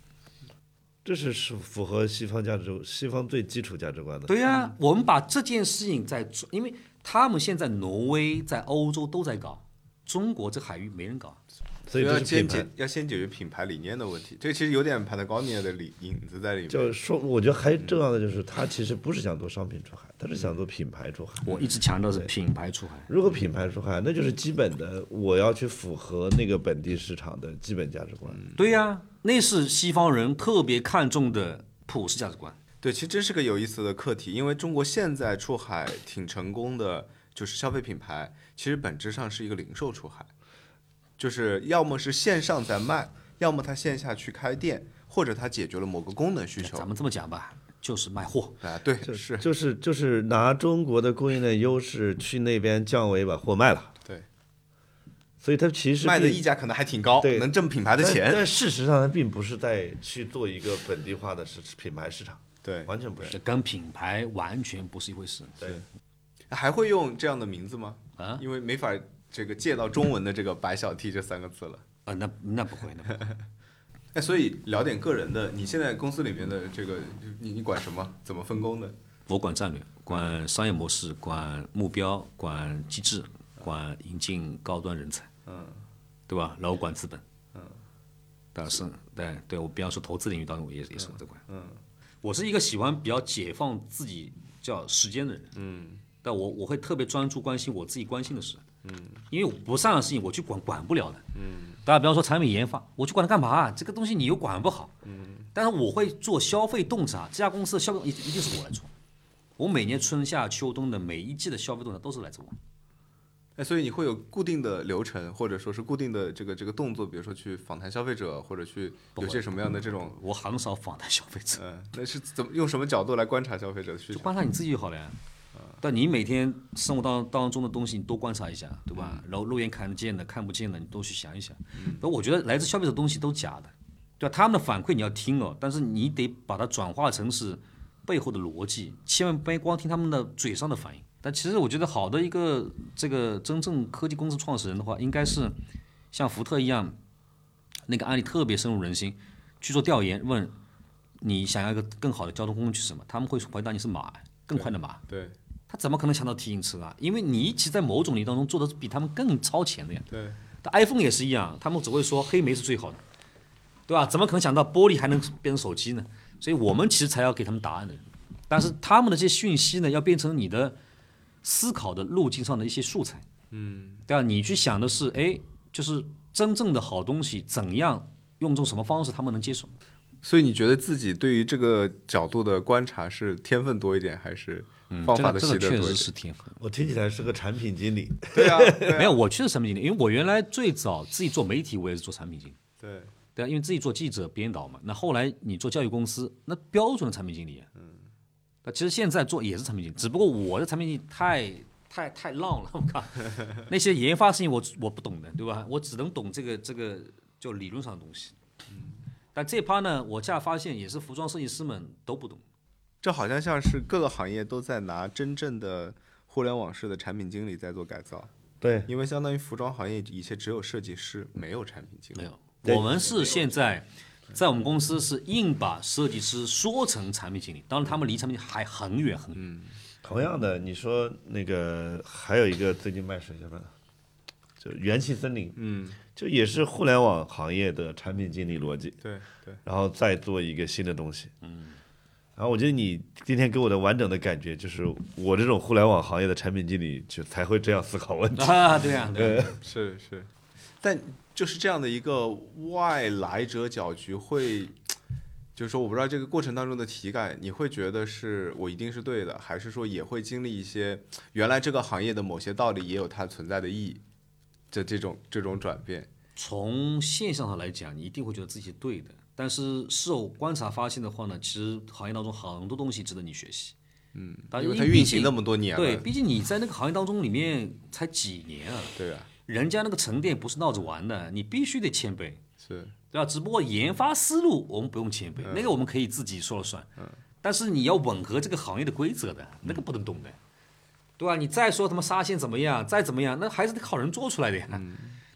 [SPEAKER 4] 这是是符合西方价值、西方最基础价值观的。
[SPEAKER 1] 对呀、我们把这件事情在做，因为他们现在挪威在欧洲都在搞，中国这海域没人搞。
[SPEAKER 4] 所以
[SPEAKER 2] 要
[SPEAKER 4] 这是
[SPEAKER 2] 先
[SPEAKER 4] 品牌
[SPEAKER 2] 解。要先解决品牌理念的问题，这个其实有点 Patagonia 的理影子在里面。
[SPEAKER 4] 就说，我觉得还重要的就是，他其实不是想做商品出海，他是想做品牌出海。
[SPEAKER 1] 我一直强调是品牌出海，
[SPEAKER 4] 如果品牌出海，那就是基本的，我要去符合那个本地市场的基本价值观。
[SPEAKER 2] 嗯
[SPEAKER 1] 对呀、那是西方人特别看重的普世价值观。
[SPEAKER 2] 对，其实这是个有意思的课题，因为中国现在出海挺成功的，就是消费品牌，其实本质上是一个零售出海，就是要么是线上在卖，要么它线下去开店，或者它解决了某个功能需求哎
[SPEAKER 1] 咱。们这么讲吧，就是卖货。
[SPEAKER 5] 啊，对，是，
[SPEAKER 4] 就是就是拿中国的供应链优势去那边降维把货卖了，
[SPEAKER 5] 对，
[SPEAKER 4] 所以它其实
[SPEAKER 2] 卖的
[SPEAKER 4] 并
[SPEAKER 2] 溢价可能还挺高，
[SPEAKER 4] 对
[SPEAKER 2] 能挣品牌的
[SPEAKER 4] 但
[SPEAKER 2] 钱。
[SPEAKER 4] 但事实上它并不是在去做一个本地化的市品牌市场，
[SPEAKER 2] 对，
[SPEAKER 4] 完全不是。
[SPEAKER 1] 这跟品牌完全不是一回事。
[SPEAKER 2] 还会用这样的名字吗？
[SPEAKER 1] 啊，
[SPEAKER 2] 因为没法这个借到中文的这个“白小 T” 这三个字了。
[SPEAKER 1] 啊，那那不会，那不会。
[SPEAKER 2] 哎，所以聊点个人的，你现在公司里面的这个，你你管什么？怎么分工的？
[SPEAKER 1] 我管战略，管商业模式，管目标，管机制，管引进高端人才，嗯，对吧？然后管资本，嗯，但是对对，我比方说投资领域当中，我也也是我在管，嗯，我是一个喜欢比较解放自己叫时间的人，嗯，但我我会特别专注关心我自己关心的事，嗯，因为我不擅长的事情我去管管不了的，嗯，大家比方说产品研发，我去管它干嘛、这个东西你又管不好，嗯，但是我会做消费洞察，这家公司的消费一定一定是我来做。我每年春夏秋冬的每一季的消费洞察都是来自我。
[SPEAKER 2] 哎，所以你会有固定的流程，或者说是固定的这个这个动作，比如说去访谈消费者，或者去有些什么样的这种，
[SPEAKER 1] 我很少访谈消费者，
[SPEAKER 2] 嗯，那是怎么用什么角度来观察消费者的
[SPEAKER 1] 就
[SPEAKER 2] 需求？
[SPEAKER 1] 观察你自己就好了呀。但你每天生活当当中的东西，你多观察一下，对吧？然后肉眼看得见的、看不见的，你都去想一想。那我觉得来自消费者的东西都假的，对吧？他们的反馈你要听哦，但是你得把它转化成是背后的逻辑，千万别光听他们的嘴上的反应。但其实我觉得好的一个这个真正科技公司创始人的话，应该是像福特一样，那个案例特别深入人心，去做调研，问你想要一个更好的交通工具是什么，他们会回答你是马，更快的马。
[SPEAKER 2] 对
[SPEAKER 1] 他怎么可能想到提引车啊？因为你其实在某种领域当中做的是比他们更超前的呀。
[SPEAKER 2] 对，
[SPEAKER 1] 但 iPhone 也是一样，他们只会说黑莓是最好的，对吧？怎么可能想到玻璃还能变成手机呢？所以我们其实才要给他们答案的。但是他们的这些讯息呢，要变成你的思考的路径上的一些素材。嗯，对啊，你去想的是，哎，就是真正的好东西怎样用这种什么方式他们能接受？
[SPEAKER 2] 所以你觉得自己对于这个角度的观察是天分多一点，还是方
[SPEAKER 1] 这
[SPEAKER 2] 法
[SPEAKER 1] 个嗯
[SPEAKER 2] 的
[SPEAKER 1] 这
[SPEAKER 2] 习
[SPEAKER 1] 个
[SPEAKER 2] 得多
[SPEAKER 1] 确
[SPEAKER 2] 一
[SPEAKER 1] 实
[SPEAKER 2] 点？
[SPEAKER 1] 是挺分。
[SPEAKER 4] 我听起来是个产品
[SPEAKER 2] <laughs>
[SPEAKER 4] 经理，
[SPEAKER 2] 对啊，
[SPEAKER 1] <laughs> 没有，我确实产品经理，因为我原来最早自己做媒体，我也是做产品经理。
[SPEAKER 2] 对，
[SPEAKER 1] 对啊，因为自己做记者、编导嘛。那后来你做教育公司，那标准的产品经理，嗯，那其实现在做也是产品经理，只不过我的产品经理太太太浪了，我
[SPEAKER 2] <laughs>
[SPEAKER 1] 靠，那些研发事情我我不懂的，对吧？我只能懂这个这个就理论上的东西。
[SPEAKER 2] 嗯
[SPEAKER 1] 但这趴呢，我恰发现也是服装设计师们都不懂。
[SPEAKER 2] 这好像像是各个行业都在拿真正的互联网式的产品经理在做改造，
[SPEAKER 4] 对，
[SPEAKER 2] 因为相当于服装行业以前只有设计师，没有产品经
[SPEAKER 1] 没
[SPEAKER 2] 理。
[SPEAKER 1] 有，我们是现在在我们公司是硬把设计师说成产品经理，当然他们离产品经理还很远很远。
[SPEAKER 2] 嗯
[SPEAKER 4] 同样的，你说那个还有一个最近卖水什么，就元气森林，嗯，就也是互联网行业的产品经理逻辑，
[SPEAKER 2] 对对，
[SPEAKER 4] 然后再做一个新的东西，嗯。然后我觉得你今天给我的完整的感觉就是，我这种互联网行业的产品经理就才会这样思考 <laughs> 问题。
[SPEAKER 1] 啊， <laughs> 对
[SPEAKER 2] <laughs>
[SPEAKER 1] 呀、对啊、
[SPEAKER 2] 是是，但就是这样的一个外来者搅局会。就是说，我不知道这个过程当中的体感，你会觉得是我一定是对的，还是说也会经历一些原来这个行业的某些道理也有它存在的意义的这种这种转变？
[SPEAKER 1] 从现象上来讲，你一定会觉得自己是对的。但是事后观察发现的话呢，其实行业当中很多东西值得你学习。嗯，但
[SPEAKER 2] 因为它
[SPEAKER 1] 毕
[SPEAKER 2] 运
[SPEAKER 1] 竟
[SPEAKER 2] 行那么多年了，
[SPEAKER 1] 对，毕竟你在那个行业当中里面才几年啊，
[SPEAKER 2] 对啊，
[SPEAKER 1] 人家那个沉淀不是闹着玩的，你必须得谦卑，
[SPEAKER 2] 是
[SPEAKER 1] 对吧？只不过研发思路我们不用谦卑，那个我们可以自己说了算。但是你要吻合这个行业的规则的，那个不能动的，对吧？你再说他妈沙县怎么样，再怎么样，那还是得靠人做出来的呀。 <laughs>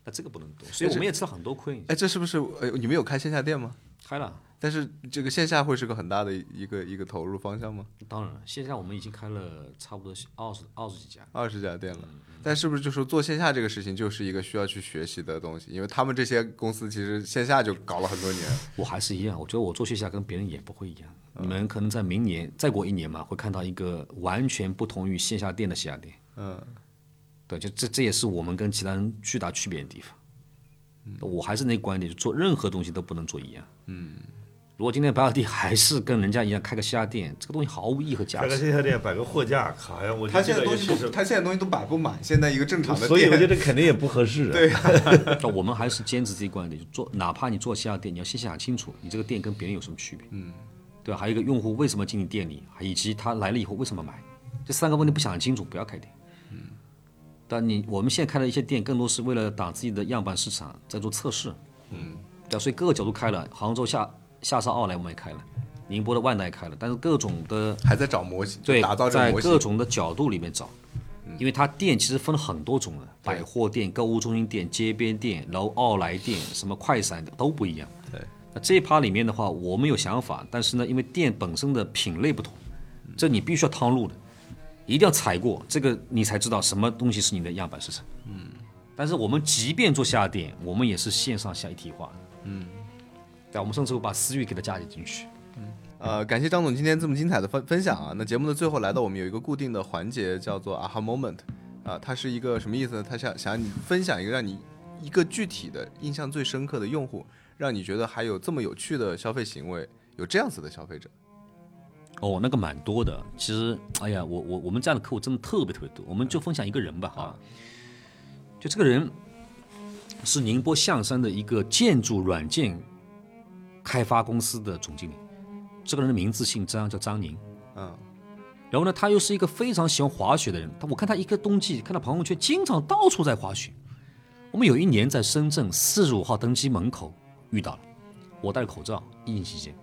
[SPEAKER 1] 那这个不能动，所以我们也吃了很多亏。
[SPEAKER 2] 哎，这是不是呃，你们有开线下店吗？
[SPEAKER 1] 开了，
[SPEAKER 2] 但是这个线下会是个很大的一个一个投入方向吗？
[SPEAKER 1] 当然了，线下我们已经开了差不多二十二十几家。
[SPEAKER 2] 二十家店了，
[SPEAKER 4] 嗯
[SPEAKER 2] 但是不是就说做线下这个事情就是一个需要去学习的东西？因为他们这些公司其实线下就搞了很多年，
[SPEAKER 1] 我还是一样，我觉得我做线下跟别人也不会一样。你们可能在明年再过一年嘛，会看到一个完全不同于线下店的线下店。嗯，对，就这这也是我们跟其他人巨大区别的地方。我还是那个观点，就做任何东西都不能做一样。嗯，如果今天白小弟还是跟人家一样开个线下店，这个东西毫无意义和价
[SPEAKER 4] 开个
[SPEAKER 1] 值。
[SPEAKER 4] 线下店摆个货架，靠呀，我
[SPEAKER 2] 他现
[SPEAKER 4] 就
[SPEAKER 2] 在
[SPEAKER 4] 这个
[SPEAKER 2] 东
[SPEAKER 4] 就
[SPEAKER 2] 西
[SPEAKER 4] 其
[SPEAKER 2] 不，
[SPEAKER 4] 实，
[SPEAKER 2] 他现在东西都摆不满。现在一个正常的
[SPEAKER 4] <laughs> 所以我觉
[SPEAKER 2] 店，
[SPEAKER 4] 得肯定也不合适。啊 <laughs> 对，
[SPEAKER 1] 那我们还是坚持这一观点，就做，哪怕你做线下店，你要先想清楚你这个店跟别人有什么区别。嗯，对吧？还有一个用户为什么进你店里，以及他来了以后为什么买，这三个问题不想清楚，不要开店。但你我们现在开的一些店，更多是为了打自己的样板市场，在做测试。嗯，对啊，所以各个角度开了，杭州下下沙奥莱我们也开了，宁波的万达也开了，但是各种的
[SPEAKER 5] 还在找模型，
[SPEAKER 1] 对
[SPEAKER 5] 打造这个
[SPEAKER 1] 在
[SPEAKER 5] 模
[SPEAKER 1] 各
[SPEAKER 5] 型，
[SPEAKER 1] 种的角度里面找，因为它店其实分了很多种的，百货店、购物中心店、街边店、楼奥莱店、什么快闪的都不一样。
[SPEAKER 5] 对，
[SPEAKER 1] 那这一趴里面的话，我们有想法，但是呢，因为店本身的品类不同，这你必须要趟路的，一定要踩过这个，你才知道什么东西是你的样板市场。嗯，但是我们即便做下店，我们也是线上下一体化的。嗯，对，我们甚至会把私域给它加进去。
[SPEAKER 2] 呃，感谢张总今天这么精彩的分分享啊！那节目的最后来到我们有一个固定的环节，叫做 aha moment，啊、它是一个什么意思呢？它想想你分享一个让你一个具体的印象最深刻的用户，让你觉得还有这么有趣的消费行为，有这样子的消费者。
[SPEAKER 1] 哦，那个蛮多的。其实，哎呀，我我我们这样的客户真的特别特别多。我们就分享一个人吧，哈，就这个人是宁波象山的一个建筑软件开发公司的总经理。这个人的名字姓张，叫张宁。
[SPEAKER 2] 嗯，
[SPEAKER 1] 然后呢，他又是一个非常喜欢滑雪的人。他我看他一个冬季，看他朋友圈经常到处在滑雪。我们有一年在深圳四十五号登机门口遇到了，我戴着口罩，疫情期间，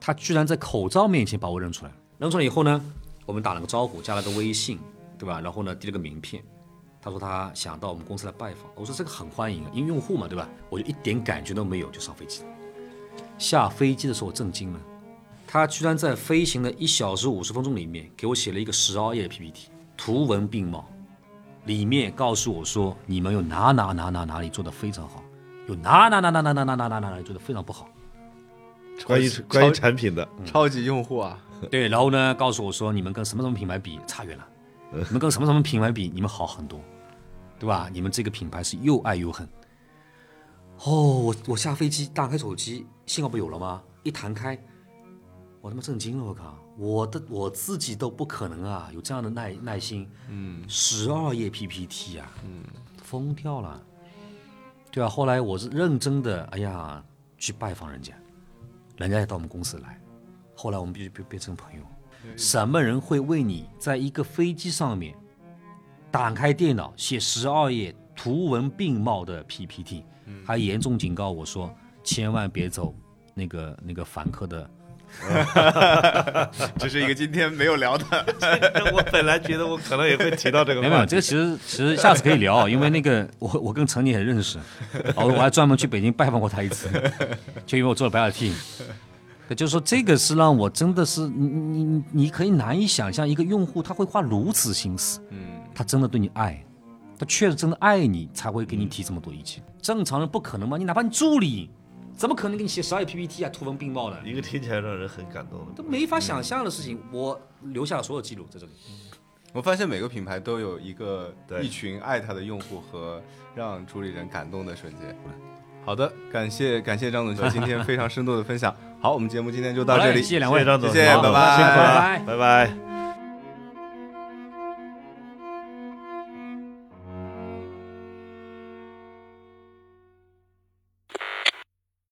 [SPEAKER 1] 他居然在口罩面前把我认出来了。认出来以后呢，我们打了个招呼，加了个微信，对吧？然后呢，递了个名片。他说他想到我们公司来拜访，我说这个很欢迎啊，因为用户嘛，对吧？我就一点感觉都没有，就上飞机了。下飞机的时候我震惊了，他居然在飞行的一小时五十分钟里面给我写了一个十二页的 PPT，图文并茂，里面告诉我说你们有哪哪哪哪哪里做的非常好，有哪哪哪哪哪哪哪哪哪哪里做的非常不好。
[SPEAKER 4] 关于关于产品的， <laughs>
[SPEAKER 2] 超级用户啊，
[SPEAKER 1] 对，然后呢，告诉我说你们跟什么什么品牌比差远了，你们跟什么什么品牌比，你们好很多，对吧？你们这个品牌是又爱又恨。哦，我我下飞机打开手机，信号不有了吗？一弹开，我他妈震惊了，我靠！我的我自己都不可能啊，有这样的耐耐心，嗯，十二页 PPT 啊，嗯，疯掉了，对啊。后来我是认真的，哎呀，去拜访人家，人家也到我们公司来，后来我们必须变变成朋友。什么人会为你在一个飞机上面打开电脑写十二页图文并茂的 PPT，、还严重警告我说千万别走那个那个凡客的。
[SPEAKER 2] <laughs> 这是一个今天没有聊的。
[SPEAKER 4] 我本来觉得我可能也会提到这个
[SPEAKER 1] 没有没
[SPEAKER 4] 话
[SPEAKER 1] 有，
[SPEAKER 4] 题，
[SPEAKER 1] 这个其实其实下次可以聊，啊因为那个我我跟陈年也认识，然后我还专门去北京拜访过他一次，就因为我做了白 T。对就是说，这个是让我真的是你你你你可以难以想象，一个用户他会花如此心思，嗯，他真的对你爱，他确实真的爱你，才会给你提这么多意见。正常人不可能嘛，你哪怕你助理，怎么可能给你写十二页 PPT 啊，图文并茂的？
[SPEAKER 4] 一个听起来让人很感动的
[SPEAKER 1] 都。没法想象的事情，我留下了所有记录在这里。
[SPEAKER 2] <laughs> 我发现每个品牌都有一个
[SPEAKER 4] 对
[SPEAKER 2] 一群爱他的用户和让主理人感动的瞬间。好的，感谢感谢张总 <laughs> 今天非常深度的分享。好，我们节目今天就到
[SPEAKER 1] 好
[SPEAKER 2] 这
[SPEAKER 1] 嘞
[SPEAKER 2] 里，
[SPEAKER 1] 谢谢两位
[SPEAKER 4] 谢谢张总
[SPEAKER 2] 谢谢
[SPEAKER 4] 好
[SPEAKER 2] 拜拜
[SPEAKER 4] 辛苦了
[SPEAKER 1] 拜拜
[SPEAKER 4] 拜拜。